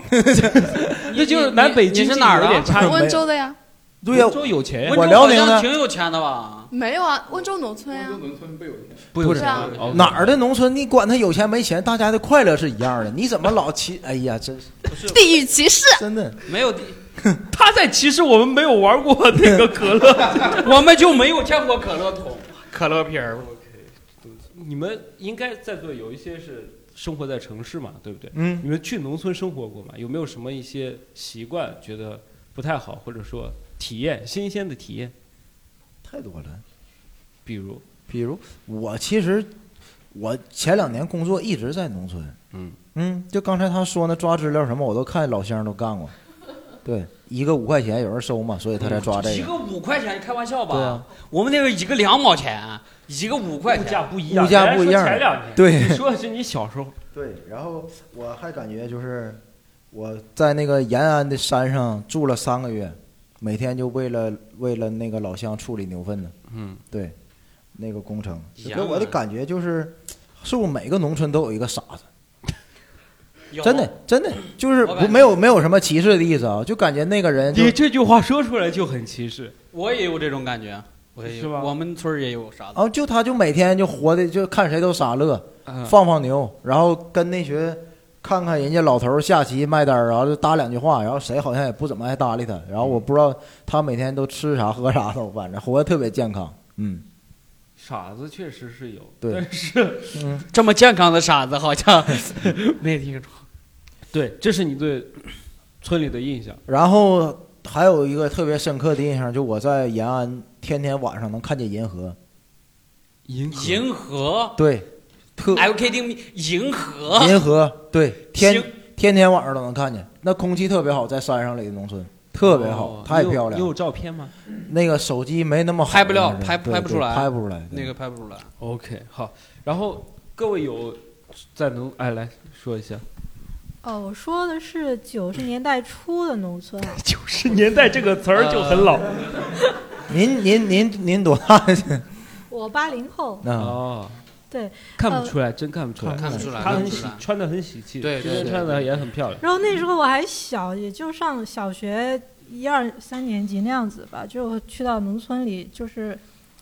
[SPEAKER 2] 那就是南北京
[SPEAKER 5] 你是哪儿的
[SPEAKER 2] 有点差。
[SPEAKER 6] 啊温州的呀。
[SPEAKER 3] 对呀，
[SPEAKER 2] 州有钱
[SPEAKER 5] 温州好像挺有钱的吧？
[SPEAKER 6] 没有啊，温州农村呀、
[SPEAKER 5] 农村不有钱。
[SPEAKER 2] 不
[SPEAKER 3] 不
[SPEAKER 2] 有
[SPEAKER 3] 是
[SPEAKER 6] 钱啊
[SPEAKER 2] 哦
[SPEAKER 3] 哪儿的农村，你管他有钱没钱，大家的快乐是一样的。你怎么老歧？ [LAUGHS] 哎呀，真是
[SPEAKER 6] 地域歧视，
[SPEAKER 3] 真的
[SPEAKER 5] 没
[SPEAKER 3] [LAUGHS]
[SPEAKER 5] 有地，
[SPEAKER 2] 他在歧视我们没有玩过那个可乐，
[SPEAKER 5] [LAUGHS] 我们就没有见过可乐桶。
[SPEAKER 2] 可乐瓶儿。你们应该在座有一些是生活在城市嘛，对不对？
[SPEAKER 3] 嗯。
[SPEAKER 2] 你们去农村生活过吗？有没有什么一些习惯觉得不太好，或者说体验新鲜的体验？
[SPEAKER 3] 太多了。
[SPEAKER 2] 比如，
[SPEAKER 3] 比如我其实我前两年工作一直在农村，
[SPEAKER 2] 嗯
[SPEAKER 3] 嗯，就刚才他说那抓资料什么，我都看老乡都干过。对，一个五块钱有人收嘛，所以他才抓这
[SPEAKER 5] 一
[SPEAKER 3] 个。
[SPEAKER 5] 个五块钱，开玩笑吧？
[SPEAKER 3] 对啊，
[SPEAKER 5] 我们那个一个两毛钱，一个五块钱，物价
[SPEAKER 2] 不
[SPEAKER 3] 一样物价不一样
[SPEAKER 2] 前两年
[SPEAKER 3] 对
[SPEAKER 2] 你说的是你小时候，
[SPEAKER 3] 对，然后我还感觉就是我在那个延安的山上住了三个月，每天就为了为了那个老乡处理牛粪呢。
[SPEAKER 2] 嗯，
[SPEAKER 3] 对，那个工程
[SPEAKER 5] 延
[SPEAKER 3] 给我的
[SPEAKER 5] 安
[SPEAKER 3] 感觉就是，是不是每个农村都有一个傻子？
[SPEAKER 5] 有啊
[SPEAKER 3] 真的，真的就是
[SPEAKER 5] 我感
[SPEAKER 3] 不
[SPEAKER 5] 觉
[SPEAKER 3] 没有没有什么歧视的意思啊，就感觉那个人就
[SPEAKER 2] 你这句话说出来就很歧视。
[SPEAKER 5] 我也有这种感觉，我也有
[SPEAKER 2] 是吧
[SPEAKER 5] 我们村儿也有啥的。
[SPEAKER 3] 啊，就他就每天就活的就看谁都傻乐，
[SPEAKER 5] 嗯
[SPEAKER 3] 放放牛，然后跟那群看看人家老头儿下棋卖单儿，然后就搭两句话，然后谁好像也不怎么爱搭理他，然后我
[SPEAKER 5] 嗯
[SPEAKER 3] 不知道他每天都吃啥喝啥的，反正活得特别健康。嗯，
[SPEAKER 2] 傻子确实是有，
[SPEAKER 3] 对
[SPEAKER 2] 但是 [LAUGHS]
[SPEAKER 3] 嗯，
[SPEAKER 5] 这么健康的傻子好像
[SPEAKER 3] [LAUGHS]
[SPEAKER 5] 没听说。
[SPEAKER 2] 对，这是你对村里的印象。
[SPEAKER 3] 然后还有一个特别深刻的印象，就我在延安天天晚上能看见银河，
[SPEAKER 2] 银河，
[SPEAKER 5] 银河
[SPEAKER 3] 对，特
[SPEAKER 5] ，L K D me，银河，
[SPEAKER 3] 银河，对，天
[SPEAKER 5] 行
[SPEAKER 3] 天天晚上都能看见，那空气特别好，在山上里的农村特别好，
[SPEAKER 5] 哦
[SPEAKER 3] 太
[SPEAKER 2] 你有
[SPEAKER 3] 漂亮
[SPEAKER 2] 你
[SPEAKER 3] 了
[SPEAKER 2] 有。照片吗？
[SPEAKER 3] 那个手机没那么好
[SPEAKER 5] 拍不了，
[SPEAKER 3] 但是
[SPEAKER 5] 拍
[SPEAKER 3] 嗯对
[SPEAKER 5] 拍不出
[SPEAKER 3] 对
[SPEAKER 5] 来，
[SPEAKER 3] 拍不出来。对
[SPEAKER 5] 那个拍不出来。
[SPEAKER 2] OK，好。然后各位有在农哎来说一下，
[SPEAKER 9] 哦，我说的是九十年代初的农 [LAUGHS] 村啊，
[SPEAKER 2] 是年代这个词
[SPEAKER 3] 儿就很老。
[SPEAKER 5] 呃
[SPEAKER 3] 您您您您多大？
[SPEAKER 9] 我八零后。嗯
[SPEAKER 3] 啊，
[SPEAKER 2] 哦，
[SPEAKER 9] 对，
[SPEAKER 2] 看
[SPEAKER 9] 呃
[SPEAKER 2] 不出来，真看不出来，
[SPEAKER 5] 看不出来
[SPEAKER 2] 她
[SPEAKER 5] 看
[SPEAKER 2] 很
[SPEAKER 5] 不出
[SPEAKER 2] 喜
[SPEAKER 5] 来，
[SPEAKER 2] 穿的很喜气，
[SPEAKER 5] 对对
[SPEAKER 2] 今天
[SPEAKER 5] 对
[SPEAKER 2] 穿的也很漂亮。
[SPEAKER 9] 然后那时候我还小，也就上小学一二三年级那样子吧，就去到农村里，就是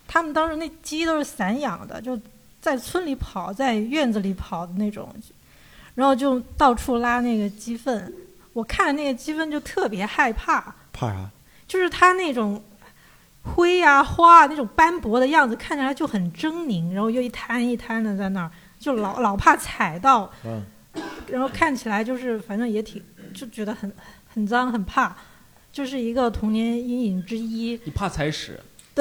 [SPEAKER 9] 他们当时那鸡都是散养的，就在村里跑，在院子里跑的那种，然后就到处拉那个鸡粪。我看那个鸡粪就特别害怕，
[SPEAKER 3] [LAUGHS] 怕啥？
[SPEAKER 9] 就是它那种灰呀、花啊那种斑驳的样子，看起来就很狰狞，然后又一滩一滩的在那儿，就老老怕踩到。
[SPEAKER 3] 嗯，
[SPEAKER 9] 然后看起来就是反正也挺就觉得很很脏很怕，就是一个童年阴影之一。
[SPEAKER 2] 你怕踩屎？
[SPEAKER 3] [LAUGHS]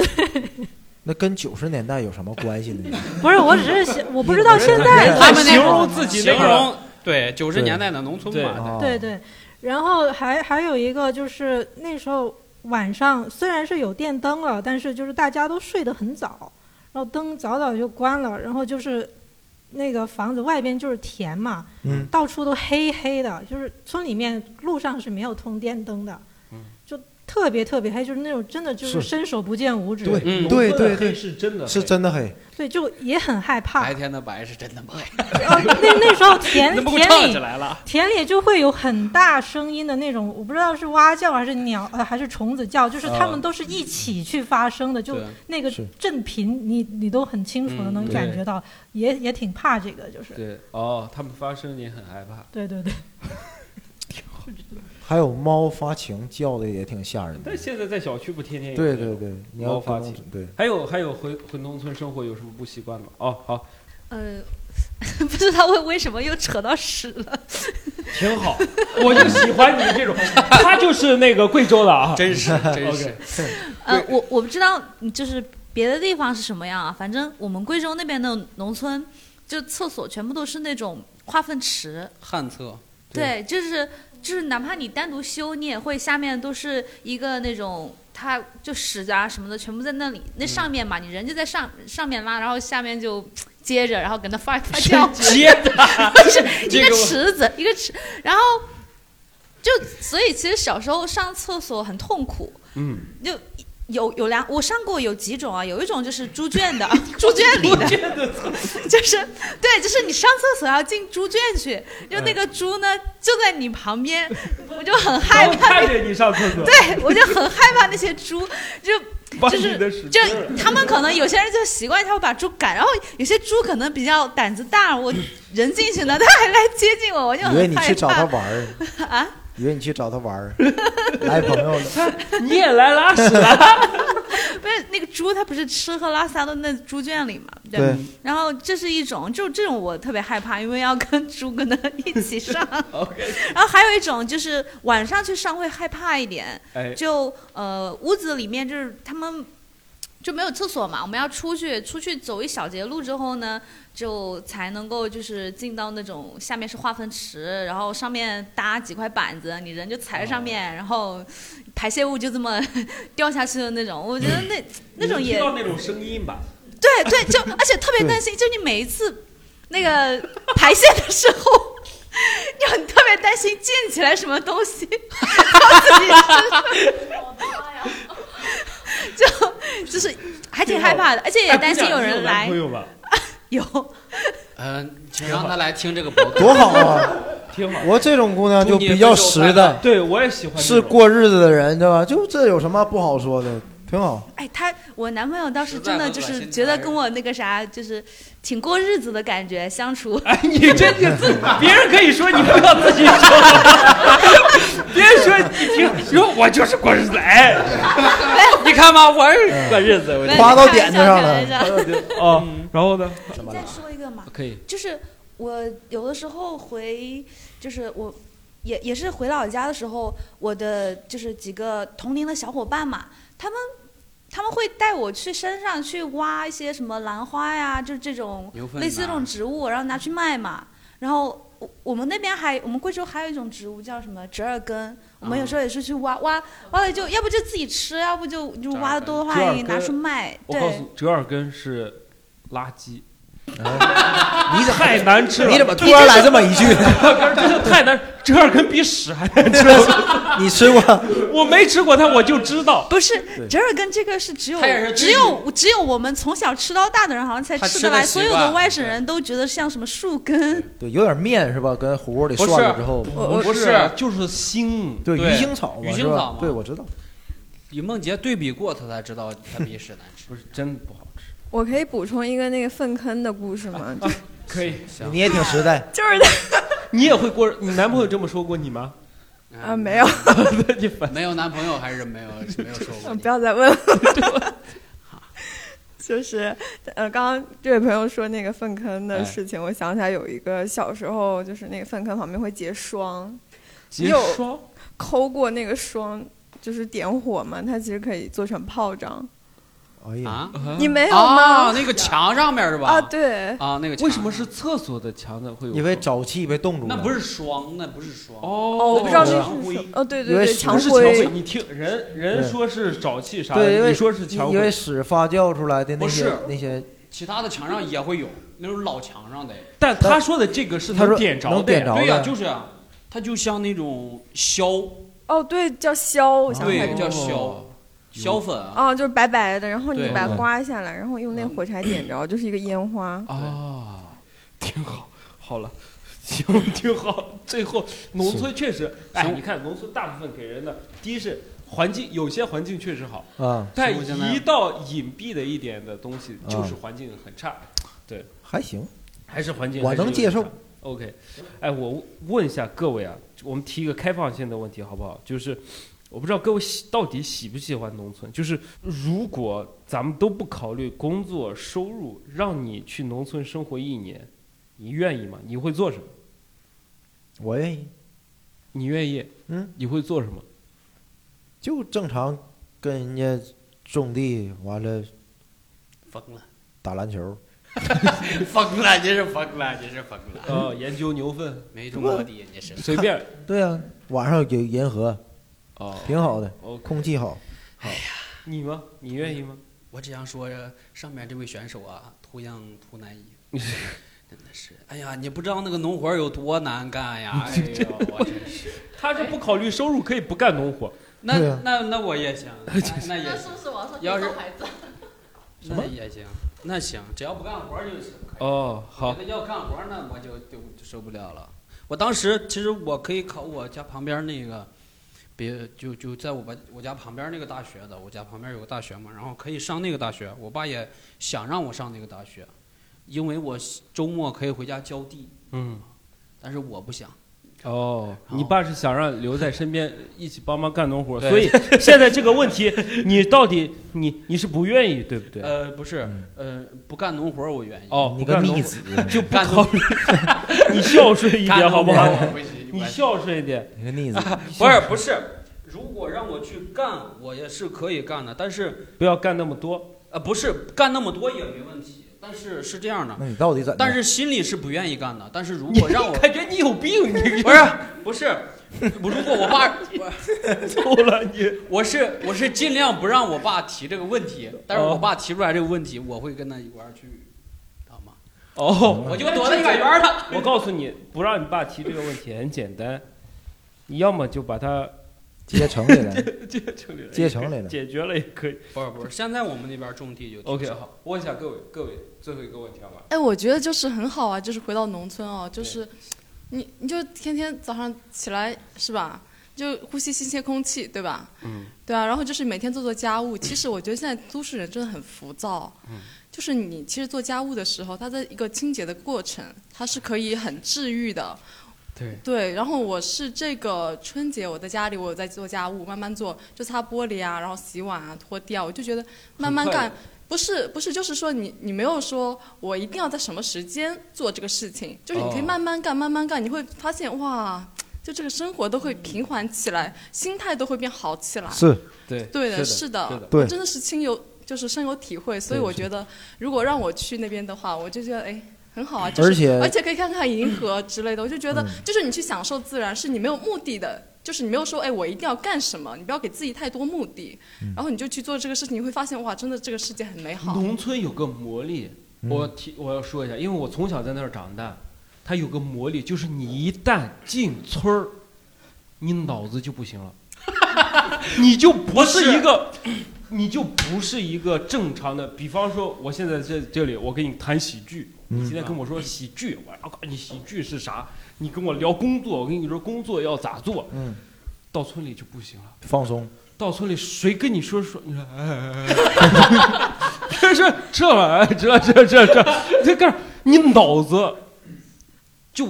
[SPEAKER 3] 那跟九十年代有什么关系呢？
[SPEAKER 9] [LAUGHS] 不是，我只是想，我不知道现在
[SPEAKER 5] 他们那种
[SPEAKER 2] 那个
[SPEAKER 5] 形容对九十年代的农村
[SPEAKER 2] 对
[SPEAKER 3] 哦
[SPEAKER 5] 嘛，
[SPEAKER 9] 对对，然后还还有一个就是那时候晚上虽然是有电灯了，但是就是大家都睡得很早，然后灯早早就关了，然后就是那个房子外边就是田嘛，
[SPEAKER 3] 嗯
[SPEAKER 9] 到处都黑黑的，就是村里面路上是没有通电灯的，
[SPEAKER 2] 嗯
[SPEAKER 9] 就特别特别黑，就是那种真的就是
[SPEAKER 3] 是
[SPEAKER 9] 伸手不见五指，
[SPEAKER 3] 对
[SPEAKER 9] 嗯
[SPEAKER 3] 对对对，
[SPEAKER 2] 是真的
[SPEAKER 3] 是真的黑。
[SPEAKER 9] 对，就也很害怕。
[SPEAKER 5] 白天的白是真的白。
[SPEAKER 9] 那那
[SPEAKER 5] [LAUGHS]
[SPEAKER 9] 时候田
[SPEAKER 5] 哎那不给
[SPEAKER 9] 田
[SPEAKER 5] 唱
[SPEAKER 9] 里
[SPEAKER 5] 起来了
[SPEAKER 9] 田里就会有很大声音的那种，我不知道是蛙叫还是鸟呃还是虫子叫，就是
[SPEAKER 5] 啊
[SPEAKER 9] 它们都是一起去发生的，就
[SPEAKER 5] 对
[SPEAKER 9] 那个
[SPEAKER 5] 是
[SPEAKER 9] 震频你你都很清楚的
[SPEAKER 2] 嗯
[SPEAKER 9] 能
[SPEAKER 2] 对
[SPEAKER 9] 感觉到，也也挺怕这个，就是
[SPEAKER 2] 对，哦，他们发声你很害怕。
[SPEAKER 9] 对对对，
[SPEAKER 3] 还有猫发情叫的也挺吓
[SPEAKER 2] [LAUGHS]
[SPEAKER 3] 人的。
[SPEAKER 2] 但现在在小区不天天有
[SPEAKER 3] 对
[SPEAKER 2] 那种
[SPEAKER 3] 对对你要
[SPEAKER 2] 猫发
[SPEAKER 3] 跟
[SPEAKER 2] 情
[SPEAKER 3] 农，对
[SPEAKER 2] 还有还有回回农村生活有什么不习惯吗？哦，好，
[SPEAKER 7] 呃， [LAUGHS] 不知道为为什么又扯到屎了。
[SPEAKER 2] 挺
[SPEAKER 7] [LAUGHS]
[SPEAKER 2] 好，我就喜欢你这种，他就是那个贵州的啊，
[SPEAKER 5] 真
[SPEAKER 2] [LAUGHS]
[SPEAKER 5] 是真是
[SPEAKER 2] OK
[SPEAKER 7] 呃，我我不知道，就是别的地方是什么样啊。反正我们贵州那边的农村，就厕所全部都是那种化粪池。
[SPEAKER 5] 旱厕，
[SPEAKER 7] 对，就是就是，哪怕你单独修，你也会下面都是一个那种，它就屎啊什么的，全部在那里。那
[SPEAKER 5] 嗯
[SPEAKER 7] 上面嘛，你人就在上上面拉，然后下面就接着，然后搁
[SPEAKER 5] [LAUGHS]
[SPEAKER 7] 那发发酵，
[SPEAKER 5] 接的，
[SPEAKER 7] [LAUGHS]
[SPEAKER 5] [LAUGHS]
[SPEAKER 7] 不是一
[SPEAKER 5] 接
[SPEAKER 7] 个
[SPEAKER 5] 给我
[SPEAKER 7] 池子，一个池，然后就所以其实小时候上厕所很痛苦，
[SPEAKER 2] 嗯，
[SPEAKER 7] 就。有有两，我上过有几种啊，有一种就是猪圈 [LAUGHS] 的，猪圈里的，就是对，就是你上厕所要进猪圈去，就那个猪呢就在你旁 [LAUGHS] 边，我就很害
[SPEAKER 2] 然后
[SPEAKER 7] 怕
[SPEAKER 2] 看
[SPEAKER 7] 那，
[SPEAKER 2] 着你上厕所，
[SPEAKER 7] 对我就很害怕那些猪，就
[SPEAKER 2] 把
[SPEAKER 7] 就
[SPEAKER 2] 你的屎
[SPEAKER 7] 是就他们可能有些人就习惯，他会把猪赶，然后有些猪可能比较胆子大，我人进去了，它还来接近我，我
[SPEAKER 2] 哎
[SPEAKER 7] 就
[SPEAKER 3] 以为
[SPEAKER 7] 很
[SPEAKER 3] 你
[SPEAKER 7] 害
[SPEAKER 3] 去找他
[SPEAKER 7] 怕。
[SPEAKER 3] 玩儿，
[SPEAKER 7] [LAUGHS] 啊，
[SPEAKER 3] 以为你去找他玩
[SPEAKER 2] [LAUGHS]
[SPEAKER 3] 儿，来朋友了。
[SPEAKER 2] 你也来拉屎了。
[SPEAKER 7] [LAUGHS] 不是那个猪，它不是吃喝拉撒都那猪圈里嘛？对。
[SPEAKER 3] 对
[SPEAKER 7] 然后这是一种，就这种我特别害怕，因为要跟猪跟它一起
[SPEAKER 2] [LAUGHS]
[SPEAKER 7] 上。然后还有一种就是晚上去上会害怕一点，
[SPEAKER 19] 哎
[SPEAKER 7] 就呃屋子里面就是他们。就没有厕所嘛，我们要出去，出去走一小节路之后呢，就才能够就是进到那种下面是化粪池，然后上面搭几块板子，你人就踩在上
[SPEAKER 2] 哦
[SPEAKER 7] 面，然后排泄物就这么 [LAUGHS] 掉下去的那种。我觉得那、那种
[SPEAKER 2] 嗯你
[SPEAKER 7] 也
[SPEAKER 2] 听到那种声音吧，
[SPEAKER 7] 对对，就而且特别
[SPEAKER 2] [LAUGHS]
[SPEAKER 7] 担心，就你每一次那个排泄的时候，你很特别担心溅起来什么东西 [LAUGHS] 到自
[SPEAKER 2] [LAUGHS]
[SPEAKER 7] 己身上。就就是还挺害
[SPEAKER 2] 哎
[SPEAKER 7] 怕的，而且也担心有人来。
[SPEAKER 2] 吧？
[SPEAKER 5] [LAUGHS] 嗯，请让他来听这个博客，
[SPEAKER 3] 多好啊！
[SPEAKER 2] 挺好。
[SPEAKER 3] 我这种姑娘就比较实的，
[SPEAKER 2] 对我也喜欢这种
[SPEAKER 3] 是 [LAUGHS]
[SPEAKER 5] [LAUGHS]
[SPEAKER 3] 过日子的人，对吧？就这有什么不好说的？挺好。
[SPEAKER 7] 哎，他我男朋友当时真的就
[SPEAKER 3] 实在
[SPEAKER 7] 是
[SPEAKER 3] 温暖
[SPEAKER 7] 觉得跟我那个啥，就是挺过日子的感觉相处。
[SPEAKER 2] 哎，你这你自别人可以说，你不要自己说。别人说你听，你说我就是过日子，哎，你看吧，我是过日子，我就
[SPEAKER 3] 夸到点子上了
[SPEAKER 7] 没有开玩笑开玩笑
[SPEAKER 3] 夸到点
[SPEAKER 2] 哦，然后呢？怎啊
[SPEAKER 7] 再说一个嘛，
[SPEAKER 2] 可以
[SPEAKER 7] 就是我有的时候回，就是我也也是回老家的时候，我的就是几个同龄的小伙伴嘛，他们他们会带我去山上去挖一些什么兰花呀，就是这种
[SPEAKER 19] 牛粪
[SPEAKER 7] 类似这种植物，然后拿去卖嘛。然后我我们那边还我们贵州还有一种植物叫什么折耳根，我们有
[SPEAKER 2] 啊
[SPEAKER 7] 时候也是去挖挖挖了就要不就自己吃，要不就就挖的多的话
[SPEAKER 2] 折耳
[SPEAKER 7] 也拿
[SPEAKER 2] 根
[SPEAKER 7] 去卖。
[SPEAKER 2] 我告
[SPEAKER 7] 对
[SPEAKER 2] 诉，折耳根是垃圾，
[SPEAKER 15] 哎你怎么
[SPEAKER 2] [LAUGHS] 太难吃了？
[SPEAKER 15] 你怎么突然来这么一句？
[SPEAKER 2] [LAUGHS] 这就太难，这玩意儿跟比屎还难吃。
[SPEAKER 15] [LAUGHS] 你吃过？
[SPEAKER 2] 我没吃过，但我就知道。
[SPEAKER 7] 不是折耳根这个是只有
[SPEAKER 2] 它也是
[SPEAKER 7] 只有只有我们从小吃到大的人好像才
[SPEAKER 15] 他
[SPEAKER 7] 吃
[SPEAKER 15] 吃
[SPEAKER 7] 得
[SPEAKER 15] 得
[SPEAKER 7] 来，
[SPEAKER 15] 习
[SPEAKER 7] 所有的
[SPEAKER 15] 惯
[SPEAKER 7] 外省人都觉得像什么树根。
[SPEAKER 15] 对，有点面是吧？跟火锅里涮了之后，
[SPEAKER 2] 不是，就是腥。
[SPEAKER 15] 对
[SPEAKER 5] 对
[SPEAKER 15] 鱼腥草嘛，
[SPEAKER 5] 鱼腥
[SPEAKER 15] 是吧
[SPEAKER 5] 草嘛
[SPEAKER 15] 对，我知道。
[SPEAKER 5] 李梦洁对比过，她才知道它比屎难吃。
[SPEAKER 2] 不是真不好吃。
[SPEAKER 12] 我可以补充一个那个粪坑的故事
[SPEAKER 2] [LAUGHS]
[SPEAKER 12] 吗？就
[SPEAKER 2] 可以，
[SPEAKER 15] 你也挺实在。
[SPEAKER 12] 就是他
[SPEAKER 2] [LAUGHS] 你也会过日？你男朋友这么说过你吗？
[SPEAKER 12] 啊，没 [LAUGHS] 有，
[SPEAKER 5] 没有男朋友还是没有没有说过
[SPEAKER 12] [LAUGHS] 。不要再问了。就是，呃，刚刚这位朋友说那个粪坑的事情，我想起来有一个小时候，就是那个粪坑旁边会结霜，
[SPEAKER 2] 结
[SPEAKER 12] 你有
[SPEAKER 2] 霜
[SPEAKER 12] 抠过那个霜，就是点火嘛，它其实可以做成炮仗。
[SPEAKER 15] 哎
[SPEAKER 5] 呀，
[SPEAKER 12] 你没有吗
[SPEAKER 5] 啊？那个墙上面是吧？
[SPEAKER 12] 啊对
[SPEAKER 5] 啊，那个
[SPEAKER 2] 为什么是厕所的墙呢？会有
[SPEAKER 15] 因为沼气被冻住了。
[SPEAKER 5] 那不是霜，那不是霜。
[SPEAKER 2] 哦
[SPEAKER 12] 我不知道那是
[SPEAKER 2] 墙
[SPEAKER 12] 什
[SPEAKER 2] 灰
[SPEAKER 12] 么。哦，对
[SPEAKER 15] 因
[SPEAKER 12] 对
[SPEAKER 15] 为
[SPEAKER 12] 对，
[SPEAKER 15] 屎
[SPEAKER 12] 墙
[SPEAKER 15] 是
[SPEAKER 12] 灰。
[SPEAKER 15] 墙灰
[SPEAKER 2] 你听人人
[SPEAKER 15] 对
[SPEAKER 2] 说是沼气啥的，
[SPEAKER 15] 对，因为
[SPEAKER 2] 你说是墙
[SPEAKER 15] 因为
[SPEAKER 2] 灰，
[SPEAKER 15] 屎发酵出来的那
[SPEAKER 5] 不
[SPEAKER 15] 些
[SPEAKER 5] 是
[SPEAKER 15] 那些，
[SPEAKER 5] 其他的墙上也会有，那种老墙上的。
[SPEAKER 2] 但他说的这个是
[SPEAKER 15] 他说
[SPEAKER 2] 点着的呀，
[SPEAKER 15] 能点着
[SPEAKER 5] 对呀、
[SPEAKER 15] 的
[SPEAKER 5] 就是啊，它就像那种硝，
[SPEAKER 12] 哦，对，叫硝，
[SPEAKER 15] 哦
[SPEAKER 12] 我想起来
[SPEAKER 5] 对，叫硝，硝粉啊。
[SPEAKER 12] 啊，就是白白的，然后你
[SPEAKER 5] 对
[SPEAKER 12] 把它
[SPEAKER 5] 嗯
[SPEAKER 12] 刮下来，然后用那个火柴点着， [COUGHS] 就是一个烟花。
[SPEAKER 2] 啊，
[SPEAKER 15] 哦
[SPEAKER 2] 挺好，好了。 [LAUGHS] 行，挺好。最后，农村确实，哎，
[SPEAKER 5] 行
[SPEAKER 2] 你看农村大部分给人的，第一是环境，有些环境确实好，
[SPEAKER 15] 啊
[SPEAKER 2] 但
[SPEAKER 5] 行我现在
[SPEAKER 2] 一到隐蔽的一点的东西，
[SPEAKER 15] 啊
[SPEAKER 2] 就是环境很差。对，
[SPEAKER 15] 还行，
[SPEAKER 2] 还是环境
[SPEAKER 15] 我
[SPEAKER 2] 还是有
[SPEAKER 15] 能接受
[SPEAKER 2] 影响。OK，哎，我问一下各位啊，我们提一个开放性的问题好不好？就是我不知道各位喜到底喜不喜欢农村。就是如果咱们都不考虑工作收入，让你去农村生活一年，你愿意吗？你会做什么？
[SPEAKER 15] 我愿意，
[SPEAKER 2] 你愿意？
[SPEAKER 15] 嗯，
[SPEAKER 2] 你会做什么？
[SPEAKER 15] 就正常跟人家种地，完了
[SPEAKER 5] 疯了，
[SPEAKER 15] 打篮球。
[SPEAKER 5] [LAUGHS] 疯了，你是疯了，你是疯了。
[SPEAKER 2] 呃，研究牛粪，
[SPEAKER 5] 没中国的，你是
[SPEAKER 2] 随
[SPEAKER 5] [LAUGHS]
[SPEAKER 2] 便。
[SPEAKER 15] [LAUGHS] 对呀、晚上有银河，
[SPEAKER 2] 哦
[SPEAKER 15] 挺好的
[SPEAKER 2] OK
[SPEAKER 15] 空气好。
[SPEAKER 2] 你吗？你愿意吗？
[SPEAKER 5] 我只想说，上面这位选手啊，图样图难
[SPEAKER 2] [LAUGHS]
[SPEAKER 5] 移。真的是，哎呀，你不知道那个农活有多难干呀！哎呦，我真
[SPEAKER 2] [LAUGHS]
[SPEAKER 5] 是。
[SPEAKER 2] 他是不考虑收入，可以不干农活。
[SPEAKER 5] 那
[SPEAKER 2] 对啊
[SPEAKER 5] 那那我也
[SPEAKER 2] [LAUGHS]
[SPEAKER 5] 行，那那也行。
[SPEAKER 7] 是网上
[SPEAKER 5] 要是
[SPEAKER 7] 孩子？
[SPEAKER 15] 什么
[SPEAKER 5] 那也行，那行，只要不干活就行。
[SPEAKER 2] 哦，好
[SPEAKER 5] 那，要干活呢，我就就就受不了了。我当时其实我可以考我家旁边那个，别就就在我爸我家旁边那个大学的，我家旁边有个大学嘛，然后可以上那个大学。我爸也想让我上那个大学，因为我周末可以回家浇地，
[SPEAKER 2] 嗯，
[SPEAKER 5] 但是我不想。
[SPEAKER 2] 哦，你爸是想让留在身边一起帮忙干农活，
[SPEAKER 5] 对
[SPEAKER 2] 所以现在这个问题，你到底你你是不愿意，对不对？嗯
[SPEAKER 5] 呃，不是，呃，不干农活我愿意。
[SPEAKER 2] 哦，不干农活 [LAUGHS] 就不
[SPEAKER 5] 干
[SPEAKER 2] 考
[SPEAKER 5] 农
[SPEAKER 2] 虑， [LAUGHS] 你孝顺一点好不好
[SPEAKER 5] 干农活我不行？
[SPEAKER 2] 你孝顺一点，
[SPEAKER 15] 你个
[SPEAKER 5] [LAUGHS]
[SPEAKER 15] 逆子，
[SPEAKER 5] 不是不是，如果让我去干，我也是可以干的，但是
[SPEAKER 2] 不要干那么多。
[SPEAKER 5] 呃不是干那么多也没问题，但是是这样的，
[SPEAKER 15] 那你到底怎？
[SPEAKER 5] 但是心里是不愿意干的，但是如果让我
[SPEAKER 2] 感觉你有病，你
[SPEAKER 5] 不是不是，我如果我
[SPEAKER 2] [LAUGHS]
[SPEAKER 5] 爸
[SPEAKER 2] 够了你，
[SPEAKER 5] 我是我是尽量不让我爸提这个问题，但是我爸提出来这个问题，我会跟他一块儿去，
[SPEAKER 2] 哦，
[SPEAKER 5] 我就躲得远远的。
[SPEAKER 2] 我告诉你，不让你爸提这个问题很简单，你要么就把他
[SPEAKER 15] 接城里来
[SPEAKER 2] [LAUGHS] 接城里来，
[SPEAKER 15] 接城里来
[SPEAKER 2] 解决了也可以。
[SPEAKER 5] 不是不是，现在我们那边种地就挺
[SPEAKER 2] OK，
[SPEAKER 5] 少
[SPEAKER 2] 好，问一下各位各位最后一个问题好吧？
[SPEAKER 6] 哎，我觉得就是很好啊，就是回到农村哦，就是你你就天天早上起来是吧，就呼吸新鲜空气，对吧？
[SPEAKER 2] 嗯
[SPEAKER 6] 对啊，然后就是每天做做家务。其实我觉得现在都市人真的很浮躁，
[SPEAKER 2] 嗯
[SPEAKER 6] 就是你其实做家务的时候，它的一个清洁的过程，它是可以很治愈的。
[SPEAKER 2] 对
[SPEAKER 6] 对，然后我是这个春节我在家里我有在做家务，慢慢做，就擦玻璃啊，然后洗碗啊，拖地啊，我就觉得慢慢
[SPEAKER 2] 很快
[SPEAKER 6] 干。不是不是，就是说你你没有说我一定要在什么时间做这个事情，就是你可以
[SPEAKER 2] 哦
[SPEAKER 6] 慢慢干，慢慢干，你会发现哇，就这个生活都会平缓起来，心态都会变好起来。
[SPEAKER 15] 是
[SPEAKER 2] 对
[SPEAKER 6] 对的，
[SPEAKER 2] 是的是的
[SPEAKER 6] 的，
[SPEAKER 15] 对
[SPEAKER 6] 我真的是亲有就是深有体会，所以
[SPEAKER 15] 对
[SPEAKER 6] 我
[SPEAKER 15] 是
[SPEAKER 6] 觉得如果让我去那边的话，我就觉得哎。很好啊，
[SPEAKER 15] 而
[SPEAKER 6] 就是、
[SPEAKER 15] 且
[SPEAKER 6] 而且可以看看银河之类的，我就觉得
[SPEAKER 15] 嗯
[SPEAKER 6] 就是你去享受自然，是你没有目的的，就是你没有说哎我一定要干什么，你不要给自己太多目
[SPEAKER 15] 嗯
[SPEAKER 6] 的，然后你就去做这个事情，你会发现哇，真的这个世界很美好。
[SPEAKER 2] 农村有个魔力，
[SPEAKER 3] 嗯
[SPEAKER 2] 我提我要说一下，因为我从小在那儿长大，它有个魔力，就是你一旦进村儿，你脑子就不
[SPEAKER 3] [LAUGHS]
[SPEAKER 2] 行了，你就不是一个， [CLEARS THROAT] 你就不是一个正常的。比方说，我现在在这里，我跟你谈喜剧，
[SPEAKER 3] 嗯
[SPEAKER 2] 你现在跟我说喜剧，我要告诉你喜剧是啥，你跟我聊工作，我跟你说工作要咋做，
[SPEAKER 3] 嗯，
[SPEAKER 2] 到村里就不行了。
[SPEAKER 3] 放松，
[SPEAKER 2] 到村里谁跟你说说？你说，哎哎哎哎，别人说这玩意儿，这这这这，这干啥你脑子就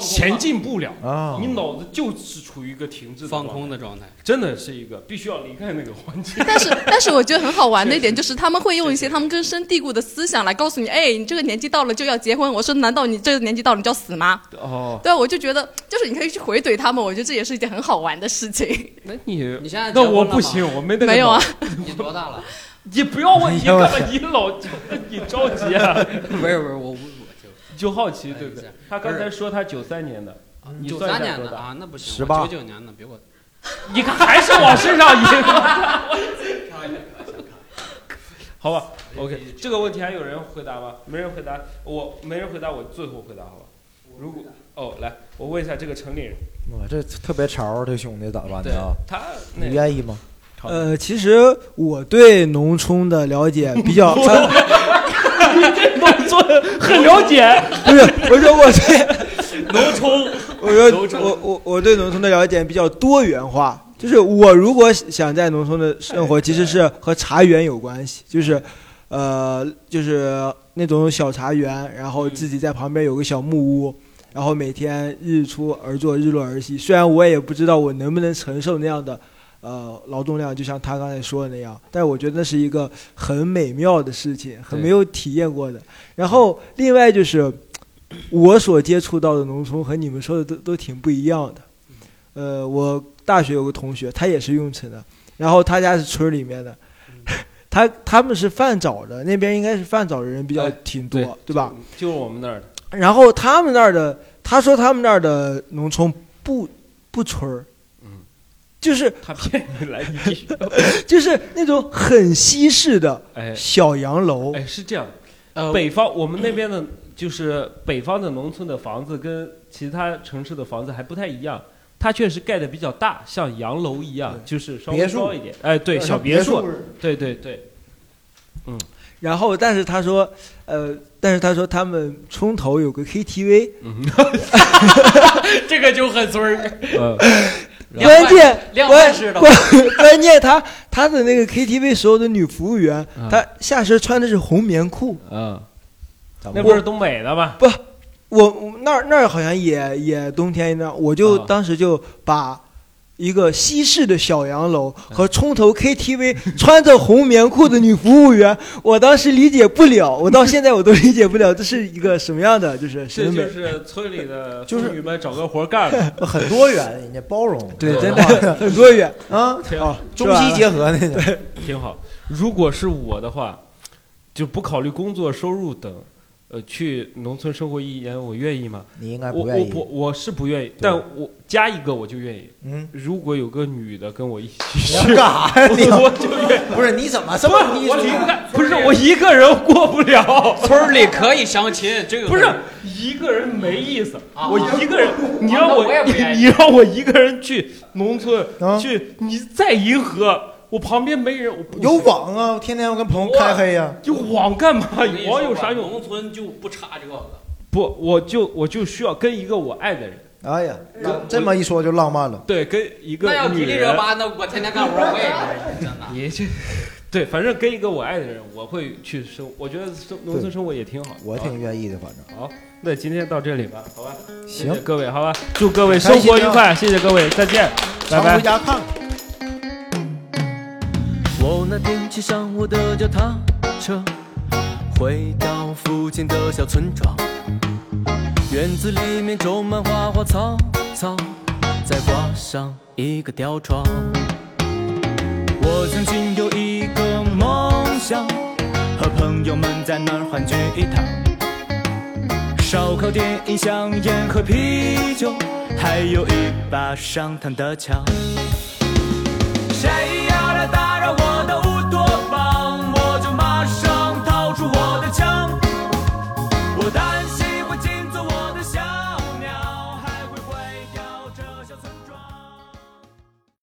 [SPEAKER 2] 前进不了
[SPEAKER 3] 啊
[SPEAKER 2] 你脑子就是处于一个停滞放空
[SPEAKER 5] 的状态，
[SPEAKER 2] 真的是一个必须要离开那个环境。
[SPEAKER 6] 但是，但是我觉得很好玩的一点就是，他们会用一些他们根深蒂固的思想来告诉你，哎，你这个年纪到了就要结婚。我说，难道你这个年纪到了你就要死吗？
[SPEAKER 2] 哦，
[SPEAKER 6] 对啊，我就觉得，就是你可以去回怼他们，我觉得这也是一件很好玩的事情。
[SPEAKER 2] 那你
[SPEAKER 5] 你现在
[SPEAKER 2] 那
[SPEAKER 5] 结婚
[SPEAKER 2] 我
[SPEAKER 5] 了
[SPEAKER 2] 不
[SPEAKER 5] 吗
[SPEAKER 2] 行，我没那个
[SPEAKER 6] 没有啊
[SPEAKER 2] 脑
[SPEAKER 5] 你多大了？ [LAUGHS]
[SPEAKER 2] 你不要问一个，你老你着急啊？
[SPEAKER 5] 不是不是，我我哎
[SPEAKER 2] 就好奇，对不对？他刚
[SPEAKER 5] 不
[SPEAKER 2] 才
[SPEAKER 5] 是
[SPEAKER 2] 说他九三年的，你
[SPEAKER 5] 九
[SPEAKER 2] 算一
[SPEAKER 5] 三
[SPEAKER 2] 下
[SPEAKER 5] 年
[SPEAKER 2] 多
[SPEAKER 5] 的
[SPEAKER 2] 大
[SPEAKER 5] 啊，那不行，
[SPEAKER 2] 18
[SPEAKER 5] 九九年的，别给我。
[SPEAKER 2] [LAUGHS] 你看还是往
[SPEAKER 5] [LAUGHS]
[SPEAKER 2] 身上移
[SPEAKER 5] 开玩笑开玩笑
[SPEAKER 2] 好吧，OK，这哎个问题还有人回答吗？没人回答，我没人回答，我最后回答好吧？如果哦，来，我问一下这个城里人，
[SPEAKER 3] 我这特别潮，这兄弟咋办的啊？
[SPEAKER 2] 他
[SPEAKER 3] 你愿意吗？
[SPEAKER 11] 呃，其实我对农村的了解比
[SPEAKER 2] [LAUGHS]
[SPEAKER 11] 较，
[SPEAKER 2] 你对农村很了解，
[SPEAKER 11] 不是，我说我对 [LAUGHS]
[SPEAKER 2] 农村，
[SPEAKER 11] 我说我我我对农村的了解比较多元化，就是我如果想在农村的生活，其实是和茶园有关系，就是，呃，就是那种小茶园，然后自己在旁边有个小木屋，然后每天日出而作，日落而息。虽然我也不知道我能不能承受那样的。呃，劳动量就像他刚才说的那样，但是我觉得那是一个很美妙的事情，很没有体验过的。然后另外就是，我所接触到的农村和你们说的都都挺不一样的。呃，我大学有个同学，他也是用城的，然后他家是村里面的， [LAUGHS] 他他们是饭沼的，那边应该是饭沼的人比较挺多，对吧？
[SPEAKER 2] 哎就是我们那儿的，
[SPEAKER 11] 然后他们那儿的，他说他们那儿的农村不不村儿， [LAUGHS] 就是
[SPEAKER 2] 他骗你来，你
[SPEAKER 11] [LAUGHS]
[SPEAKER 2] 继续
[SPEAKER 11] 就是那种很西式的
[SPEAKER 2] 哎
[SPEAKER 11] 小洋楼，
[SPEAKER 2] 哎，是这样，
[SPEAKER 11] 呃
[SPEAKER 2] 北方我们那边的，就是北方的农村的房子跟其他城市的房子还不太一样。它确实盖的比较大，像洋楼一样，就是稍微
[SPEAKER 11] 别墅
[SPEAKER 2] 高一点。哎，对，
[SPEAKER 11] 呃
[SPEAKER 2] 小
[SPEAKER 11] 像别
[SPEAKER 2] 墅
[SPEAKER 11] 墅，
[SPEAKER 2] 对对对，嗯，
[SPEAKER 11] 然后但是他说，呃，但是他说他们村头有个 KTV，
[SPEAKER 5] 嗯这个就很村儿。两万
[SPEAKER 11] 关键
[SPEAKER 5] [LAUGHS] 两万
[SPEAKER 11] 关
[SPEAKER 5] 是的
[SPEAKER 11] 关关键他他的那个 KTV 所有的女服务员，
[SPEAKER 5] 嗯
[SPEAKER 11] 她下身穿的是红棉裤，
[SPEAKER 2] 嗯，
[SPEAKER 11] 么
[SPEAKER 2] 那不是东北的吗？
[SPEAKER 11] 不，我我那儿那儿好像也也冬天那样，我就
[SPEAKER 5] 嗯
[SPEAKER 11] 当时就把一个西式的小洋楼和冲头 KTV 穿着红棉裤的女服务员，我当时理解不了，我到现在我都理解不了这是一个什么样的就是
[SPEAKER 2] 这
[SPEAKER 11] 审美
[SPEAKER 2] 就。是村
[SPEAKER 3] [LAUGHS]
[SPEAKER 2] 里的妇
[SPEAKER 11] 就是
[SPEAKER 2] 女们找个活儿干了，
[SPEAKER 11] 很多元
[SPEAKER 3] 人家包容，
[SPEAKER 11] [LAUGHS] 对，
[SPEAKER 3] 吧
[SPEAKER 11] 真的
[SPEAKER 3] [LAUGHS]
[SPEAKER 11] 很多元啊，
[SPEAKER 2] 挺
[SPEAKER 11] 哦
[SPEAKER 2] 好，
[SPEAKER 11] 是吧
[SPEAKER 3] 那个 [LAUGHS]
[SPEAKER 2] 对，挺好。如果是我的话，就不考虑工作收入等，呃，去农村生活一年，我愿意吗？
[SPEAKER 3] 你应该
[SPEAKER 2] 我
[SPEAKER 3] 不愿
[SPEAKER 2] 我
[SPEAKER 3] 意。
[SPEAKER 2] 不我是不愿意，但我加一个我就愿意。
[SPEAKER 3] 嗯，
[SPEAKER 2] 如果有个女的跟我一起
[SPEAKER 3] 你
[SPEAKER 2] 去，
[SPEAKER 3] 要干啥呀？你
[SPEAKER 2] [LAUGHS] 我我就愿意。
[SPEAKER 3] 不是你怎么这么
[SPEAKER 2] 不
[SPEAKER 3] 你
[SPEAKER 2] 我离不开，不是我一个人过不了。
[SPEAKER 5] 村里可以相亲，这个
[SPEAKER 2] 不是一个人没意思，
[SPEAKER 5] 啊
[SPEAKER 2] 我一个人，你
[SPEAKER 5] 啊
[SPEAKER 2] 让
[SPEAKER 5] 那
[SPEAKER 2] 我
[SPEAKER 5] 我也不愿意
[SPEAKER 2] 你让我一个人去农村
[SPEAKER 3] 啊
[SPEAKER 2] 去，你在银河，我旁边没人，我不
[SPEAKER 3] 有网啊，天天我跟朋友开黑啊呀。
[SPEAKER 2] 有网干嘛？
[SPEAKER 5] 跟你说
[SPEAKER 2] 有
[SPEAKER 5] 吧
[SPEAKER 2] 网有啥用？
[SPEAKER 5] 农村就不差这个。
[SPEAKER 2] 不，我就我就需要跟一个我爱的人，
[SPEAKER 3] 哎呀，这么一说就浪漫了。
[SPEAKER 2] 对，跟一
[SPEAKER 5] 那
[SPEAKER 2] 个
[SPEAKER 5] 要
[SPEAKER 2] 女
[SPEAKER 5] 提这
[SPEAKER 2] 人
[SPEAKER 5] 热，巴，那我天天干活，我也愿意真的。
[SPEAKER 2] 你这， [LAUGHS] 对，反正跟一个我爱的人，我会去生，我觉得生农村生活也挺好。
[SPEAKER 3] 我挺愿意的，反正。
[SPEAKER 2] 好，那今天到这里吧，好吧？
[SPEAKER 3] 行
[SPEAKER 2] 谢谢各位，好吧？祝各位生活愉快，谢谢各位，再见，拜
[SPEAKER 3] 常
[SPEAKER 2] 拜
[SPEAKER 3] 回。家看看。
[SPEAKER 19] 我那天骑上我的脚踏车，回到附近的小村庄，院子里面种满花花草草，再挂上一个吊床。我曾经有一个梦想，和朋友们在那儿欢聚一堂，烧烤、电影、香烟和啤酒，还有一把上膛的枪。